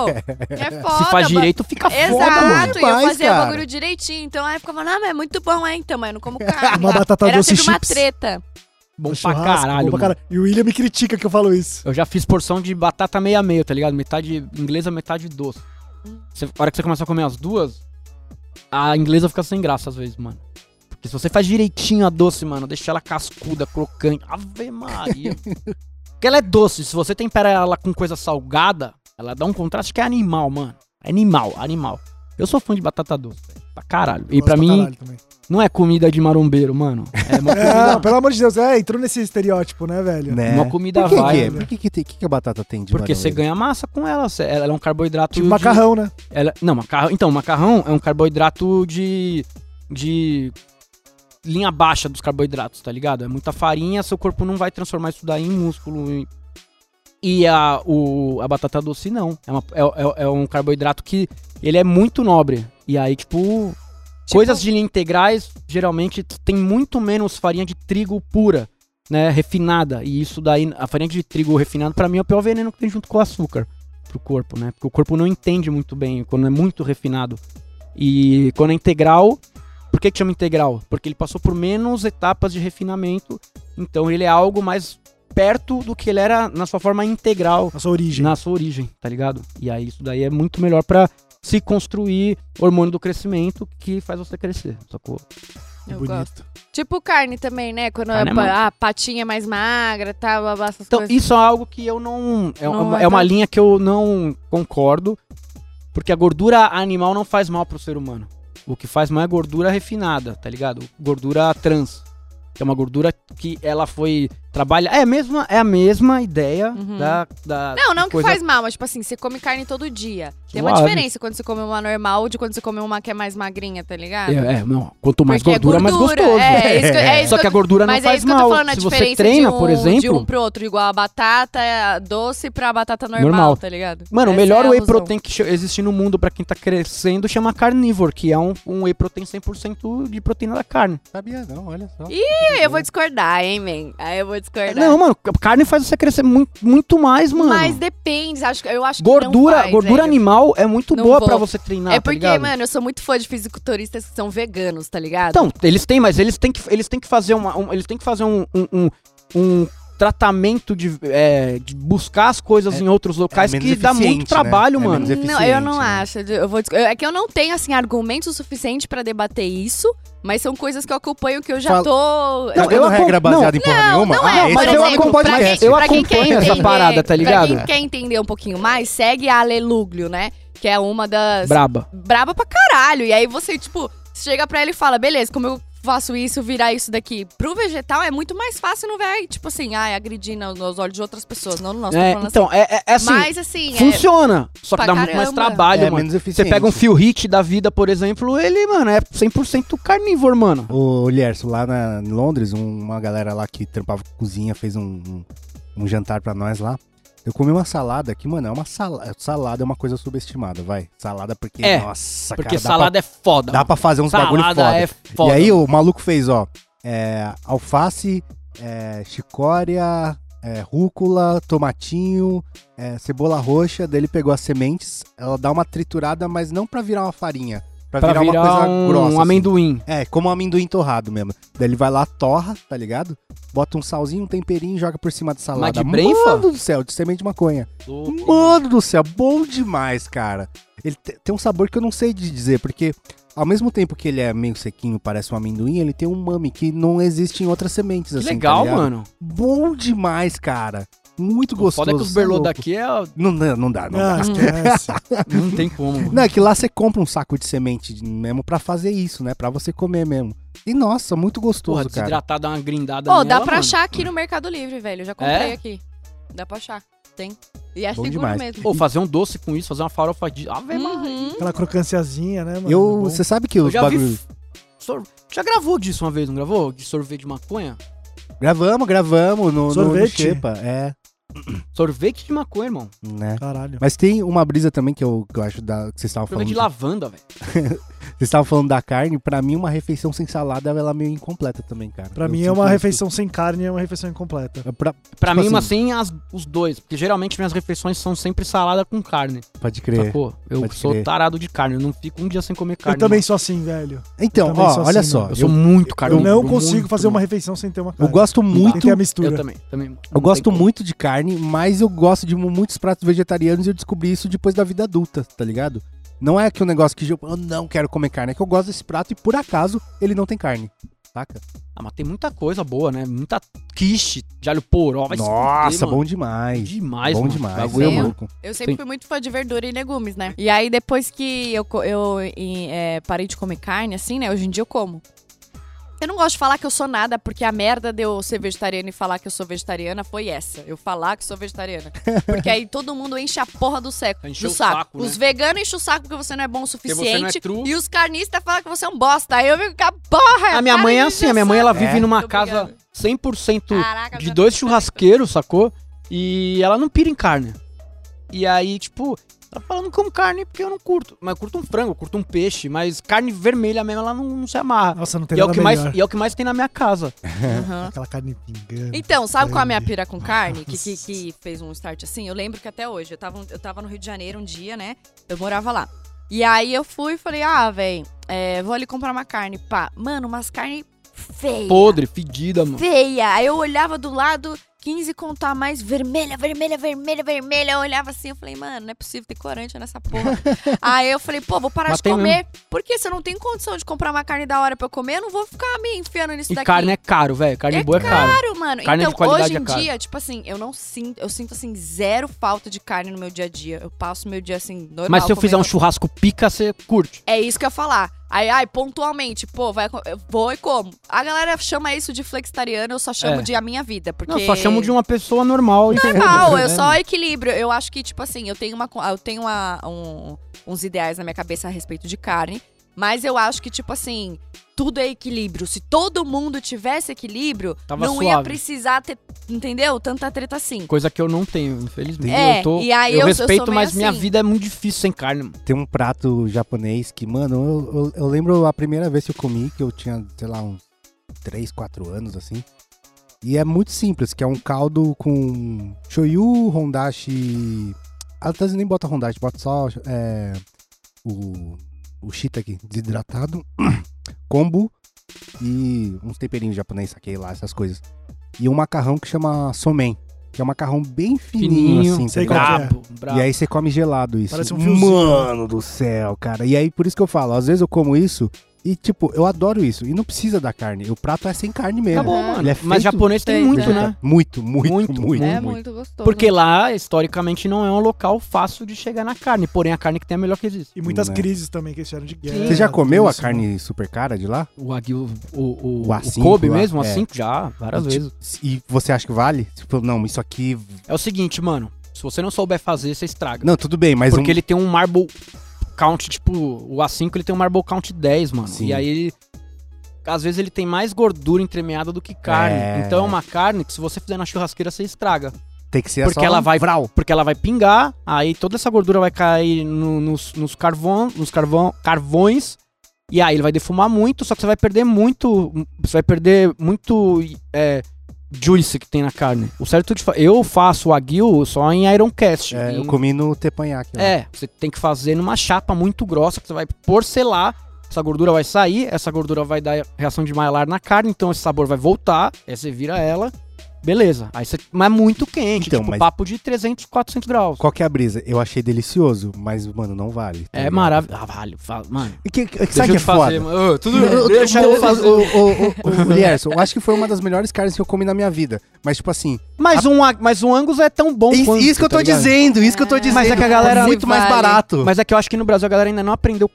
[SPEAKER 2] É foda,
[SPEAKER 4] Se
[SPEAKER 2] mano.
[SPEAKER 4] faz direito, fica foda, mano.
[SPEAKER 2] Exato, e eu
[SPEAKER 1] Demais,
[SPEAKER 2] fazia
[SPEAKER 1] cara.
[SPEAKER 2] o bagulho direitinho. Então aí eu ficava, ah, mas é muito bom, é então, mas eu não como carne.
[SPEAKER 3] Uma batata
[SPEAKER 2] Era
[SPEAKER 3] doce
[SPEAKER 2] sempre uma
[SPEAKER 3] chips.
[SPEAKER 2] treta.
[SPEAKER 4] Bom pra
[SPEAKER 3] Churrasco,
[SPEAKER 4] caralho,
[SPEAKER 3] bom pra
[SPEAKER 4] mano.
[SPEAKER 3] caralho. E o William me critica que eu falo isso.
[SPEAKER 4] Eu já fiz porção de batata meia meia, tá ligado? Metade inglesa, metade doce. Você- a hora que você começa a comer as duas, a inglesa fica sem graça às vezes, mano. Porque se você faz direitinho a doce, mano, deixa ela cascuda, crocante. Ave Maria. Porque ela é doce. Se você tempera ela com coisa salgada, ela dá um contraste que é animal, mano. Animal, animal. Eu sou fã de batata doce, velho. Pra caralho. E
[SPEAKER 3] Gosto
[SPEAKER 4] pra mim,
[SPEAKER 3] caralho também.
[SPEAKER 4] não é comida de marombeiro, mano. É uma
[SPEAKER 3] É,
[SPEAKER 4] comida,
[SPEAKER 3] pelo amor de Deus. É, entrou nesse estereótipo, né, velho?
[SPEAKER 1] Né?
[SPEAKER 4] uma comida
[SPEAKER 1] Por que,
[SPEAKER 4] vai.
[SPEAKER 1] que é?
[SPEAKER 4] né?
[SPEAKER 1] Por que, que, tem- que que a batata tem de
[SPEAKER 4] Porque
[SPEAKER 1] marombeiro?
[SPEAKER 4] você ganha massa com ela. cê- Ela é um carboidrato.
[SPEAKER 3] Tipo
[SPEAKER 4] de-
[SPEAKER 3] macarrão, né?
[SPEAKER 4] Ela, não, macarrão. Então, macarrão é um carboidrato de. de. linha baixa dos carboidratos, tá ligado? É muita farinha, seu corpo não vai transformar isso daí em músculo. em- E a, o, a batata doce não. É, uma- é- é- é um carboidrato que ele é muito nobre. E aí, tipo, coisas de linha integrais geralmente tem muito menos farinha de trigo pura, né? Refinada. E isso daí, a farinha de trigo refinada, pra mim, é o pior veneno que tem junto com o açúcar pro corpo, né? Porque o corpo não entende muito bem quando é muito refinado. E quando é integral, por que, que chama integral? Porque ele passou por menos etapas de refinamento, então ele é algo mais perto do que ele era na sua forma integral,
[SPEAKER 3] Na sua origem.
[SPEAKER 4] na sua origem, tá ligado? E aí isso daí é muito melhor pra se construir hormônio do crescimento que faz você crescer, sacou?
[SPEAKER 2] Eu
[SPEAKER 3] Bonito.
[SPEAKER 2] gosto. Tipo carne também, né? Quando
[SPEAKER 4] Carne
[SPEAKER 2] a,
[SPEAKER 4] é massa.
[SPEAKER 2] a patinha é mais magra, tá, blá, blá, essas
[SPEAKER 4] Então,
[SPEAKER 2] coisas.
[SPEAKER 4] isso é algo que eu não. É,
[SPEAKER 2] Não
[SPEAKER 4] uma,
[SPEAKER 2] é
[SPEAKER 4] é uma
[SPEAKER 2] tanto.
[SPEAKER 4] linha que eu não concordo. Porque a gordura animal não faz mal pro ser humano. O que faz mal é gordura refinada, tá ligado? Gordura trans. Que é uma gordura que ela foi Trabalha. É a mesma, é a mesma ideia
[SPEAKER 2] Uhum.
[SPEAKER 4] da, da.
[SPEAKER 2] Não, não que
[SPEAKER 4] coisa-
[SPEAKER 2] faz mal, mas tipo assim, você come carne todo dia. Tem uma
[SPEAKER 4] Suave.
[SPEAKER 2] diferença quando você come uma normal de quando você come uma que é mais magrinha, tá ligado?
[SPEAKER 4] É, é, não. Quanto mais
[SPEAKER 2] Porque é
[SPEAKER 4] gordura, mais gostoso. né?
[SPEAKER 2] É, isso que, é isso
[SPEAKER 4] Só que a gordura não
[SPEAKER 2] mas
[SPEAKER 4] faz
[SPEAKER 2] é isso
[SPEAKER 4] mal.
[SPEAKER 2] que eu tô falando, a
[SPEAKER 4] Se
[SPEAKER 2] diferença
[SPEAKER 4] você treina,
[SPEAKER 2] de um,
[SPEAKER 4] por
[SPEAKER 2] de um
[SPEAKER 4] exemplo.
[SPEAKER 2] pro outro, igual a batata é, doce pra batata normal,
[SPEAKER 4] Normal.
[SPEAKER 2] tá ligado?
[SPEAKER 4] Mano, o
[SPEAKER 2] Essa
[SPEAKER 4] melhor
[SPEAKER 2] é a
[SPEAKER 4] whey
[SPEAKER 2] alusão.
[SPEAKER 4] protein que che- existe no mundo pra quem tá crescendo chama carnívoro, que é um, um whey protein 100% de proteína da carne.
[SPEAKER 1] Sabia não, olha só.
[SPEAKER 2] Ih, eu vou discordar, hein, man? Aí eu vou discordar.
[SPEAKER 4] Não, mano, a carne faz você crescer muito, muito mais, mano.
[SPEAKER 2] Mas depende, acho, que- eu acho que não
[SPEAKER 4] gordura,
[SPEAKER 2] faz,
[SPEAKER 4] gordura
[SPEAKER 2] velho.
[SPEAKER 4] animal é muito
[SPEAKER 2] Não
[SPEAKER 4] boa
[SPEAKER 2] vou.
[SPEAKER 4] pra você treinar,
[SPEAKER 2] É
[SPEAKER 4] tá
[SPEAKER 2] porque,
[SPEAKER 4] ligado?
[SPEAKER 2] mano, eu sou muito fã de fisiculturistas que são veganos, tá ligado?
[SPEAKER 4] Então, eles têm, mas eles têm que, eles têm que fazer uma, um- eles têm que fazer um, um, um- um tratamento de, é, de buscar as coisas em outros locais
[SPEAKER 1] É menos
[SPEAKER 4] que dá
[SPEAKER 1] eficiente,
[SPEAKER 4] muito trabalho,
[SPEAKER 1] né? É
[SPEAKER 4] mano.
[SPEAKER 1] menos
[SPEAKER 2] Não, eu não
[SPEAKER 1] eficiente, né?
[SPEAKER 2] acho. Eu vou, discu- eu- é que eu não tenho, assim, argumento suficiente pra debater isso, mas são coisas que eu acompanho que eu já
[SPEAKER 1] Fala-
[SPEAKER 2] tô.
[SPEAKER 1] Tá
[SPEAKER 4] Não,
[SPEAKER 1] dando
[SPEAKER 4] eu
[SPEAKER 1] regra
[SPEAKER 4] acom-
[SPEAKER 1] baseada em porra
[SPEAKER 2] não,
[SPEAKER 1] nenhuma? Ah,
[SPEAKER 2] não é,
[SPEAKER 1] esse
[SPEAKER 4] mas
[SPEAKER 1] o
[SPEAKER 2] por
[SPEAKER 4] eu
[SPEAKER 1] nosso
[SPEAKER 2] exemplo,
[SPEAKER 4] acompanho,
[SPEAKER 2] pra
[SPEAKER 1] podcast.
[SPEAKER 2] quem-
[SPEAKER 4] eu
[SPEAKER 2] pra quem quer
[SPEAKER 4] acompanho essa
[SPEAKER 2] entender-
[SPEAKER 4] parada, tá ligado?
[SPEAKER 2] Pra quem quer entender um pouquinho mais, segue a Aleluglio, né? Que é uma das.
[SPEAKER 4] Braba.
[SPEAKER 2] braba pra caralho. E aí você, tipo, chega pra ele e fala, beleza, como eu faço isso, virar isso daqui. Pro vegetal é muito mais fácil, não vai, tipo assim, ai, agredir no- nos olhos de outras pessoas. Não no nosso,
[SPEAKER 4] É,
[SPEAKER 2] tô falando
[SPEAKER 4] então, é, é- é assim,
[SPEAKER 2] assim. Mas assim, é-
[SPEAKER 4] funciona, só que
[SPEAKER 2] pra
[SPEAKER 4] dá muito mais
[SPEAKER 2] caramba.
[SPEAKER 4] trabalho,
[SPEAKER 1] É,
[SPEAKER 4] mano.
[SPEAKER 1] menos
[SPEAKER 4] Você
[SPEAKER 1] eficiente.
[SPEAKER 4] pega um fio hit da vida, por exemplo, ele, mano, é 100% carnívoro, mano.
[SPEAKER 1] Ô, Lierso, lá na, em Londres, um- uma galera lá que trampava com cozinha fez um, um- um jantar pra nós lá. Eu comi uma salada que, mano, é uma salada. Salada é uma coisa subestimada, vai. Salada porque,
[SPEAKER 4] É,
[SPEAKER 1] nossa,
[SPEAKER 4] Porque
[SPEAKER 1] cara, dá
[SPEAKER 4] salada é foda.
[SPEAKER 1] pra, dá pra fazer uns bagulho
[SPEAKER 4] salada
[SPEAKER 1] foda.
[SPEAKER 4] é foda.
[SPEAKER 1] E aí o maluco fez, ó, é, alface, é, chicória, é, rúcula, tomatinho, é, cebola roxa. Daí ele pegou as sementes, ela dá uma triturada, mas não pra virar uma farinha. Pra,
[SPEAKER 4] pra
[SPEAKER 1] virar, uma coisa
[SPEAKER 4] um,
[SPEAKER 1] grossa. assim.
[SPEAKER 4] amendoim.
[SPEAKER 1] É, como um amendoim torrado mesmo. Daí ele vai lá, torra, tá ligado? Bota um salzinho, um temperinho, joga por cima da salada.
[SPEAKER 4] Mas de brenfa?
[SPEAKER 1] Mano do céu, de semente de maconha. Mano do céu, bom demais, cara. Ele te- tem um sabor que eu não sei de dizer, porque ao mesmo tempo que ele é meio sequinho, parece um amendoim, ele tem um umami que não existe em outras sementes,
[SPEAKER 4] Que
[SPEAKER 1] assim, tá
[SPEAKER 4] legal,
[SPEAKER 1] ligado?
[SPEAKER 4] mano.
[SPEAKER 1] Bom demais, cara. Muito
[SPEAKER 4] O
[SPEAKER 1] gostoso.
[SPEAKER 4] foda é que
[SPEAKER 1] cê
[SPEAKER 4] os
[SPEAKER 1] é
[SPEAKER 4] berlô
[SPEAKER 1] louco.
[SPEAKER 4] daqui é...
[SPEAKER 1] Não, não, não dá, não dá.
[SPEAKER 3] Ah, esquece.
[SPEAKER 4] Não tem como, mano.
[SPEAKER 1] Não, é que lá você compra um saco de semente de- mesmo pra fazer isso, né? Pra você comer mesmo. E nossa, muito gostoso,
[SPEAKER 4] Porra,
[SPEAKER 1] cara.
[SPEAKER 4] desidratar, dar uma grindada
[SPEAKER 2] Pô,
[SPEAKER 4] nela,
[SPEAKER 2] dá pra
[SPEAKER 4] mano.
[SPEAKER 2] achar aqui no Mercado Livre, velho. Eu já comprei
[SPEAKER 4] né? É?
[SPEAKER 2] aqui. Dá pra achar. Tem. E é
[SPEAKER 1] Bom
[SPEAKER 2] seguro
[SPEAKER 1] demais.
[SPEAKER 2] mesmo.
[SPEAKER 4] Pô, fazer um doce com isso, fazer uma farofa de... Ah, velho, mano.
[SPEAKER 2] Uhum.
[SPEAKER 3] Aquela crocânciazinha, né, mano?
[SPEAKER 1] Eu,
[SPEAKER 3] Bom.
[SPEAKER 1] você sabe que
[SPEAKER 4] Eu
[SPEAKER 1] os
[SPEAKER 4] já vi...
[SPEAKER 1] bagulhos.
[SPEAKER 4] f- sor- Já gravou disso uma vez, não gravou? De sorvete de maconha?
[SPEAKER 1] Gravamos, gravamos no, no, no
[SPEAKER 3] Sorvete?
[SPEAKER 1] Xepa, é,
[SPEAKER 4] Sorvete de maconha, irmão.
[SPEAKER 1] né?
[SPEAKER 3] Caralho.
[SPEAKER 1] Mas tem uma brisa também que eu, que eu acho da, que vocês estavam falando.
[SPEAKER 4] Sorvete de lavanda, velho.
[SPEAKER 1] Vocês estavam falando da carne, pra mim uma refeição sem salada ela é meio incompleta também, cara.
[SPEAKER 3] Pra
[SPEAKER 1] Eu
[SPEAKER 3] mim é
[SPEAKER 1] sinto
[SPEAKER 3] uma
[SPEAKER 1] isso.
[SPEAKER 3] refeição sem carne, é uma refeição incompleta.
[SPEAKER 1] É pra-
[SPEAKER 4] Pra
[SPEAKER 1] Tipo
[SPEAKER 4] mim,
[SPEAKER 1] assim-
[SPEAKER 4] assim, as- os dois. Porque geralmente minhas refeições são sempre salada com carne.
[SPEAKER 3] Tá
[SPEAKER 1] pode crer.
[SPEAKER 4] Sacou? Eu
[SPEAKER 1] pode
[SPEAKER 4] sou
[SPEAKER 1] crer.
[SPEAKER 4] tarado de carne. Eu não fico um dia sem comer carne.
[SPEAKER 3] eu também
[SPEAKER 4] mano.
[SPEAKER 3] sou assim, velho.
[SPEAKER 1] Então,
[SPEAKER 3] Eu também
[SPEAKER 1] ó,
[SPEAKER 3] sou
[SPEAKER 1] olha
[SPEAKER 3] assim,
[SPEAKER 1] só.
[SPEAKER 3] mano.
[SPEAKER 4] Eu
[SPEAKER 1] Eu,
[SPEAKER 4] sou muito
[SPEAKER 3] Eu
[SPEAKER 4] carnívoro.
[SPEAKER 3] não consigo
[SPEAKER 4] muito,
[SPEAKER 3] fazer uma
[SPEAKER 4] mano.
[SPEAKER 3] refeição sem ter uma
[SPEAKER 1] eu
[SPEAKER 3] carne.
[SPEAKER 1] gosto
[SPEAKER 3] Tem que
[SPEAKER 1] muito.
[SPEAKER 3] ter a
[SPEAKER 4] Eu
[SPEAKER 3] mistura.
[SPEAKER 4] também, também.
[SPEAKER 1] Eu
[SPEAKER 4] Não
[SPEAKER 1] gosto
[SPEAKER 4] tem como.
[SPEAKER 1] muito de carne, mas eu gosto de muitos pratos vegetarianos e eu descobri isso depois da vida adulta, tá ligado? Não é que um negócio que eu eu não quero comer carne, é que eu gosto desse prato e por acaso ele não tem carne, saca?
[SPEAKER 4] Ah, mas tem muita coisa boa, né? Muita quiche de alho poró. Vai se
[SPEAKER 1] Nossa,
[SPEAKER 4] fuder,
[SPEAKER 1] bom
[SPEAKER 4] mano.
[SPEAKER 1] demais.
[SPEAKER 4] demais.
[SPEAKER 1] bom
[SPEAKER 4] mano.
[SPEAKER 1] demais.
[SPEAKER 4] Bagulho,
[SPEAKER 1] é
[SPEAKER 2] Sim.
[SPEAKER 4] mano.
[SPEAKER 1] louco.
[SPEAKER 2] Eu sempre
[SPEAKER 4] Sim.
[SPEAKER 2] fui muito fã de verdura e legumes, né? E aí, depois que eu, co- eu em- é, parei de comer carne, assim, né? Hoje em dia eu como. Eu não gosto de falar que eu sou nada, porque a merda de eu ser vegetariana e falar que eu sou vegetariana foi essa. Eu falar que sou vegetariana. Porque aí todo mundo enche a porra do, seco,
[SPEAKER 4] Encheu
[SPEAKER 2] do
[SPEAKER 4] o
[SPEAKER 2] saco.
[SPEAKER 4] saco, né?
[SPEAKER 2] Os veganos enchem o saco porque você não é bom o
[SPEAKER 4] você não é
[SPEAKER 2] suficiente.
[SPEAKER 4] true.
[SPEAKER 2] E os carnistas falam que você é um bosta. Aí eu fico com a porra.
[SPEAKER 4] A minha mãe é
[SPEAKER 2] para de
[SPEAKER 4] assim.
[SPEAKER 2] encher
[SPEAKER 4] A minha mãe,
[SPEAKER 2] o
[SPEAKER 4] ela
[SPEAKER 2] saco.
[SPEAKER 4] vive
[SPEAKER 1] É.
[SPEAKER 4] numa
[SPEAKER 2] Muito
[SPEAKER 4] casa
[SPEAKER 2] obrigada.
[SPEAKER 4] 100%
[SPEAKER 2] Caraca,
[SPEAKER 4] de
[SPEAKER 2] minha
[SPEAKER 4] dois
[SPEAKER 2] mãe-
[SPEAKER 4] churrasqueiros, sacou? E ela não pira em carne. E aí, tipo, ela fala, não como carne porque eu não curto. Mas eu curto um frango, eu curto um peixe, mas carne vermelha mesmo, ela não, não se amarra.
[SPEAKER 3] Nossa, não tem
[SPEAKER 4] E é, o
[SPEAKER 3] nada
[SPEAKER 4] que
[SPEAKER 3] melhor.
[SPEAKER 4] mais, e é o que mais tem na minha casa.
[SPEAKER 2] Aham.
[SPEAKER 3] Aquela carne pingando.
[SPEAKER 2] Então, sabe qual é a minha pira com carne? Que, que, que fez um start assim? Eu lembro que até hoje, eu tava, eu tava no Rio de Janeiro um dia, né? Eu morava lá. E aí eu fui e falei, ah, véi, é, vou ali comprar uma carne. Pá, mano, umas carnes feias.
[SPEAKER 4] Podre, fedida, mano.
[SPEAKER 2] Feia. Aí eu olhava do lado, 15 conto a mais, vermelha, vermelha, vermelha, vermelha. Eu olhava assim, eu falei, mano, não é possível ter corante nessa porra. aí eu falei, pô, vou parar
[SPEAKER 4] Mas
[SPEAKER 2] de
[SPEAKER 4] tem
[SPEAKER 2] comer. Porque se eu não tenho condição de comprar uma carne da hora pra eu comer, eu não vou ficar me enfiando nisso
[SPEAKER 4] E
[SPEAKER 2] daqui.
[SPEAKER 4] carne é caro, velho. Carne
[SPEAKER 2] É
[SPEAKER 4] boa é caro.
[SPEAKER 2] Claro, mano.
[SPEAKER 4] Carne
[SPEAKER 2] então,
[SPEAKER 4] de qualidade
[SPEAKER 2] hoje
[SPEAKER 4] é
[SPEAKER 2] em
[SPEAKER 4] cara.
[SPEAKER 2] dia, tipo assim, eu não sinto, eu sinto assim zero falta de carne no meu dia a dia. Eu passo meu dia assim normal.
[SPEAKER 4] Mas se eu fizer um
[SPEAKER 2] comendo-
[SPEAKER 4] churrasco pica, você curte.
[SPEAKER 2] É isso que eu ia falar. Aí, ai, pontualmente, pô, vai, co- eu vou e como. A galera chama isso de flexitariano, eu só chamo
[SPEAKER 4] É.
[SPEAKER 2] de a minha vida, porque...
[SPEAKER 4] Não, só chamo de uma pessoa normal. entendeu?
[SPEAKER 2] Normal, eu
[SPEAKER 4] É.
[SPEAKER 2] só equilíbrio. Eu acho que, tipo assim, eu tenho, uma, co- eu tenho uma- um- uns ideais na minha cabeça a respeito de carne, mas eu acho que, tipo assim, tudo é equilíbrio. Se todo mundo tivesse equilíbrio,
[SPEAKER 4] Tava
[SPEAKER 2] não ia
[SPEAKER 4] suave.
[SPEAKER 2] precisar ter, entendeu? Tanta treta assim.
[SPEAKER 4] Coisa que eu não tenho, infelizmente.
[SPEAKER 2] É,
[SPEAKER 4] eu tô,
[SPEAKER 2] e aí eu- eu
[SPEAKER 4] respeito,
[SPEAKER 2] sou meio
[SPEAKER 4] mas minha
[SPEAKER 2] assim.
[SPEAKER 4] vida é muito difícil sem carne. mano.
[SPEAKER 1] Tem um prato japonês que, mano, eu, eu- eu lembro a primeira vez que eu comi, que eu tinha, sei lá, uns 3, 4 anos, assim. E é muito simples, que é um caldo com shoyu, hondashi... Às vezes nem bota hondashi, bota só é, o, o shiitake desidratado, combo e uns temperinhos japonês, saquei lá, essas coisas. E um macarrão que chama somen, que é um macarrão bem fininho,
[SPEAKER 4] Fininho,
[SPEAKER 1] assim, tá
[SPEAKER 3] sei qual
[SPEAKER 1] ligado?
[SPEAKER 3] que é.
[SPEAKER 4] Brabo, brabo.
[SPEAKER 1] E aí você come gelado isso.
[SPEAKER 3] Parece um fiozinho.
[SPEAKER 4] né?
[SPEAKER 1] Mano do céu, cara. E aí, por isso que eu falo, às vezes eu como isso e, tipo, eu adoro isso. E não precisa da carne. O prato é sem carne mesmo.
[SPEAKER 4] tá bom, mano.
[SPEAKER 1] Ele é
[SPEAKER 4] mas
[SPEAKER 1] feito-
[SPEAKER 4] japonês tem
[SPEAKER 2] Tem,
[SPEAKER 4] muito,
[SPEAKER 2] tem.
[SPEAKER 4] né?
[SPEAKER 1] Muito, muito, muito.
[SPEAKER 4] Muito,
[SPEAKER 2] É
[SPEAKER 4] muito.
[SPEAKER 2] muito gostoso.
[SPEAKER 4] Porque lá, historicamente, não é um local fácil de chegar na carne. Porém, a carne que tem é a melhor que existe.
[SPEAKER 3] E muitas
[SPEAKER 1] Né?
[SPEAKER 3] crises também que eles tiveram de guerra.
[SPEAKER 1] Você
[SPEAKER 4] É,
[SPEAKER 1] já comeu a
[SPEAKER 3] isso,
[SPEAKER 1] carne super cara de lá?
[SPEAKER 4] O Wagyu, o, o,
[SPEAKER 1] O
[SPEAKER 4] o,
[SPEAKER 1] A5
[SPEAKER 4] Kobe
[SPEAKER 1] lá,
[SPEAKER 4] mesmo,
[SPEAKER 1] é.
[SPEAKER 4] assim, já, várias
[SPEAKER 1] E,
[SPEAKER 4] vezes.
[SPEAKER 1] tipo, E você acha que vale? Tipo, não, isso aqui.
[SPEAKER 4] É o seguinte, mano. Se você não souber fazer, você estraga.
[SPEAKER 1] Não, tudo bem, mas.
[SPEAKER 4] Porque
[SPEAKER 1] um...
[SPEAKER 4] ele tem um marble count, tipo, o A5 ele tem um marble count 10, mano.
[SPEAKER 1] Sim.
[SPEAKER 4] E aí ele. Às vezes ele tem mais gordura entremeada do que carne.
[SPEAKER 1] É.
[SPEAKER 4] Então é uma carne que se você fizer na churrasqueira, você estraga.
[SPEAKER 1] Tem que ser
[SPEAKER 4] porque
[SPEAKER 1] só
[SPEAKER 4] ela
[SPEAKER 1] um
[SPEAKER 4] vai-
[SPEAKER 1] Vral.
[SPEAKER 4] Porque ela vai pingar, aí toda essa gordura vai cair no- nos, nos, carvão, nos carvão, carvões. E aí ele vai defumar muito, só que você vai perder muito. Você vai perder muito é, juice que tem na carne. O certo de fa- Eu faço o aguil só em Ironcast.
[SPEAKER 1] É,
[SPEAKER 4] em-
[SPEAKER 1] eu comi no tepanhaque. lá.
[SPEAKER 4] é, você tem que fazer numa chapa muito grossa, que você vai porcelar, essa gordura vai sair, essa gordura vai dar reação de Maillard na carne, então esse sabor vai voltar, aí você vira ela, beleza. Aí você, mas é muito quente,
[SPEAKER 1] Então,
[SPEAKER 4] tipo
[SPEAKER 1] mas-
[SPEAKER 4] papo de 300, 400 graus.
[SPEAKER 1] Qual que é a brisa? Eu achei delicioso, mas, mano, não vale. tá
[SPEAKER 4] É
[SPEAKER 1] ligado?
[SPEAKER 4] maravilhoso. Ah, vale, vale, mano.
[SPEAKER 1] E Que, que, sabe
[SPEAKER 4] Deixa
[SPEAKER 1] que
[SPEAKER 4] eu
[SPEAKER 1] é
[SPEAKER 4] te
[SPEAKER 1] foda?
[SPEAKER 4] fazer, mano. Ô, tudo,
[SPEAKER 1] Né? Eu- eu-
[SPEAKER 4] deixa
[SPEAKER 1] eu-
[SPEAKER 4] eu fazer.
[SPEAKER 1] ô, ô, ô, ô, ô, Lierson, eu acho que foi uma das melhores carnes que eu comi na minha vida. Mas, tipo assim.
[SPEAKER 4] Mas, um, a- mas um Angus é tão bom
[SPEAKER 1] Isso,
[SPEAKER 4] quanto,
[SPEAKER 1] isso que eu
[SPEAKER 4] tá
[SPEAKER 1] tô
[SPEAKER 4] ligado?
[SPEAKER 1] dizendo, isso que eu tô dizendo.
[SPEAKER 4] Mas é que a galera-
[SPEAKER 1] Muito mais
[SPEAKER 2] Vale.
[SPEAKER 1] barato.
[SPEAKER 4] Mas é que eu acho que no Brasil a galera ainda não aprendeu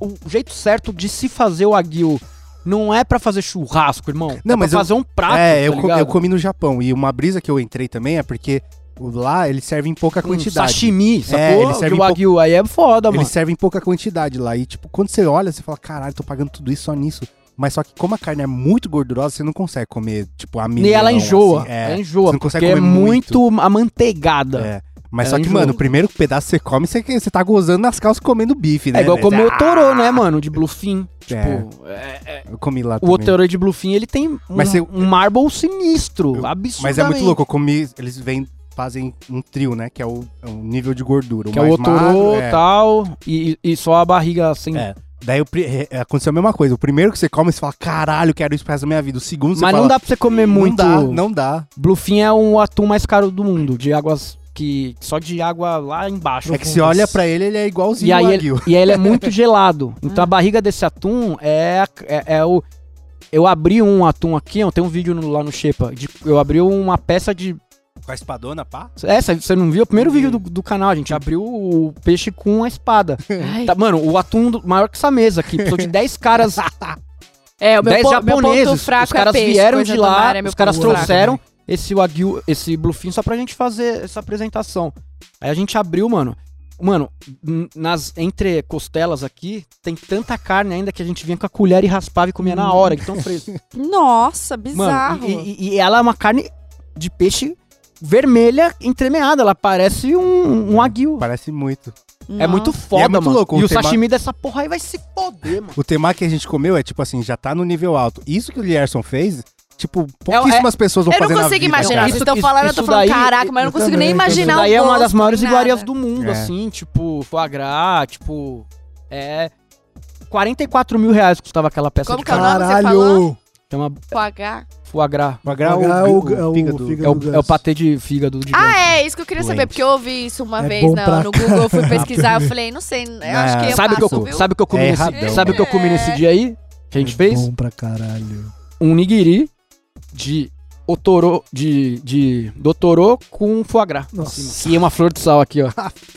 [SPEAKER 4] o jeito certo de se fazer o aguil. Não é pra fazer churrasco, irmão.
[SPEAKER 1] Não,
[SPEAKER 4] é
[SPEAKER 1] mas
[SPEAKER 4] pra
[SPEAKER 1] eu-
[SPEAKER 4] fazer um prato,
[SPEAKER 1] é,
[SPEAKER 4] tá
[SPEAKER 1] eu, co-
[SPEAKER 4] ligado?
[SPEAKER 1] eu comi no Japão. E uma brisa que eu entrei também é porque lá eles servem em pouca
[SPEAKER 4] Um
[SPEAKER 1] quantidade.
[SPEAKER 4] sashimi, sacou?
[SPEAKER 1] É, ele
[SPEAKER 4] Que
[SPEAKER 1] serve em
[SPEAKER 4] o wagyu aí é foda,
[SPEAKER 1] eles
[SPEAKER 4] mano.
[SPEAKER 1] servem em pouca quantidade lá. E, tipo, quando você olha, você fala, caralho, tô pagando tudo isso só nisso. Mas só que como a carne é muito gordurosa, você não consegue comer, tipo, a milhão.
[SPEAKER 4] E ela enjoa,
[SPEAKER 1] assim.
[SPEAKER 4] ela
[SPEAKER 1] É.
[SPEAKER 4] enjoa,
[SPEAKER 1] você não consegue
[SPEAKER 4] porque é
[SPEAKER 1] comer muito.
[SPEAKER 4] muito, amanteigada.
[SPEAKER 1] É. Mas só
[SPEAKER 4] Ela
[SPEAKER 1] que,
[SPEAKER 4] enjoa.
[SPEAKER 1] mano, o primeiro pedaço que você come, você, você tá gozando nas calças comendo bife,
[SPEAKER 4] É,
[SPEAKER 1] né?
[SPEAKER 4] igual
[SPEAKER 1] velho?
[SPEAKER 4] comer
[SPEAKER 1] Ah!
[SPEAKER 4] o torô, né, mano, de bluefin.
[SPEAKER 1] É.
[SPEAKER 4] Tipo, é- é-
[SPEAKER 1] Eu comi lá
[SPEAKER 4] o
[SPEAKER 1] também.
[SPEAKER 4] torô de bluefin, ele tem um,
[SPEAKER 1] Mas você-
[SPEAKER 4] um marble sinistro, absurdo.
[SPEAKER 1] Mas é muito louco, eu comi. Eles vêm, fazem um trio, né? Que é o, é o nível de gordura.
[SPEAKER 4] Que é o
[SPEAKER 1] mais magro,
[SPEAKER 4] otorô
[SPEAKER 1] é.
[SPEAKER 4] tal, e, e só a barriga sem...
[SPEAKER 1] É, Daí o pri- é, aconteceu a mesma coisa. O primeiro que você come, você fala, caralho, quero isso pro resto da minha vida. O segundo, você
[SPEAKER 4] Mas
[SPEAKER 1] fala,
[SPEAKER 4] não dá pra você comer
[SPEAKER 1] não
[SPEAKER 4] muito.
[SPEAKER 1] dá, não dá.
[SPEAKER 4] Bluefin é um atum mais caro do mundo, de águas que... Só de água lá embaixo.
[SPEAKER 1] É que se olha pra ele, ele é Ah. igualzinho
[SPEAKER 4] E aí,
[SPEAKER 1] o
[SPEAKER 4] ele,
[SPEAKER 1] Wagyu.
[SPEAKER 4] e aí ele é muito gelado. Então a barriga desse atum é, a- é, é o. Eu abri um atum aqui, ó, tem um vídeo no- lá no Shepa. de- eu abri uma peça de.
[SPEAKER 1] Com a espadona, pá?
[SPEAKER 4] Essa, você não viu? O primeiro vídeo do, do canal, a gente abriu o peixe com a espada.
[SPEAKER 2] Ai.
[SPEAKER 4] Tá, mano, o atum do- maior que essa mesa aqui. Precisou de 10 caras.
[SPEAKER 2] É, o meu,
[SPEAKER 4] 10
[SPEAKER 2] po- meu
[SPEAKER 4] japoneses.
[SPEAKER 2] ponto fraco
[SPEAKER 4] os caras
[SPEAKER 2] é peixe,
[SPEAKER 4] vieram
[SPEAKER 2] coisa
[SPEAKER 4] de
[SPEAKER 2] do
[SPEAKER 4] lá,
[SPEAKER 2] mar, é meu
[SPEAKER 4] os caras
[SPEAKER 2] ponto fraco.
[SPEAKER 4] trouxeram esse Wagyu, esse Bluefin só pra gente fazer essa apresentação. Aí a gente abriu, mano. Mano, n- nas entre costelas aqui, tem tanta carne ainda que a gente vinha com a colher e raspava e comia na hora, então fresco.
[SPEAKER 2] Nossa, bizarro.
[SPEAKER 4] mano, e, e- e ela é uma carne de peixe vermelha entremeada, ela parece um, um aguil.
[SPEAKER 1] Parece muito.
[SPEAKER 4] É muito
[SPEAKER 2] Nossa.
[SPEAKER 4] foda,
[SPEAKER 1] E é muito
[SPEAKER 4] mano.
[SPEAKER 1] louco,
[SPEAKER 4] e
[SPEAKER 1] o
[SPEAKER 4] o
[SPEAKER 1] tema-
[SPEAKER 4] sashimi dessa porra aí vai se foder, mano.
[SPEAKER 1] O tema que a gente comeu é, tipo assim, já tá no nível alto. Isso que o Lierson fez, tipo, pouquíssimas pessoas vão
[SPEAKER 2] É, Eu
[SPEAKER 1] fazer
[SPEAKER 2] não
[SPEAKER 1] na
[SPEAKER 2] consigo
[SPEAKER 1] vida,
[SPEAKER 2] imaginar.
[SPEAKER 1] cara.
[SPEAKER 2] Vocês
[SPEAKER 4] Isso-
[SPEAKER 2] estão
[SPEAKER 4] isso-
[SPEAKER 2] falando, eu
[SPEAKER 4] isso
[SPEAKER 2] tô falando,
[SPEAKER 4] daí-
[SPEAKER 2] caraca, mas eu não
[SPEAKER 1] eu
[SPEAKER 2] consigo
[SPEAKER 1] também,
[SPEAKER 2] nem
[SPEAKER 1] eu
[SPEAKER 4] Isso
[SPEAKER 2] imaginar o
[SPEAKER 4] daí é uma
[SPEAKER 2] gosto,
[SPEAKER 4] das maiores
[SPEAKER 2] nada.
[SPEAKER 4] iguarias do mundo,
[SPEAKER 1] É.
[SPEAKER 4] assim, tipo, foie gras, tipo, é... 44 mil reais custava aquela peça
[SPEAKER 2] Como
[SPEAKER 4] de
[SPEAKER 2] que é o
[SPEAKER 4] carne.
[SPEAKER 2] nome? você
[SPEAKER 3] Caralho!
[SPEAKER 2] falou?
[SPEAKER 4] Chama
[SPEAKER 2] Com H.
[SPEAKER 4] foie gras.
[SPEAKER 1] Vai gravar
[SPEAKER 3] Pagar
[SPEAKER 1] o,
[SPEAKER 3] o- é
[SPEAKER 1] o,
[SPEAKER 3] o
[SPEAKER 1] fígado. né,
[SPEAKER 3] fígado.
[SPEAKER 4] É o,
[SPEAKER 3] Ganso.
[SPEAKER 4] é o patê de fígado de
[SPEAKER 2] Ah, é, isso que eu queria saber,
[SPEAKER 1] Doente.
[SPEAKER 2] porque eu ouvi isso uma
[SPEAKER 3] É
[SPEAKER 2] vez
[SPEAKER 3] bom
[SPEAKER 2] na-
[SPEAKER 3] pra
[SPEAKER 2] no Google, eu fui pesquisar, eu falei, não sei, eu acho que é, eu
[SPEAKER 4] sabe, o que eu,
[SPEAKER 2] passo,
[SPEAKER 4] co-
[SPEAKER 2] viu? É.
[SPEAKER 4] sabe o que eu comi
[SPEAKER 1] É
[SPEAKER 4] nesse,
[SPEAKER 1] erradão,
[SPEAKER 4] sabe o que eu comi nesse dia aí? Que a gente
[SPEAKER 3] É
[SPEAKER 4] fez?
[SPEAKER 3] Bom pra caralho.
[SPEAKER 4] Um nigiri de otorô, de, de dotorô com foie gras.
[SPEAKER 3] Nossa.
[SPEAKER 4] em cima. E uma flor de sal aqui, ó.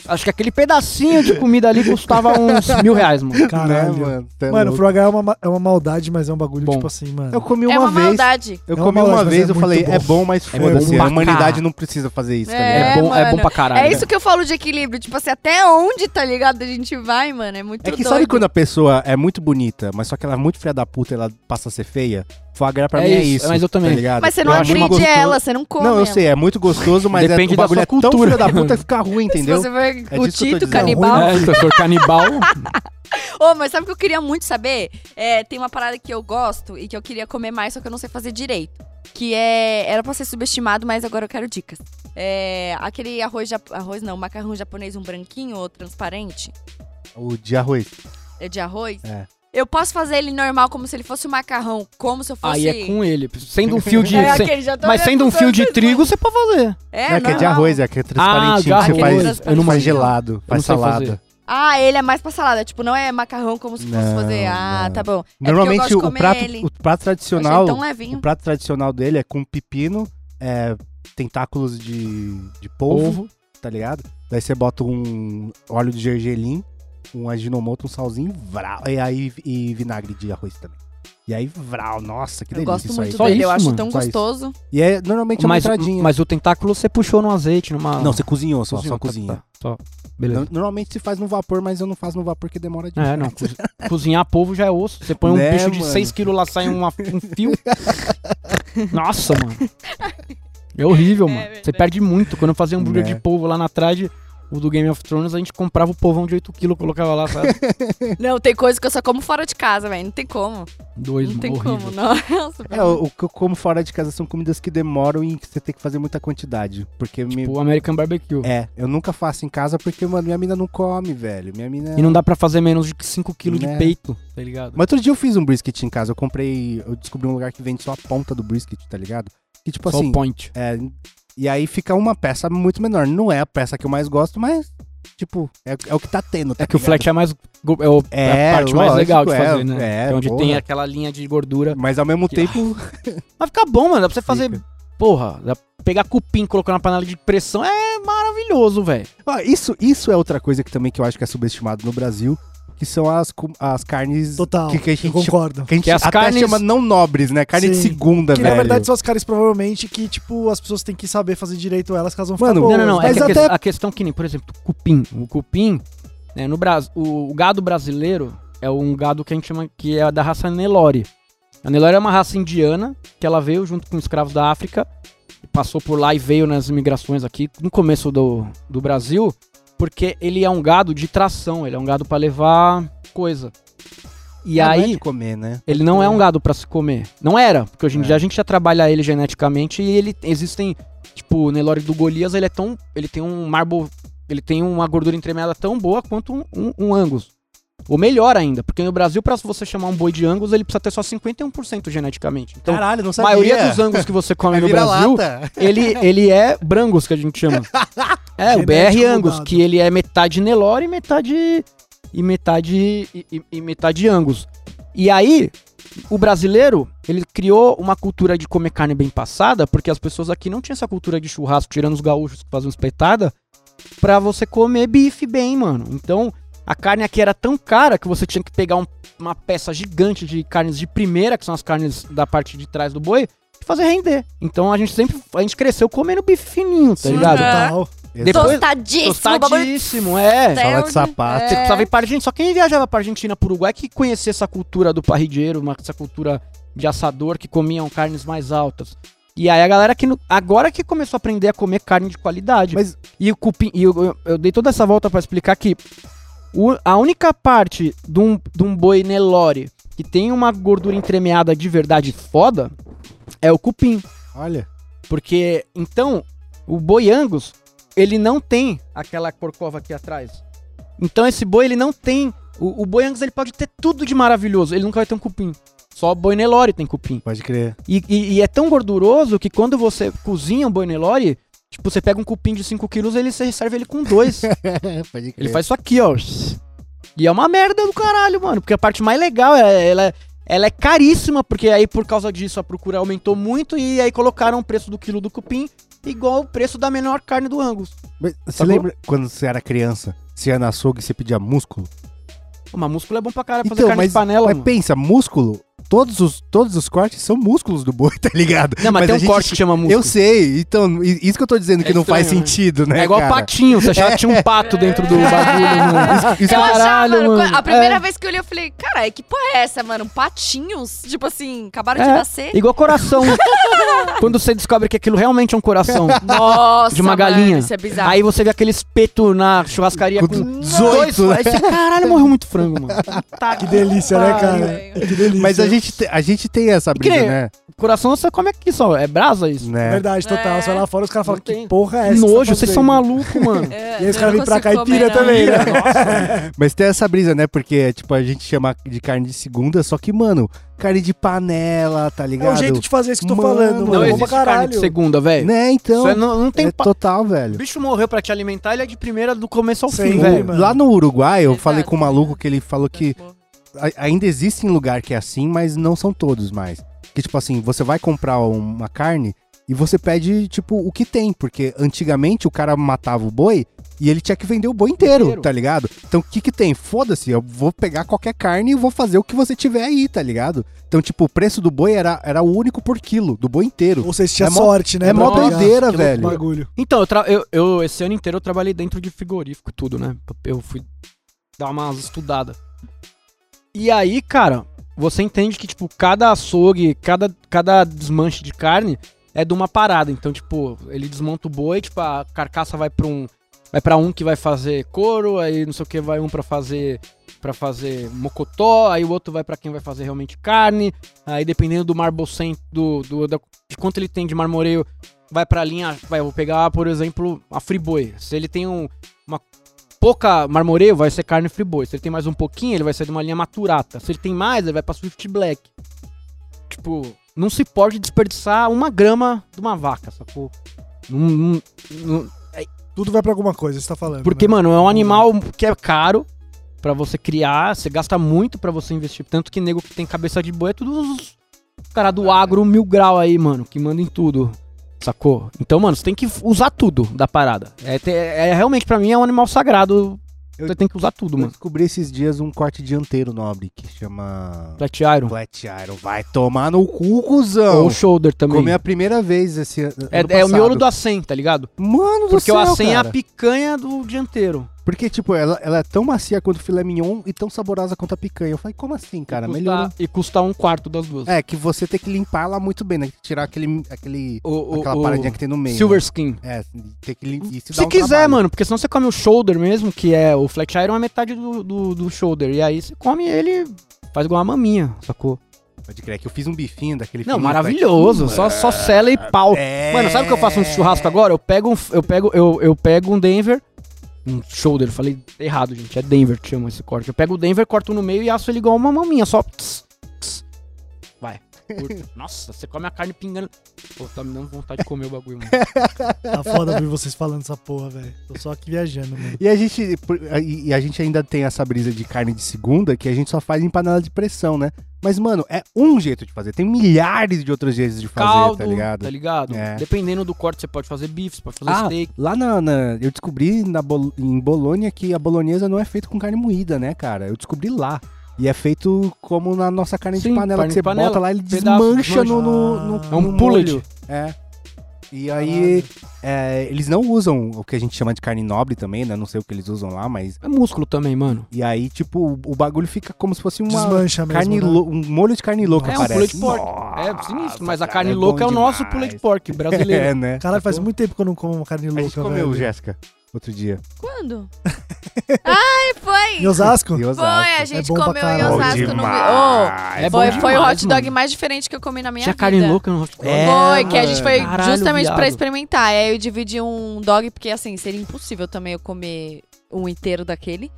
[SPEAKER 4] Acho que aquele pedacinho de comida ali custava uns mil reais, mano.
[SPEAKER 3] Caralho.
[SPEAKER 1] Né, mano? Tá
[SPEAKER 3] Mano, o
[SPEAKER 1] louco.
[SPEAKER 3] Frog é uma, ma- é uma maldade, mas é um bagulho,
[SPEAKER 4] Bom.
[SPEAKER 3] tipo assim, mano.
[SPEAKER 1] eu comi uma,
[SPEAKER 2] é uma
[SPEAKER 1] vez.
[SPEAKER 2] maldade.
[SPEAKER 1] Eu
[SPEAKER 3] É uma
[SPEAKER 1] comi uma
[SPEAKER 3] maldade,
[SPEAKER 1] vez,
[SPEAKER 3] mas
[SPEAKER 1] eu
[SPEAKER 3] é
[SPEAKER 1] falei,
[SPEAKER 3] muito
[SPEAKER 1] é
[SPEAKER 3] bom.
[SPEAKER 1] bom, mas
[SPEAKER 4] É bom
[SPEAKER 1] foda-se.
[SPEAKER 4] pra
[SPEAKER 1] a humanidade
[SPEAKER 4] caralho.
[SPEAKER 1] não precisa fazer isso, tá
[SPEAKER 2] É,
[SPEAKER 1] ligado?
[SPEAKER 4] É, bom, é bom
[SPEAKER 2] mano.
[SPEAKER 4] pra caralho.
[SPEAKER 2] É isso que eu falo de equilíbrio. Tipo assim, até onde, tá ligado? A gente vai, mano. É muito
[SPEAKER 1] É que
[SPEAKER 2] doido.
[SPEAKER 1] sabe quando a pessoa é muito bonita, mas só que ela é muito filha da puta e ela passa a ser feia? Foie gras pra
[SPEAKER 4] É
[SPEAKER 1] mim é
[SPEAKER 4] isso,
[SPEAKER 1] isso.
[SPEAKER 4] mas eu também.
[SPEAKER 1] Tá ligado?
[SPEAKER 2] Mas você não
[SPEAKER 1] Eu acho
[SPEAKER 2] agride
[SPEAKER 1] gostoso.
[SPEAKER 2] ela, você não come.
[SPEAKER 1] Não, eu
[SPEAKER 2] ela.
[SPEAKER 1] sei, é muito gostoso, mas é,
[SPEAKER 4] Depende
[SPEAKER 1] o
[SPEAKER 4] da
[SPEAKER 1] bagulho
[SPEAKER 4] sua
[SPEAKER 1] é tão
[SPEAKER 4] cultura.
[SPEAKER 1] filha da puta que fica ruim, entendeu?
[SPEAKER 2] Se você for
[SPEAKER 1] É
[SPEAKER 2] o
[SPEAKER 1] disso que eu tô
[SPEAKER 2] Tito,
[SPEAKER 1] dizendo.
[SPEAKER 2] canibal.
[SPEAKER 4] É, então, se for canibal.
[SPEAKER 2] Ô, mas sabe o que eu queria muito saber? É, tem uma parada que eu gosto e que eu queria comer mais, só que eu não sei fazer direito. Que é. Era pra ser subestimado, mas agora eu quero dicas. É. Aquele arroz. jap- Arroz não, macarrão japonês, um branquinho ou transparente.
[SPEAKER 1] O de arroz.
[SPEAKER 2] É de arroz.
[SPEAKER 1] É.
[SPEAKER 2] Eu posso fazer ele normal, como se ele fosse um macarrão. Como se eu fosse.
[SPEAKER 4] Aí é com ele. Sendo um fio de.
[SPEAKER 2] Assim. É,
[SPEAKER 4] sem-
[SPEAKER 2] aquele, já tô
[SPEAKER 4] mas
[SPEAKER 2] vendo
[SPEAKER 4] sendo um
[SPEAKER 2] os
[SPEAKER 4] fio de
[SPEAKER 2] outros,
[SPEAKER 4] trigo,
[SPEAKER 2] mano.
[SPEAKER 4] você pode fazer.
[SPEAKER 2] É,
[SPEAKER 1] não é que é de
[SPEAKER 2] normal.
[SPEAKER 1] arroz, é que é transparentinho,
[SPEAKER 4] Ah,
[SPEAKER 1] que
[SPEAKER 2] de
[SPEAKER 1] você
[SPEAKER 2] arroz.
[SPEAKER 1] faz,
[SPEAKER 2] Eu não
[SPEAKER 1] faz
[SPEAKER 2] sei.
[SPEAKER 1] gelado, faz
[SPEAKER 4] sei
[SPEAKER 1] salada.
[SPEAKER 4] fazer.
[SPEAKER 2] Ah, ele é mais pra salada. Tipo, não é macarrão como se fosse
[SPEAKER 1] Não,
[SPEAKER 2] fazer. Ah,
[SPEAKER 1] não.
[SPEAKER 2] tá bom. é
[SPEAKER 1] Normalmente
[SPEAKER 2] porque eu gosto
[SPEAKER 1] o
[SPEAKER 2] de comer
[SPEAKER 1] prato,
[SPEAKER 2] ele.
[SPEAKER 1] o prato
[SPEAKER 2] Eu achei
[SPEAKER 1] tradicional,
[SPEAKER 2] tão
[SPEAKER 1] o
[SPEAKER 2] levinho.
[SPEAKER 1] prato tradicional dele é com pepino, é, tentáculos de, de polvo, tá ligado? Daí você bota um óleo de gergelim, um aginomoto, um salzinho, vral, e aí e vinagre de arroz também. E aí, vral, nossa, que
[SPEAKER 2] Eu
[SPEAKER 1] delícia
[SPEAKER 2] gosto
[SPEAKER 1] isso aí.
[SPEAKER 2] muito
[SPEAKER 4] Só
[SPEAKER 2] dele, eu
[SPEAKER 4] isso,
[SPEAKER 2] acho
[SPEAKER 4] mano?
[SPEAKER 2] tão
[SPEAKER 1] é Só isso.
[SPEAKER 2] gostoso.
[SPEAKER 1] E é normalmente é uma
[SPEAKER 4] Mas,
[SPEAKER 1] entradinha.
[SPEAKER 4] mas o tentáculo você puxou num azeite, numa.
[SPEAKER 1] Não, você cozinhou, só,
[SPEAKER 4] Só-
[SPEAKER 1] só
[SPEAKER 4] só-
[SPEAKER 1] cozinha.
[SPEAKER 4] tá, Só. Beleza.
[SPEAKER 1] No- Normalmente se faz no vapor, mas eu não faço no vapor porque demora demais.
[SPEAKER 4] É, não. cozi- Cozinhar polvo já é osso. Você põe um
[SPEAKER 1] Né,
[SPEAKER 4] bicho de
[SPEAKER 1] mano?
[SPEAKER 4] 6kg lá, sai uma- um fio. Nossa, mano. É horrível,
[SPEAKER 2] É
[SPEAKER 4] mano. Você
[SPEAKER 2] verdade.
[SPEAKER 4] perde muito. Quando eu fazia um hambúrguer
[SPEAKER 1] Né.
[SPEAKER 4] de polvo lá na trade, o do Game of Thrones, a gente comprava o polvão de 8kg, colocava lá, sabe?
[SPEAKER 2] Não, tem coisa que eu só como fora de casa, velho. Não tem como.
[SPEAKER 4] Dois,
[SPEAKER 2] não
[SPEAKER 4] mano.
[SPEAKER 2] tem
[SPEAKER 4] Horrível.
[SPEAKER 2] como, não. Nossa,
[SPEAKER 1] É, o, o que eu como fora de casa são comidas que demoram e que você tem que fazer muita quantidade. Porque
[SPEAKER 2] né?
[SPEAKER 1] me-
[SPEAKER 4] O American Barbecue.
[SPEAKER 1] É, eu nunca faço em casa porque, mano, minha mina não come, velho. Minha mina.
[SPEAKER 4] E não dá pra fazer menos de 5kg
[SPEAKER 1] Né.
[SPEAKER 4] de peito, tá ligado?
[SPEAKER 1] Mas outro dia eu fiz um brisket em casa. Eu comprei. Eu descobri um lugar que vende só a ponta do brisket, tá ligado? Que tipo
[SPEAKER 4] Só o
[SPEAKER 1] assim.
[SPEAKER 4] point.
[SPEAKER 1] É, e aí fica uma peça muito menor. Não é a peça que eu mais gosto, mas, tipo, é, é o que tá tendo. Tá
[SPEAKER 4] É que o
[SPEAKER 1] ligado?
[SPEAKER 4] flat é mais. go- É, o- é
[SPEAKER 1] É,
[SPEAKER 4] a parte mais
[SPEAKER 1] lógico,
[SPEAKER 4] legal de
[SPEAKER 1] é,
[SPEAKER 4] fazer, né?
[SPEAKER 1] é,
[SPEAKER 4] que onde
[SPEAKER 1] porra.
[SPEAKER 4] tem aquela linha de gordura.
[SPEAKER 1] Mas ao mesmo
[SPEAKER 4] Que-
[SPEAKER 1] tempo.
[SPEAKER 4] Mas fica bom, mano. Dá pra você fazer.
[SPEAKER 1] Fica.
[SPEAKER 4] Porra, dá pra pegar cupim, colocar na panela de pressão. É maravilhoso, velho.
[SPEAKER 1] Ó, isso, isso é outra coisa que também que eu acho que é subestimado no Brasil, que são as, com- as carnes.
[SPEAKER 3] Total.
[SPEAKER 1] Que, que a gente,
[SPEAKER 3] eu concordo.
[SPEAKER 1] que a gente
[SPEAKER 4] Que as
[SPEAKER 1] até
[SPEAKER 4] carnes-
[SPEAKER 1] chama não nobres, né? Carne de
[SPEAKER 3] Sim.
[SPEAKER 1] segunda,
[SPEAKER 3] Que
[SPEAKER 1] velho.
[SPEAKER 3] na verdade são as caras provavelmente que, tipo, as pessoas têm que saber fazer direito elas, que elas vão ficar
[SPEAKER 1] Mano,
[SPEAKER 4] Não,
[SPEAKER 3] boas.
[SPEAKER 4] não, não. É
[SPEAKER 1] mas
[SPEAKER 4] que a, que-
[SPEAKER 1] até-
[SPEAKER 4] a questão que nem, por exemplo, cupim. O cupim, né, no Brasil, o, o gado brasileiro é um gado que a gente chama que é da raça Nelore. A Nelore é uma raça indiana que ela veio junto com escravos da África, passou por lá e veio nas imigrações aqui no começo do, do Brasil, porque ele é um gado de tração, ele é um gado pra levar coisa. E
[SPEAKER 1] Ah, não é
[SPEAKER 4] aí
[SPEAKER 1] de comer, né?
[SPEAKER 4] Ele não é um gado pra se comer. Não era, porque hoje em
[SPEAKER 1] É.
[SPEAKER 4] dia a gente já trabalha ele geneticamente e ele existem, tipo, o Nelore do Golias, ele é tão, ele tem um marble, ele tem uma gordura entremeada tão boa quanto um, um, um Angus. Ou melhor ainda, porque no Brasil pra você chamar um boi de Angus, ele precisa ter só 51% geneticamente. Então,
[SPEAKER 1] Caralho, não
[SPEAKER 4] a maioria dos Angus que você come
[SPEAKER 1] É
[SPEAKER 4] no Brasil, tá
[SPEAKER 1] vira-lata.
[SPEAKER 4] ele, ele é Brangus, que a gente chama. É, o BR
[SPEAKER 3] Genético
[SPEAKER 4] Angus,
[SPEAKER 3] mudado.
[SPEAKER 4] que ele é metade Nelore e metade. E metade. E, e- e metade Angus. E aí, o brasileiro, ele criou uma cultura de comer carne bem passada, porque as pessoas aqui não tinham essa cultura de churrasco, tirando os gaúchos que faziam espetada, pra você comer bife bem, mano. Então, a carne aqui era tão cara que você tinha que pegar um- uma peça gigante de carnes de primeira, que são as carnes da parte de trás do boi, e fazer render. Então a gente sempre. A gente cresceu comendo bife fininho, tá
[SPEAKER 3] Sim, É.
[SPEAKER 4] ligado?
[SPEAKER 3] Total.
[SPEAKER 4] Depois-
[SPEAKER 2] Tostadíssimo, bagulho.
[SPEAKER 4] Tostadíssimo, é.
[SPEAKER 2] Certo.
[SPEAKER 1] Sala de sapato.
[SPEAKER 4] Você precisava ir pra Argentina. Só quem viajava pra Argentina, pro Uruguai, que conhecia essa cultura do parrilheiro, uma- essa cultura de assador, que comiam carnes mais altas. E aí a galera que... no- agora que começou a aprender a comer carne de qualidade.
[SPEAKER 1] Mas-
[SPEAKER 4] E o cupim... E eu, eu- eu dei toda essa volta pra explicar que o- a única parte de um, de um boi Nelore que tem uma gordura entremeada de verdade foda é o cupim.
[SPEAKER 1] Olha.
[SPEAKER 4] Porque, então, o boi Angus, ele não tem aquela corcova aqui atrás. Então, esse boi, ele não tem... O, o boi Angus, ele pode ter tudo de maravilhoso. Ele nunca vai ter um cupim. Só o boi Nelore tem cupim.
[SPEAKER 1] Pode crer.
[SPEAKER 4] E, e- e é tão gorduroso que quando você cozinha um boi Nelore, tipo, você pega um cupim de 5 quilos, ele você serve ele com dois.
[SPEAKER 1] Pode crer.
[SPEAKER 4] Ele faz isso aqui, ó. E é uma merda do caralho, mano. Porque a parte mais legal, é- ela, Ela é caríssima, porque aí por causa disso a procura aumentou muito e aí colocaram o preço do quilo do cupim igual o preço da menor carne do Angus.
[SPEAKER 1] Mas Você
[SPEAKER 4] Tá bom?
[SPEAKER 1] lembra quando você era criança? Você ia na açougue e você pedia músculo?
[SPEAKER 4] Uma músculo é bom pra cara fazer carne de panela,
[SPEAKER 1] Então, mas
[SPEAKER 4] mano.
[SPEAKER 1] pensa, músculo, todos os, todos os cortes são músculos do boi, tá ligado?
[SPEAKER 4] Não, mas, tem
[SPEAKER 1] a
[SPEAKER 4] um
[SPEAKER 1] gente-
[SPEAKER 4] corte que chama músculo.
[SPEAKER 1] Eu sei, então, i- isso que eu tô dizendo que
[SPEAKER 4] É
[SPEAKER 1] não faz
[SPEAKER 4] estranho, né?
[SPEAKER 1] sentido, né,
[SPEAKER 4] é igual
[SPEAKER 1] cara?
[SPEAKER 4] patinho, você achava que tinha um pato dentro do bagulho, né? mano.
[SPEAKER 1] Isso-
[SPEAKER 2] eu
[SPEAKER 4] Caralho,
[SPEAKER 2] achava, mano,
[SPEAKER 4] mano.
[SPEAKER 2] a primeira
[SPEAKER 4] É.
[SPEAKER 2] vez que eu olhei, eu falei, caralho, que porra é essa, mano? Patinhos? Tipo assim, acabaram de
[SPEAKER 4] É.
[SPEAKER 2] nascer.
[SPEAKER 4] Igual coração. Quando você descobre que aquilo realmente é um coração.
[SPEAKER 2] Nossa,
[SPEAKER 4] de uma
[SPEAKER 2] mano,
[SPEAKER 4] galinha.
[SPEAKER 2] isso é bizarro.
[SPEAKER 4] Aí você vê aquele espeto na churrascaria
[SPEAKER 1] Com
[SPEAKER 4] com, né?
[SPEAKER 1] 18,
[SPEAKER 4] dois- Aí você, caralho, morreu muito frango, mano.
[SPEAKER 3] Que delícia, né, cara?
[SPEAKER 2] Ai,
[SPEAKER 3] Que delícia.
[SPEAKER 1] Mas a gente, te- a gente tem essa
[SPEAKER 4] E que
[SPEAKER 1] brisa,
[SPEAKER 4] nem-
[SPEAKER 1] né?
[SPEAKER 4] Coração você come aqui só, é brasa isso.
[SPEAKER 1] Né?
[SPEAKER 3] Verdade, total. Você vai lá fora os caras falam,
[SPEAKER 4] Não
[SPEAKER 3] que
[SPEAKER 4] tem.
[SPEAKER 3] porra é essa? que você
[SPEAKER 4] Nojo,
[SPEAKER 3] tá
[SPEAKER 4] vocês são
[SPEAKER 3] fazendo?"
[SPEAKER 4] malucos, mano.
[SPEAKER 2] é,
[SPEAKER 3] E aí os
[SPEAKER 2] eu
[SPEAKER 3] caras
[SPEAKER 2] não
[SPEAKER 3] vêm pra cá
[SPEAKER 2] consigo
[SPEAKER 3] e pira
[SPEAKER 2] comer, não.
[SPEAKER 3] também, né?
[SPEAKER 1] Mas tem essa brisa, né? Porque, tipo, a gente chama de carne de segunda, só que, mano, carne de panela, tá
[SPEAKER 3] É
[SPEAKER 1] ligado?
[SPEAKER 3] o jeito de fazer isso que eu tô
[SPEAKER 1] Mano,
[SPEAKER 3] falando,
[SPEAKER 1] não
[SPEAKER 4] Não
[SPEAKER 3] mano. Bom pra
[SPEAKER 4] existe carne de
[SPEAKER 3] caralho.
[SPEAKER 4] segunda, velho.
[SPEAKER 1] Né, então,
[SPEAKER 4] Isso é- não, não tem...
[SPEAKER 1] é
[SPEAKER 4] pa-
[SPEAKER 1] total, velho.
[SPEAKER 4] O bicho morreu pra te alimentar, ele é de primeira do começo ao
[SPEAKER 3] Sempre,
[SPEAKER 4] fim, velho.
[SPEAKER 3] mano.
[SPEAKER 1] Lá no Uruguai, eu falei
[SPEAKER 2] Exato.
[SPEAKER 1] com um maluco que ele falou que a- ainda existe em lugar que é assim, mas não são todos mais. Que tipo assim, você vai comprar uma carne e você pede, tipo, o que tem, porque antigamente o cara matava o boi e ele tinha que vender o boi inteiro,
[SPEAKER 4] Inteiro.
[SPEAKER 1] tá ligado? Então o que que tem? Foda-se, eu vou pegar qualquer carne e vou fazer o que você tiver aí, tá ligado? Então, tipo, o preço do boi era, era o único por quilo, do boi inteiro.
[SPEAKER 3] Ou vocês tinham
[SPEAKER 1] É mó-
[SPEAKER 3] sorte, né?
[SPEAKER 1] é mó
[SPEAKER 3] pra pegar
[SPEAKER 1] doideira,
[SPEAKER 3] aquele
[SPEAKER 1] velho.
[SPEAKER 3] Bagulho.
[SPEAKER 4] Então, eu, tra- eu, eu- esse ano inteiro eu trabalhei dentro de frigorífico, tudo, né? Eu fui dar umas estudadas. E aí, cara, você entende que, tipo, cada açougue, cada, cada desmanche de carne é de uma parada. Então, tipo, ele desmonta o boi, tipo, a carcaça vai pra um. Vai pra um que vai fazer couro, aí não sei o que, vai um pra fazer. para fazer mocotó, aí o outro vai pra quem vai fazer realmente carne. Aí dependendo do marbocen, do, do, da- de quanto ele tem de marmoreio, vai pra linha. Vai, eu vou pegar, por exemplo, a friboi. Se ele tem um, uma pouca marmoreio, vai ser carne friboi. Se ele tem mais um pouquinho, ele vai ser de uma linha maturata. Se ele tem mais, ele vai pra Swift Black. Tipo, não se pode desperdiçar uma grama de uma vaca, sacou? Não- não- não,
[SPEAKER 3] Tudo vai pra alguma coisa, você tá falando.
[SPEAKER 4] porque,
[SPEAKER 3] né?
[SPEAKER 4] mano, é
[SPEAKER 1] Uhum.
[SPEAKER 4] um animal que é caro pra você criar, você gasta muito pra você investir. Tanto que nego que tem cabeça de boi é tudo os cara do agro mil grau aí, mano, que manda em tudo. Sacou? Então, mano, você tem que usar tudo da parada. É, te- é realmente pra mim é um animal sagrado.
[SPEAKER 1] Eu-
[SPEAKER 4] Você tem que usar tudo,
[SPEAKER 1] Eu
[SPEAKER 4] mano.
[SPEAKER 1] descobri esses dias um corte dianteiro nobre que chama.
[SPEAKER 4] Flat Iron.
[SPEAKER 1] Flat Iron. Vai tomar no cu, cuzão.
[SPEAKER 4] Ou shoulder também.
[SPEAKER 1] Comi a primeira vez esse ano
[SPEAKER 4] É, é o miolo do acém, tá ligado?
[SPEAKER 1] Mano do
[SPEAKER 4] Porque
[SPEAKER 1] céu,
[SPEAKER 4] o acém é a
[SPEAKER 1] cara.
[SPEAKER 4] picanha do dianteiro.
[SPEAKER 1] Porque, tipo, ela, ela é tão macia quanto o filé mignon e tão saborosa quanto a picanha. Eu falei, como assim, cara?
[SPEAKER 4] custa,
[SPEAKER 1] Melhorou.
[SPEAKER 4] E custa um quarto das duas.
[SPEAKER 1] É, que você tem que limpar ela muito bem, né? Tem que Tirar aquele, aquele,
[SPEAKER 4] O, o,
[SPEAKER 1] aquela
[SPEAKER 4] o
[SPEAKER 1] paradinha que tem no meio. né?
[SPEAKER 4] Silver Skin.
[SPEAKER 1] É, tem que limpar.
[SPEAKER 4] Se quiser, mano, porque senão você come o shoulder mesmo, que é o flat iron, é metade do, do, do shoulder. E aí você come ele, faz igual uma maminha, sacou?
[SPEAKER 1] Pode crer, que eu fiz um bifinho daquele
[SPEAKER 4] Não,
[SPEAKER 1] fininho,
[SPEAKER 4] maravilhoso. Só, só sela e pau.
[SPEAKER 1] tá? É.
[SPEAKER 4] Mano, sabe o que eu faço um churrasco agora? Eu pego um. Eu pego, eu, eu pego um Denver. Um shoulder, falei errado, gente. É Denver que chama esse corte. Eu pego o Denver, corto no meio e aço ele igual uma maminha, só. tss, tss. Vai. Curto. Nossa, você come a carne pingando. Pô, tá me dando vontade de comer o bagulho, mano.
[SPEAKER 3] Tá foda ouvir vocês falando essa porra, velho. Tô só aqui viajando, mano.
[SPEAKER 1] E a, gente, por- e e a gente ainda tem essa brisa de carne de segunda que a gente só faz em panela de pressão, né? Mas, mano, é um jeito de fazer. Tem milhares de outros jeitos de fazer,
[SPEAKER 4] Caldo,
[SPEAKER 1] tá ligado? É.
[SPEAKER 4] Dependendo do corte, você pode fazer bife, você pode fazer
[SPEAKER 1] Ah,
[SPEAKER 4] steak.
[SPEAKER 1] lá na, na- eu descobri na Bol- em Bolônia que a bolonhesa não é feita com carne moída, né, cara? Eu descobri lá. E é feito como na nossa carne
[SPEAKER 4] Sim,
[SPEAKER 1] de panela, que
[SPEAKER 4] carne de
[SPEAKER 1] você
[SPEAKER 4] panela,
[SPEAKER 1] bota lá, ele
[SPEAKER 4] pedaço,
[SPEAKER 1] desmancha no,
[SPEAKER 3] desmancha.
[SPEAKER 1] no, no-
[SPEAKER 3] Ah.
[SPEAKER 4] É um
[SPEAKER 1] no
[SPEAKER 4] pullet.
[SPEAKER 1] molho. É. E aí, é, eles não usam o que a gente chama de carne nobre também, né? Não sei o que eles usam lá, mas...
[SPEAKER 4] É músculo também, mano.
[SPEAKER 1] E aí, tipo, o, o bagulho fica como se fosse uma
[SPEAKER 3] Desmancha mesmo.
[SPEAKER 1] carne
[SPEAKER 3] né?
[SPEAKER 1] lou- um molho de carne louca,
[SPEAKER 4] É um
[SPEAKER 1] parece.
[SPEAKER 4] pullet pork. é
[SPEAKER 1] Nossa,
[SPEAKER 4] sinistro, mas a
[SPEAKER 1] Ah, cara,
[SPEAKER 4] carne
[SPEAKER 1] é
[SPEAKER 4] louca é
[SPEAKER 1] bom
[SPEAKER 4] o nosso
[SPEAKER 1] demais.
[SPEAKER 4] pulled pork brasileiro.
[SPEAKER 1] É, né?
[SPEAKER 3] Caralho, faz
[SPEAKER 4] Sacou?
[SPEAKER 3] muito tempo que eu não como uma carne
[SPEAKER 1] A
[SPEAKER 3] louca,
[SPEAKER 1] gente comeu,
[SPEAKER 3] velho.
[SPEAKER 1] Jéssica, outro dia.
[SPEAKER 2] Quando? Ai, foi!
[SPEAKER 3] Em Osasco? É
[SPEAKER 1] E
[SPEAKER 2] Foi, a gente
[SPEAKER 3] bom pra
[SPEAKER 2] comeu em
[SPEAKER 3] caralho. Bom
[SPEAKER 2] Osasco. No... Oh,
[SPEAKER 1] demais.
[SPEAKER 4] É bom
[SPEAKER 2] foi,
[SPEAKER 4] demais,
[SPEAKER 2] foi o hot dog
[SPEAKER 4] mano.
[SPEAKER 2] mais diferente que eu comi na minha
[SPEAKER 4] Tinha
[SPEAKER 2] vida.
[SPEAKER 4] carne louca no hot dog.
[SPEAKER 1] É,
[SPEAKER 2] Foi, que a gente foi
[SPEAKER 4] Caralho,
[SPEAKER 2] justamente
[SPEAKER 4] viado.
[SPEAKER 2] pra experimentar. Aí eu dividi um dog, porque assim, seria impossível também eu comer um inteiro daquele.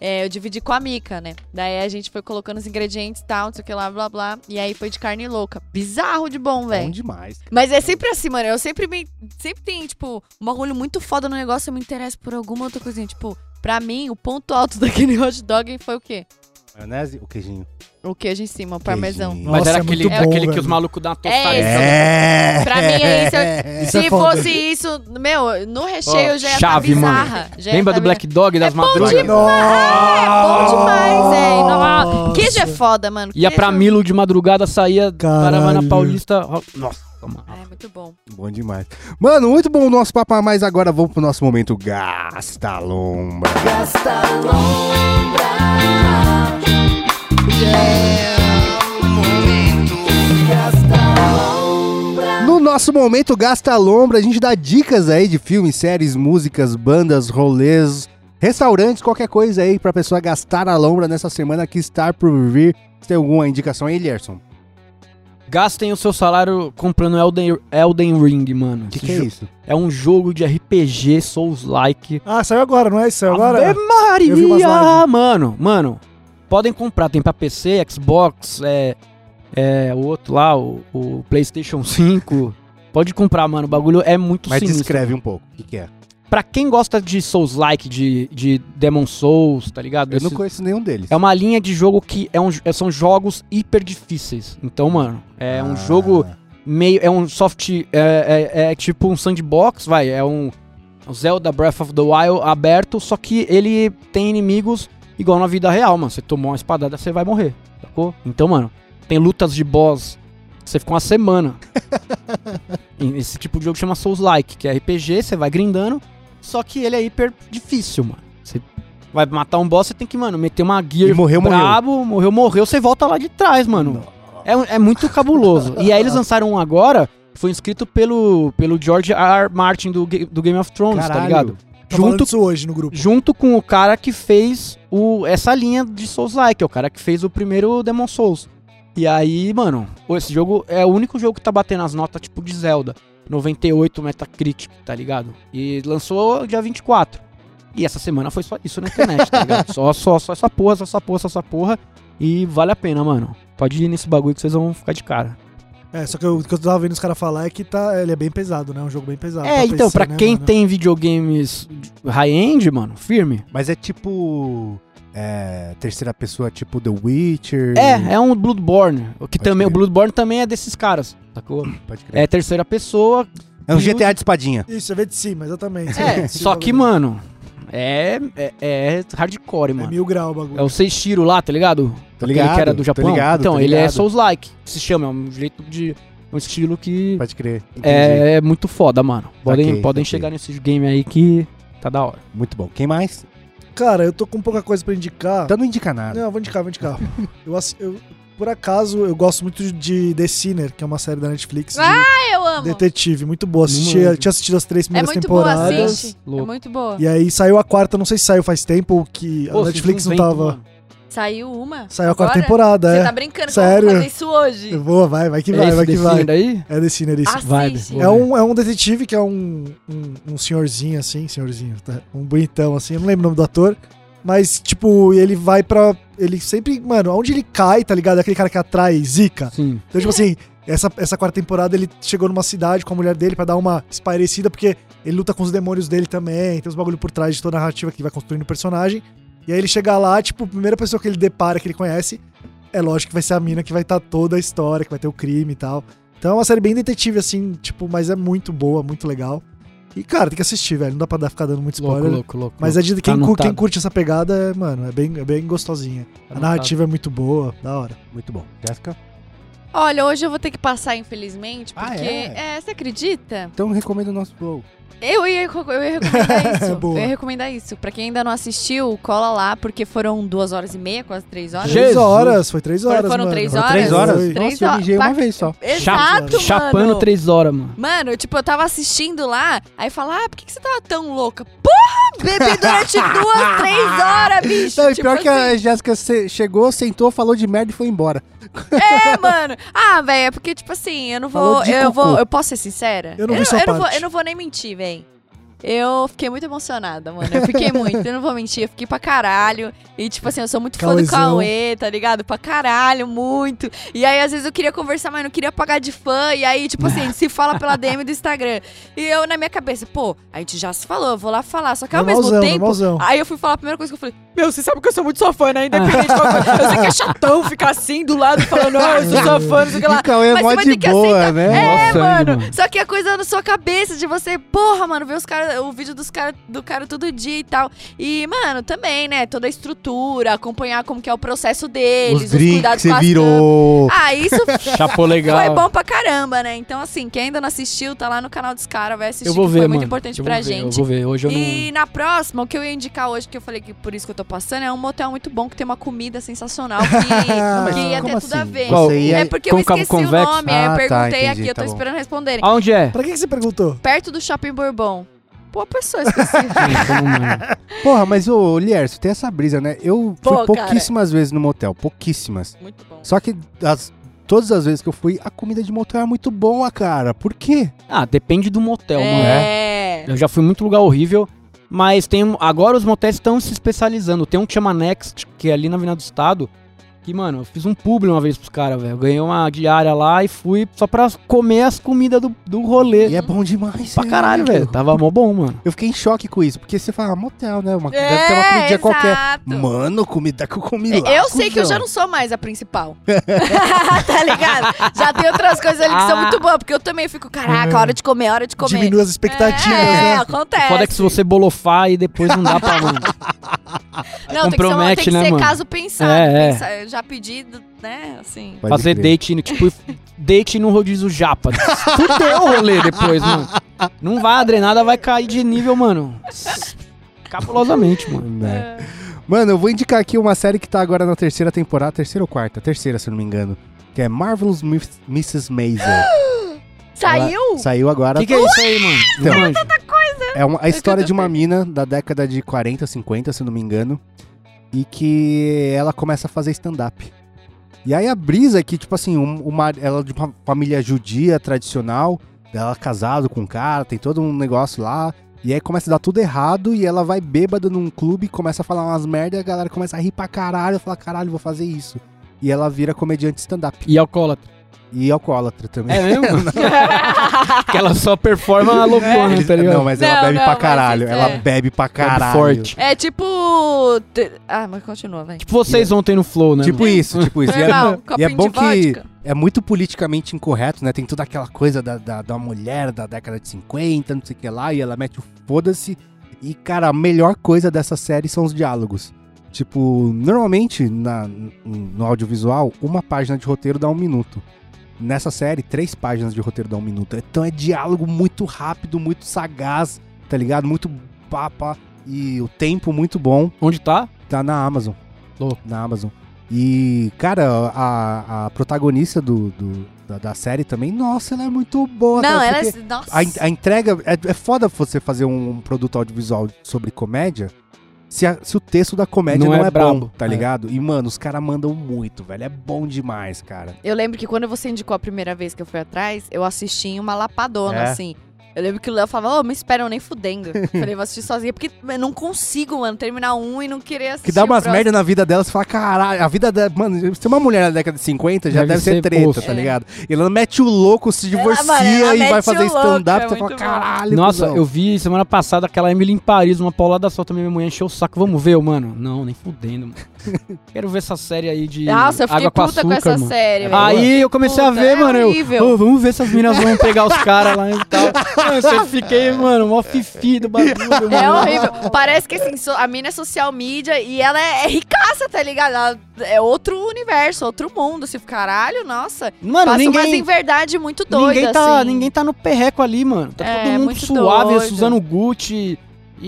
[SPEAKER 2] É, eu dividi com a Mica, né? Daí a gente foi colocando os ingredientes e tal, não sei o que lá, blá blá. E aí foi de carne louca. Bizarro de bom,
[SPEAKER 1] Bom
[SPEAKER 2] velho.
[SPEAKER 1] demais.
[SPEAKER 2] Mas é sempre assim, mano. Eu sempre me. Sempre tem, tipo, um bagulho muito foda no negócio, eu me interesso por alguma outra coisinha. Tipo, pra mim, o ponto alto daquele hot dog foi o quê?
[SPEAKER 1] Maionese, o queijinho.
[SPEAKER 2] O queijo em cima, o parmesão.
[SPEAKER 1] Queijinho.
[SPEAKER 4] Mas
[SPEAKER 3] Nossa,
[SPEAKER 4] era
[SPEAKER 3] é
[SPEAKER 4] aquele,
[SPEAKER 3] muito bom,
[SPEAKER 4] aquele que
[SPEAKER 3] velho.
[SPEAKER 4] os malucos dão uma tostada.
[SPEAKER 2] É
[SPEAKER 1] É.
[SPEAKER 2] Pra mim é isso, é-
[SPEAKER 3] Isso
[SPEAKER 2] Se
[SPEAKER 3] é foda.
[SPEAKER 2] fosse isso, meu, no recheio
[SPEAKER 4] Ó,
[SPEAKER 2] já ia
[SPEAKER 4] chave,
[SPEAKER 2] tá
[SPEAKER 4] mano.
[SPEAKER 2] bizarra. Já ia
[SPEAKER 4] Lembra
[SPEAKER 2] tá bizarra.
[SPEAKER 4] do Black Dog das
[SPEAKER 2] É
[SPEAKER 4] madrugas?
[SPEAKER 2] bom demais, é bom demais, é. Inova-
[SPEAKER 3] Nossa.
[SPEAKER 2] Queijo é foda, mano.
[SPEAKER 4] Ia pra
[SPEAKER 2] queijo-
[SPEAKER 4] Milo de madrugada, saía, parava na
[SPEAKER 3] Caralho.
[SPEAKER 4] Paulista. ro- Nossa, mano.
[SPEAKER 2] É, muito bom.
[SPEAKER 1] Bom demais. Mano, muito bom o nosso papo, mas agora vamos pro nosso momento Gasta Lombra. No nosso momento Gasta Lombra, a gente dá dicas aí de filmes, séries, músicas, bandas, rolês, restaurantes, qualquer coisa aí pra pessoa gastar a lombra nessa semana que está por vir. Você tem alguma indicação aí, Lerson?
[SPEAKER 4] Gastem o seu salário comprando Elden, Elden Ring, mano.
[SPEAKER 1] O que,
[SPEAKER 4] Esse
[SPEAKER 1] que é
[SPEAKER 4] jo-
[SPEAKER 1] isso?
[SPEAKER 4] É um jogo de RPG Souls-like.
[SPEAKER 3] Ah, saiu agora, não é? Saiu agora?
[SPEAKER 4] Ave
[SPEAKER 3] Eu vi umas
[SPEAKER 4] Maria!
[SPEAKER 3] lives.
[SPEAKER 4] Mano, mano. Podem comprar. Tem pra PC, Xbox, é... É, o outro lá, o, o PlayStation 5. Pode comprar, mano. O bagulho é muito
[SPEAKER 1] Mas
[SPEAKER 4] sinistro.
[SPEAKER 1] descreve um pouco. O que, que é?
[SPEAKER 4] Pra quem gosta de Souls-like, de, de Demon Souls, tá ligado?
[SPEAKER 1] Eu não
[SPEAKER 4] Esses-
[SPEAKER 1] conheço nenhum deles.
[SPEAKER 4] É uma linha de jogo que é um, é- são jogos hiper difíceis. Então, mano, é um
[SPEAKER 1] Ah.
[SPEAKER 4] jogo meio. É um soft. É, é- é tipo um sandbox, vai. É um Zelda Breath of the Wild aberto, só que ele tem inimigos igual na vida real, mano. Você tomou uma espadada, você vai morrer, sacou? Então, mano, tem lutas de boss. que Você fica uma semana. E Esse tipo de jogo chama Souls-like, que é RPG, você vai grindando, só que ele é hiper difícil, mano. Você vai matar um boss, você tem que, mano, meter uma gear
[SPEAKER 1] E morreu, morreu.
[SPEAKER 4] brabo, morreu, morreu, você volta lá de trás, mano. É, um- é muito cabuloso. e aí eles lançaram um agora, que foi escrito pelo, pelo George R. R. Martin do, Ga- do Game of Thrones, tá ligado?
[SPEAKER 3] Tô falando
[SPEAKER 4] Junto,
[SPEAKER 3] disso hoje no grupo.
[SPEAKER 4] junto com o cara que fez o, essa linha de Souls-like, é o cara que fez o primeiro Demon Souls. E aí, mano, esse jogo é o único jogo que tá batendo as notas tipo de Zelda. 98 Metacritic, tá ligado? E lançou dia 24. E essa semana foi só isso na internet, tá ligado? Só, só, só essa porra, só essa porra, só essa porra. E vale a pena, mano. Pode ir nesse bagulho que vocês vão ficar de cara.
[SPEAKER 3] É, só que eu- o que eu tava vendo os caras falar é que tá, ele é bem pesado, né? É um jogo bem pesado.
[SPEAKER 4] é, então,
[SPEAKER 3] PC,
[SPEAKER 4] pra
[SPEAKER 3] né,
[SPEAKER 4] quem
[SPEAKER 3] mano?
[SPEAKER 4] tem videogames high-end, mano, firme.
[SPEAKER 1] Mas é tipo. é, terceira pessoa, tipo The Witcher.
[SPEAKER 4] É, é um Bloodborne. O que
[SPEAKER 1] Pode
[SPEAKER 4] também, o
[SPEAKER 1] crer.
[SPEAKER 4] Bloodborne também é desses caras, sacou?
[SPEAKER 1] Pode crer.
[SPEAKER 4] É tipo terceira pessoa.
[SPEAKER 1] É um GTA de espadinha.
[SPEAKER 3] Isso, é ver de cima, exatamente.
[SPEAKER 4] É,
[SPEAKER 3] de cima,
[SPEAKER 4] só que,
[SPEAKER 3] bagulho.
[SPEAKER 4] mano, é, é, é hardcore,
[SPEAKER 3] É
[SPEAKER 4] mano.
[SPEAKER 3] mil grau o bagulho.
[SPEAKER 4] É o Seishiro lá, tá ligado?
[SPEAKER 1] Tô
[SPEAKER 4] Aquele
[SPEAKER 1] ligado,
[SPEAKER 4] que era do
[SPEAKER 1] tô
[SPEAKER 4] Japão.
[SPEAKER 1] ligado,
[SPEAKER 4] então,
[SPEAKER 1] tô
[SPEAKER 4] ele é
[SPEAKER 1] ligado.
[SPEAKER 4] Souls-like, que se chama. É um jeito de. é um estilo que
[SPEAKER 1] Pode crer. Entendi.
[SPEAKER 4] é muito foda, mano. Podem,
[SPEAKER 1] Saquei,
[SPEAKER 4] podem
[SPEAKER 1] saquei.
[SPEAKER 4] chegar nesse game aí que tá da hora.
[SPEAKER 1] Muito bom. Quem mais?
[SPEAKER 3] Cara, eu tô com pouca coisa pra indicar.
[SPEAKER 1] Então não indica nada.
[SPEAKER 3] Não, eu vou indicar, vou indicar. eu, assi- eu- por acaso, eu gosto muito de The Sinner, que é uma série da Netflix de
[SPEAKER 2] Ah, eu amo.
[SPEAKER 3] detetive. Muito boa. Assisti,
[SPEAKER 4] manjo.
[SPEAKER 3] tinha assistido as três
[SPEAKER 2] É
[SPEAKER 3] primeiras
[SPEAKER 2] muito boa,
[SPEAKER 3] temporadas.
[SPEAKER 2] assiste. É
[SPEAKER 4] Louco.
[SPEAKER 2] muito boa.
[SPEAKER 3] E aí saiu a quarta, não sei se saiu faz tempo, que a Netflix não tava.
[SPEAKER 2] Saiu uma?
[SPEAKER 3] Saiu a quarta
[SPEAKER 2] Agora?
[SPEAKER 3] temporada,
[SPEAKER 2] Você
[SPEAKER 3] é.
[SPEAKER 2] tá brincando
[SPEAKER 3] Sério?
[SPEAKER 2] que eu vou fazer isso hoje.
[SPEAKER 3] Boa, vai, vai que vai, vai que vai.
[SPEAKER 4] Daí?
[SPEAKER 3] É The Sinner isso.
[SPEAKER 4] Vibe.
[SPEAKER 2] Assiste.
[SPEAKER 3] É um, é um detetive que é um, um, um senhorzinho, assim, senhorzinho, tá? um bonitão, assim, eu não lembro o nome do ator. Mas, tipo, ele vai pra. Ele sempre. Mano, onde ele cai, tá ligado? É Aquele cara que atrai zica.
[SPEAKER 4] Sim.
[SPEAKER 3] Então, tipo assim, essa, essa quarta temporada ele chegou numa cidade com a mulher dele pra dar uma espairecida, porque ele luta com os demônios dele também, tem os bagulho por trás de toda a narrativa que ele vai construindo o personagem. E aí ele chega lá, tipo, a primeira pessoa que ele depara, que ele conhece, é lógico que vai ser a mina que vai estar toda a história, que vai ter o crime e tal. Então é uma série bem detetive, assim, tipo, mas é muito boa, muito legal. E, cara, tem que assistir, velho. Não dá pra dar- ficar dando muito
[SPEAKER 4] Louco,
[SPEAKER 3] spoiler.
[SPEAKER 4] louco, louco.
[SPEAKER 3] Mas é de
[SPEAKER 4] Tá
[SPEAKER 3] quem, cu- quem
[SPEAKER 4] anotado. Tá
[SPEAKER 3] curte essa pegada, é, mano, é bem, é bem gostosinha.
[SPEAKER 4] louco.
[SPEAKER 3] A narrativa é muito boa, da hora.
[SPEAKER 1] Muito bom. Jéssica?
[SPEAKER 2] Olha, hoje eu vou ter que passar, infelizmente,
[SPEAKER 1] Ah,
[SPEAKER 2] porque.
[SPEAKER 1] é?
[SPEAKER 2] é? você acredita?
[SPEAKER 1] Então recomendo o nosso flow.
[SPEAKER 2] Eu ia, reco- eu ia recomendar isso.
[SPEAKER 3] Boa.
[SPEAKER 2] Eu ia recomendar isso. Pra quem ainda não assistiu, cola lá, porque foram duas horas e meia, quase três horas.
[SPEAKER 4] Jesus.
[SPEAKER 3] Três horas, foi três horas.
[SPEAKER 2] Foram- foram
[SPEAKER 3] mano.
[SPEAKER 2] três
[SPEAKER 1] Foram três
[SPEAKER 3] horas?
[SPEAKER 1] horas?
[SPEAKER 3] Foi.
[SPEAKER 2] Três
[SPEAKER 1] Nossa, eu
[SPEAKER 2] horas.
[SPEAKER 1] mijei uma
[SPEAKER 2] Pra-
[SPEAKER 1] vez só.
[SPEAKER 2] Exato, mano.
[SPEAKER 4] Chapando três horas, mano.
[SPEAKER 2] Mano, tipo, eu tava assistindo lá, aí fala, ah, por que, que você tava tão louca? Porra, bebi durante duas, três horas, bicho.
[SPEAKER 1] Não, e
[SPEAKER 2] Tipo
[SPEAKER 1] pior que é,
[SPEAKER 2] assim,
[SPEAKER 1] a Jéssica se- chegou, sentou, falou de merda e foi embora.
[SPEAKER 2] É, mano. Ah, velho, é porque, tipo assim, eu não
[SPEAKER 1] Falou
[SPEAKER 2] vou.
[SPEAKER 1] de
[SPEAKER 2] Eu
[SPEAKER 1] cocô.
[SPEAKER 2] vou. Eu posso ser sincera?
[SPEAKER 3] Eu não vi
[SPEAKER 2] eu,
[SPEAKER 3] sua
[SPEAKER 2] não vou,
[SPEAKER 3] parte.
[SPEAKER 2] eu não vou nem mentir, velho. Eu fiquei muito emocionada, mano. Eu fiquei muito, eu não vou mentir, eu fiquei pra caralho. E, tipo assim, eu sou muito fã
[SPEAKER 3] Cauezão.
[SPEAKER 2] do Cauê, tá ligado? Pra caralho, muito. E aí, às vezes, eu queria conversar, mas não queria pagar de fã. E aí, tipo assim, a gente se fala pela DM do Instagram. E eu, na minha cabeça, pô, a gente já se falou, eu vou lá falar. Só que ao mesmo
[SPEAKER 3] Normalzão,
[SPEAKER 2] tempo,
[SPEAKER 3] normalzão.
[SPEAKER 2] Aí eu fui falar a primeira coisa que eu falei: Meu, você sabe que eu sou muito sua fã, né? Independente de qual coisa. Eu sei que é chatão ficar assim do lado falando, não, eu sou sua fã, não sei o que lá.
[SPEAKER 1] E Cauê é
[SPEAKER 2] Mas
[SPEAKER 1] mó
[SPEAKER 2] você vai
[SPEAKER 1] de
[SPEAKER 2] ter que
[SPEAKER 1] boa,
[SPEAKER 2] aceitar.
[SPEAKER 1] né?
[SPEAKER 2] É,
[SPEAKER 4] Mó sangue,
[SPEAKER 2] mano.
[SPEAKER 4] mano.
[SPEAKER 2] Só que a coisa é na sua cabeça de você, porra, mano, ver os cara, o vídeo dos caras do cara todo dia e tal. E, mano, também, né? Toda a estrutura, acompanhar como que é o processo deles, os,
[SPEAKER 1] Os drinks que
[SPEAKER 2] cuidados com
[SPEAKER 1] você
[SPEAKER 2] as
[SPEAKER 1] virou.
[SPEAKER 2] câmeras. Ah, isso
[SPEAKER 4] Chapou legal.
[SPEAKER 2] foi bom pra caramba, né? Então, assim, quem ainda não assistiu, tá lá no canal dos caras, vai assistir,
[SPEAKER 4] eu vou
[SPEAKER 2] que
[SPEAKER 4] ver,
[SPEAKER 2] foi
[SPEAKER 4] mano.
[SPEAKER 2] muito importante
[SPEAKER 4] eu
[SPEAKER 2] pra
[SPEAKER 4] vou ver,
[SPEAKER 2] gente.
[SPEAKER 4] Eu vou ver, hoje eu não...
[SPEAKER 2] E na próxima, o que eu ia indicar hoje, que eu falei que por isso que eu tô passando, é um motel muito bom, que tem uma comida sensacional, que,
[SPEAKER 1] Ah, mas
[SPEAKER 2] que ia ter
[SPEAKER 1] como
[SPEAKER 2] tudo
[SPEAKER 1] assim?
[SPEAKER 2] a ver.
[SPEAKER 1] Qual?
[SPEAKER 2] É
[SPEAKER 1] Ia-
[SPEAKER 2] porque eu
[SPEAKER 4] côncavo
[SPEAKER 2] esqueci
[SPEAKER 4] convexo?
[SPEAKER 2] o nome, aí eu
[SPEAKER 1] Ah, tá, entendi,
[SPEAKER 2] perguntei aqui, eu tô
[SPEAKER 1] tá bom.
[SPEAKER 2] esperando responderem.
[SPEAKER 4] Aonde é?
[SPEAKER 3] Pra que que você perguntou?
[SPEAKER 2] Perto do Shopping Bourbon. Pô, a pessoa esqueci.
[SPEAKER 1] Então,
[SPEAKER 4] Gente, eu não lembro.
[SPEAKER 1] Porra, mas ô, Liercio, tem essa brisa, né? Eu fui
[SPEAKER 2] Pô, cara.
[SPEAKER 1] pouquíssimas vezes no motel, pouquíssimas.
[SPEAKER 2] muito bom.
[SPEAKER 1] Só que as- todas as vezes que eu fui, a comida de motel era muito boa, cara. Por quê?
[SPEAKER 4] ah, depende do motel, mano.
[SPEAKER 2] É.
[SPEAKER 1] né?
[SPEAKER 4] Eu já fui em muito lugar horrível, mas tem um- agora os motéis estão se especializando. Tem um que chama Next, que é ali na Avenida do Estado, que, mano, eu fiz um publi uma vez pros caras, velho. Eu Ganhei uma diária lá e fui só pra comer as comidas do, do rolê.
[SPEAKER 1] E é bom demais,
[SPEAKER 4] pra
[SPEAKER 1] né?
[SPEAKER 4] caralho, velho. Tava mó bom, mano.
[SPEAKER 1] Eu fiquei em choque com isso, porque você fala, ah, motel, né? Uma,
[SPEAKER 2] É,
[SPEAKER 1] deve ter uma comidinha
[SPEAKER 2] exato.
[SPEAKER 1] qualquer. Mano, comida que eu comi lá.
[SPEAKER 2] Eu sei que eu
[SPEAKER 1] cuzão.
[SPEAKER 2] já não sou mais a principal. tá ligado? Já tem outras coisas ali que são
[SPEAKER 4] Ah.
[SPEAKER 2] muito boas, porque eu também fico, caraca, hora de comer, hora de comer.
[SPEAKER 3] Diminua as expectativas,
[SPEAKER 2] é,
[SPEAKER 3] né?
[SPEAKER 2] acontece.
[SPEAKER 4] Foda que se você bolofar e depois não dá pra, mano.
[SPEAKER 2] Não, tem que ser, uma-
[SPEAKER 4] compromete,
[SPEAKER 2] tem que
[SPEAKER 4] né,
[SPEAKER 2] ser
[SPEAKER 4] mano?
[SPEAKER 2] caso pensado.
[SPEAKER 4] É, é.
[SPEAKER 2] pensar- eu já pedi, né, assim.
[SPEAKER 1] Pode
[SPEAKER 4] Fazer
[SPEAKER 1] crer.
[SPEAKER 4] date, tipo, date no rodízio japa. Fudeu o rolê depois, mano. Não vai, a drenada vai cair de nível, mano. Capulosamente, mano.
[SPEAKER 1] Né?
[SPEAKER 2] É.
[SPEAKER 1] Mano, eu vou indicar aqui uma série que tá agora na terceira temporada, terceira ou quarta? Terceira, se eu não me engano. Que é Marvelous Miss- Mrs. Maisel.
[SPEAKER 2] Saiu?
[SPEAKER 1] Saiu agora.
[SPEAKER 4] O que, que é isso aí, mano?
[SPEAKER 1] Então,
[SPEAKER 4] Não manjo.
[SPEAKER 1] É uma, a história de uma mina da década de 40, 50, se eu não me engano. E que ela começa a fazer stand-up. E aí a brisa é que, tipo assim, um- uma, ela é de uma família judia tradicional, ela é casada com um cara, tem todo um negócio lá. E aí começa a dar tudo errado e ela vai bêbada num clube, começa a falar umas merda, e a galera começa a rir pra caralho, fala, caralho, vou fazer isso. E ela vira comediante stand-up.
[SPEAKER 4] E alcoólatra.
[SPEAKER 1] E alcoólatra também.
[SPEAKER 4] É mesmo? que ela só performa a loucona, tá ligado?
[SPEAKER 1] É. não, mas ela
[SPEAKER 2] Não,
[SPEAKER 1] bebe
[SPEAKER 2] não,
[SPEAKER 1] pra
[SPEAKER 2] mas
[SPEAKER 1] caralho.
[SPEAKER 2] isso
[SPEAKER 1] Ela
[SPEAKER 2] é-
[SPEAKER 1] bebe pra
[SPEAKER 4] Bebe
[SPEAKER 1] caralho.
[SPEAKER 4] forte.
[SPEAKER 2] É tipo. te- Ah, mas continua, vai.
[SPEAKER 4] Tipo vocês ontem no Flow, né?
[SPEAKER 1] Tipo
[SPEAKER 4] mano?
[SPEAKER 1] isso, tipo isso. E é,
[SPEAKER 2] Normal,
[SPEAKER 1] e é
[SPEAKER 2] copinho
[SPEAKER 1] bom
[SPEAKER 2] de
[SPEAKER 1] que
[SPEAKER 2] vodka.
[SPEAKER 1] é muito politicamente incorreto, né? Tem toda aquela coisa da, da, da mulher da década de 50, não sei o que lá, e ela mete o foda-se. E, cara, a melhor coisa dessa série são os diálogos. Tipo, normalmente na, no audiovisual, uma página de roteiro dá um minuto. Nessa série, três páginas de roteiro dá um minuto. Então é diálogo muito rápido, muito sagaz, tá ligado? Muito papa e o tempo muito bom.
[SPEAKER 4] Onde tá?
[SPEAKER 1] Tá na Amazon.
[SPEAKER 4] Louco.
[SPEAKER 1] Na Amazon. E, cara, a, a protagonista do, do- da, da série também, nossa, ela é muito boa.
[SPEAKER 2] Não,
[SPEAKER 1] cara,
[SPEAKER 2] ela. é
[SPEAKER 1] porque
[SPEAKER 2] Nossa.
[SPEAKER 1] A, en- a entrega. É, é foda você fazer um produto audiovisual sobre comédia se, a- se o texto da comédia
[SPEAKER 4] Não
[SPEAKER 1] não,
[SPEAKER 4] é
[SPEAKER 1] é,
[SPEAKER 4] brabo.
[SPEAKER 1] bom, tá
[SPEAKER 4] É.
[SPEAKER 1] ligado? E, mano, os caras mandam muito, velho. É bom demais, cara.
[SPEAKER 2] Eu lembro que quando você indicou a primeira vez que eu fui atrás, eu assisti em uma lapadona,
[SPEAKER 1] É.
[SPEAKER 2] assim. Eu lembro que o Léo falava, ô, me esperam nem fudendo. Eu Falei, vou assistir sozinha, porque eu não consigo, mano, terminar um e não querer assistir.
[SPEAKER 1] Que dá
[SPEAKER 2] o
[SPEAKER 1] umas
[SPEAKER 2] próximo.
[SPEAKER 1] merda na vida dela, você fala, caralho, a vida dela. Mano, se tem uma mulher na década de 50, já
[SPEAKER 4] Deve
[SPEAKER 1] deve,
[SPEAKER 4] ser
[SPEAKER 1] ser treta,
[SPEAKER 4] osso.
[SPEAKER 1] tá
[SPEAKER 2] É.
[SPEAKER 1] ligado? E ela mete o louco, se
[SPEAKER 2] Ela- mano,
[SPEAKER 1] divorcia
[SPEAKER 2] ela
[SPEAKER 1] e vai
[SPEAKER 2] mete
[SPEAKER 1] fazer
[SPEAKER 2] o louco,
[SPEAKER 1] stand-up, você
[SPEAKER 2] é
[SPEAKER 1] fala,
[SPEAKER 2] muito bom.
[SPEAKER 1] caralho,
[SPEAKER 4] Nossa,
[SPEAKER 1] cuzão."
[SPEAKER 4] eu vi semana passada aquela Emily em Paris, uma paulada só também, minha mulher encheu o saco. Vamos ver, eu, mano. Não, nem fudendo, mano. Quero ver essa série aí de
[SPEAKER 2] Nossa, eu fiquei
[SPEAKER 4] água com
[SPEAKER 2] puta
[SPEAKER 4] açúcar,
[SPEAKER 2] com essa
[SPEAKER 4] mano.
[SPEAKER 2] série, velho.
[SPEAKER 4] Aí eu comecei a
[SPEAKER 2] É Puta,
[SPEAKER 4] ver,
[SPEAKER 2] é
[SPEAKER 4] mano. eu,
[SPEAKER 2] horrível.
[SPEAKER 4] "Ô, vamos ver se as meninas vão pegar os caras lá e tal. Mano, você fiquei, mano, mó fifi do bagulho, mano.
[SPEAKER 2] É horrível. Parece que assim, so- a mina é social media e ela é, é ricaça, tá ligado? Ela é outro universo, outro mundo. Assim, caralho, nossa.
[SPEAKER 4] Mano,
[SPEAKER 2] Passa umas
[SPEAKER 4] ninguém,
[SPEAKER 2] inverdade muito doidas.
[SPEAKER 4] ninguém, tá,
[SPEAKER 2] assim.
[SPEAKER 4] ninguém tá no perreco ali, mano. Tá
[SPEAKER 2] É,
[SPEAKER 4] todo mundo
[SPEAKER 2] muito
[SPEAKER 4] suave,
[SPEAKER 2] doido.
[SPEAKER 4] Suzano Gucci.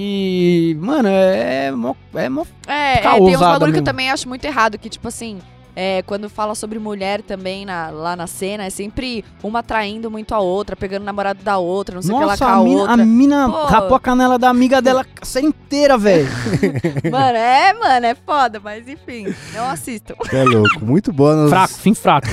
[SPEAKER 4] E, mano, é mó, é mó
[SPEAKER 2] É, é,
[SPEAKER 4] Fica
[SPEAKER 2] tem uns
[SPEAKER 4] ousada
[SPEAKER 2] bagulho que eu
[SPEAKER 4] mesmo.
[SPEAKER 2] também acho muito errado, que tipo assim, é, quando fala sobre mulher também na- lá na cena, é sempre uma traindo muito a outra, pegando o namorado da outra, não sei o que ela
[SPEAKER 4] Nossa,
[SPEAKER 2] com a
[SPEAKER 4] a mina,
[SPEAKER 2] outra.
[SPEAKER 4] a mina
[SPEAKER 2] Pô.
[SPEAKER 4] rapou a canela da amiga dela a série inteira, velho.
[SPEAKER 2] Mano, é, mano, é foda, mas enfim, não assistam.
[SPEAKER 1] É louco, muito boa. nós-
[SPEAKER 4] fraco, fim fraco.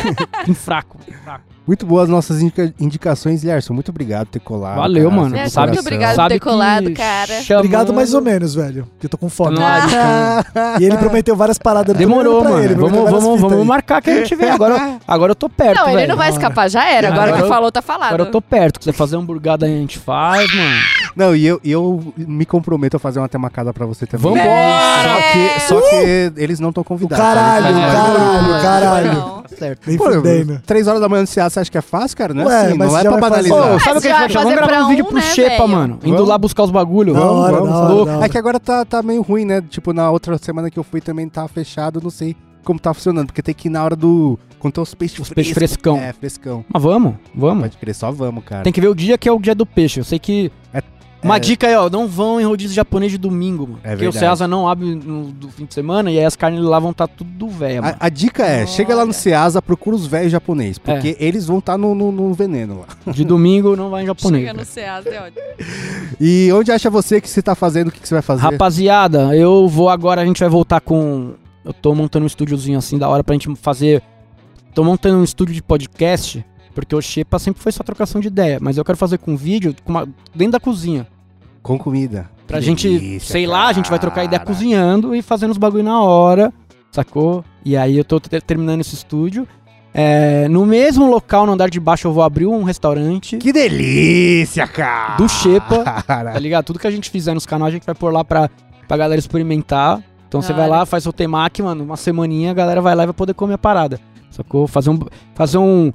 [SPEAKER 4] fim fraco, fim fraco.
[SPEAKER 1] Muito boas nossas indica- indicações, Lerson. Muito obrigado por ter colado.
[SPEAKER 4] Valeu,
[SPEAKER 1] cara,
[SPEAKER 4] mano.
[SPEAKER 1] seu
[SPEAKER 2] É,
[SPEAKER 4] Sabe-
[SPEAKER 2] muito obrigado por
[SPEAKER 4] sabe
[SPEAKER 2] ter
[SPEAKER 4] que
[SPEAKER 2] colado, cara.
[SPEAKER 4] chamou-
[SPEAKER 3] Obrigado mais ou menos, velho. Que eu tô com
[SPEAKER 4] Tá
[SPEAKER 3] fome.
[SPEAKER 4] na hora de comer.
[SPEAKER 3] E ele prometeu várias paradas. eu tô
[SPEAKER 4] Demorou,
[SPEAKER 3] olhando pra
[SPEAKER 4] mano.
[SPEAKER 3] ele, prometeu
[SPEAKER 4] vamos
[SPEAKER 3] várias
[SPEAKER 4] vamos,
[SPEAKER 3] fitas
[SPEAKER 4] vamos
[SPEAKER 3] aí.
[SPEAKER 4] marcar que a gente vem. Agora, agora eu tô perto,
[SPEAKER 2] Não, ele
[SPEAKER 4] velho.
[SPEAKER 2] não vai escapar, já era. Agora,
[SPEAKER 4] Agora
[SPEAKER 2] que
[SPEAKER 4] eu-
[SPEAKER 2] falou, tá falado.
[SPEAKER 4] Agora eu tô perto. Quiser fazer hamburgada, a gente faz, mano.
[SPEAKER 1] Não, e eu, e eu me comprometo a fazer uma temacada pra você também.
[SPEAKER 4] Vambora!
[SPEAKER 1] Só que, só
[SPEAKER 2] É.
[SPEAKER 1] que eles não estão convidados.
[SPEAKER 3] Caralho,
[SPEAKER 1] sabe? Mas-
[SPEAKER 3] caralho, caralho.
[SPEAKER 2] Não.
[SPEAKER 4] Certo.
[SPEAKER 3] Nem
[SPEAKER 1] Pô,
[SPEAKER 3] fudendo.
[SPEAKER 1] três horas da manhã no Ceará, você acha que é fácil, cara? Não é
[SPEAKER 3] Ué,
[SPEAKER 1] assim,
[SPEAKER 3] mas
[SPEAKER 1] não é
[SPEAKER 3] já
[SPEAKER 1] pra
[SPEAKER 3] vai fazer.
[SPEAKER 1] banalizar.
[SPEAKER 4] Ô, sabe o que a
[SPEAKER 2] já vai
[SPEAKER 4] gente faz? Vamos
[SPEAKER 2] fazer
[SPEAKER 4] gravar um
[SPEAKER 2] pra
[SPEAKER 4] vídeo
[SPEAKER 2] um,
[SPEAKER 4] pro
[SPEAKER 2] né,
[SPEAKER 4] Xepa,
[SPEAKER 2] velho?
[SPEAKER 4] mano. Indo
[SPEAKER 1] Vamos.
[SPEAKER 4] lá buscar os bagulho.
[SPEAKER 3] Da
[SPEAKER 1] Vamos,
[SPEAKER 3] hora,
[SPEAKER 1] vamos,
[SPEAKER 3] da hora,
[SPEAKER 1] louco.
[SPEAKER 3] da hora.
[SPEAKER 1] É que agora tá, tá meio ruim, né? Tipo, na outra semana que eu fui também tava fechado, não sei como tá funcionando. Porque tem que ir na hora do. Contar os peixes
[SPEAKER 4] Os peixes frescão.
[SPEAKER 1] É, frescão.
[SPEAKER 4] Mas vamos, vamos.
[SPEAKER 1] Pode crer, só vamos, cara.
[SPEAKER 4] Tem que ver o dia que é o dia do peixe. Eu sei que.
[SPEAKER 1] É-
[SPEAKER 4] Uma
[SPEAKER 1] é.
[SPEAKER 4] dica aí, ó. Não vão em rodízio japonês de domingo, mano.
[SPEAKER 1] É
[SPEAKER 4] porque o
[SPEAKER 1] verdade.
[SPEAKER 4] Ceasa não abre no do fim de semana e aí as carnes lá vão estar tudo
[SPEAKER 3] Ah.
[SPEAKER 4] velha, mano.
[SPEAKER 1] A, a dica é, chega lá no Ceasa, procura os velhos japonês,
[SPEAKER 3] É.
[SPEAKER 1] porque eles vão estar no, no- no veneno lá.
[SPEAKER 4] De domingo não vai em japonês.
[SPEAKER 2] Chega no Ceasa, é ótimo.
[SPEAKER 1] E onde acha você que você tá fazendo, o que, que você vai fazer?
[SPEAKER 4] Rapaziada, eu vou agora, a gente vai voltar com. Eu tô montando um estúdiozinho assim da hora pra gente fazer. Tô montando um estúdio de podcast, porque o Xepa sempre foi só trocação de ideia, mas eu quero fazer com vídeo com uma- dentro da cozinha.
[SPEAKER 1] Com comida.
[SPEAKER 4] Pra
[SPEAKER 1] Que
[SPEAKER 4] gente,
[SPEAKER 1] delícia,
[SPEAKER 4] sei lá, a gente vai trocar ideia
[SPEAKER 1] cara.
[SPEAKER 4] cozinhando e fazendo os bagulho na hora, sacou? E aí eu tô te- terminando esse estúdio. É, no mesmo local, no andar de baixo, eu vou abrir um restaurante
[SPEAKER 1] Que delícia, cara!
[SPEAKER 4] do Xepa. Tá
[SPEAKER 1] Cara.
[SPEAKER 4] ligado? Tudo que a gente fizer nos canais, a gente vai pôr lá pra, pra galera experimentar. Então você
[SPEAKER 2] Da
[SPEAKER 4] vai
[SPEAKER 2] hora.
[SPEAKER 4] lá, faz o temaki, mano, uma semaninha, a galera vai lá e vai poder comer a parada. Sacou? Fazer um. Fazer um.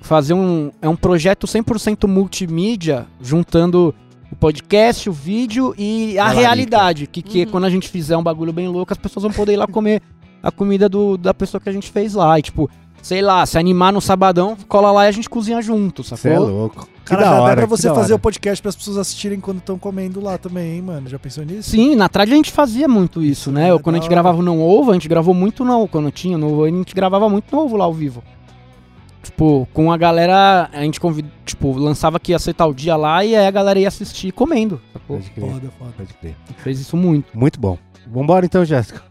[SPEAKER 4] Fazer um. É um projeto 100% multimídia, juntando o podcast, o vídeo e a
[SPEAKER 1] Talarica.
[SPEAKER 4] realidade. Que, que é
[SPEAKER 2] Uhum.
[SPEAKER 4] quando a gente fizer um bagulho bem louco, as pessoas vão poder ir lá comer a comida do, da pessoa que a gente fez lá. E tipo, sei lá, se animar no sabadão, cola lá e a gente cozinha junto, sacou?
[SPEAKER 1] Você é louco. Que
[SPEAKER 3] Tá Cara,
[SPEAKER 1] da
[SPEAKER 3] já
[SPEAKER 1] hora,
[SPEAKER 3] dá é pra
[SPEAKER 1] que
[SPEAKER 3] você
[SPEAKER 1] da
[SPEAKER 3] fazer o
[SPEAKER 1] hora.
[SPEAKER 3] podcast pras pessoas assistirem quando estão comendo lá também, hein, mano? Já pensou nisso?
[SPEAKER 4] Sim, na trad a gente fazia muito isso, né?
[SPEAKER 3] é
[SPEAKER 4] quando a
[SPEAKER 3] da
[SPEAKER 4] gente
[SPEAKER 3] hora.
[SPEAKER 4] gravava o Não Ovo, a gente gravou muito Não Quando tinha o Não Ovo, a gente gravava muito Não Ovo lá ao vivo. Tipo, com a galera, a gente convid... tipo, lançava que ia ser tal dia lá e aí a galera ia assistir comendo. sacou?
[SPEAKER 1] Pode crer,
[SPEAKER 3] Foda, foda.
[SPEAKER 1] pode crer.
[SPEAKER 4] Fez isso muito.
[SPEAKER 1] Muito bom. Vambora então, Jéssica.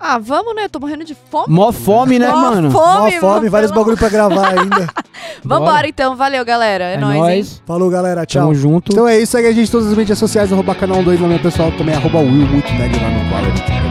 [SPEAKER 2] Ah, vamos, né? Eu tô morrendo de fome.
[SPEAKER 4] Mó fome, né,
[SPEAKER 2] Mó
[SPEAKER 3] Mó
[SPEAKER 4] mano?
[SPEAKER 2] fome,
[SPEAKER 3] fome,
[SPEAKER 2] mano,
[SPEAKER 3] vários
[SPEAKER 2] pelo
[SPEAKER 3] bagulho pra gravar ainda.
[SPEAKER 2] Vambora então, valeu galera. É,
[SPEAKER 4] É
[SPEAKER 2] nóis, hein?
[SPEAKER 4] nóis.
[SPEAKER 3] Falou, galera. Tchau.
[SPEAKER 4] Tamo junto.
[SPEAKER 1] um Então é isso, segue a gente em todas as mídias sociais, arroba canal 2 na minha pessoal, também arroba Will, muito nerd lá no Valorant.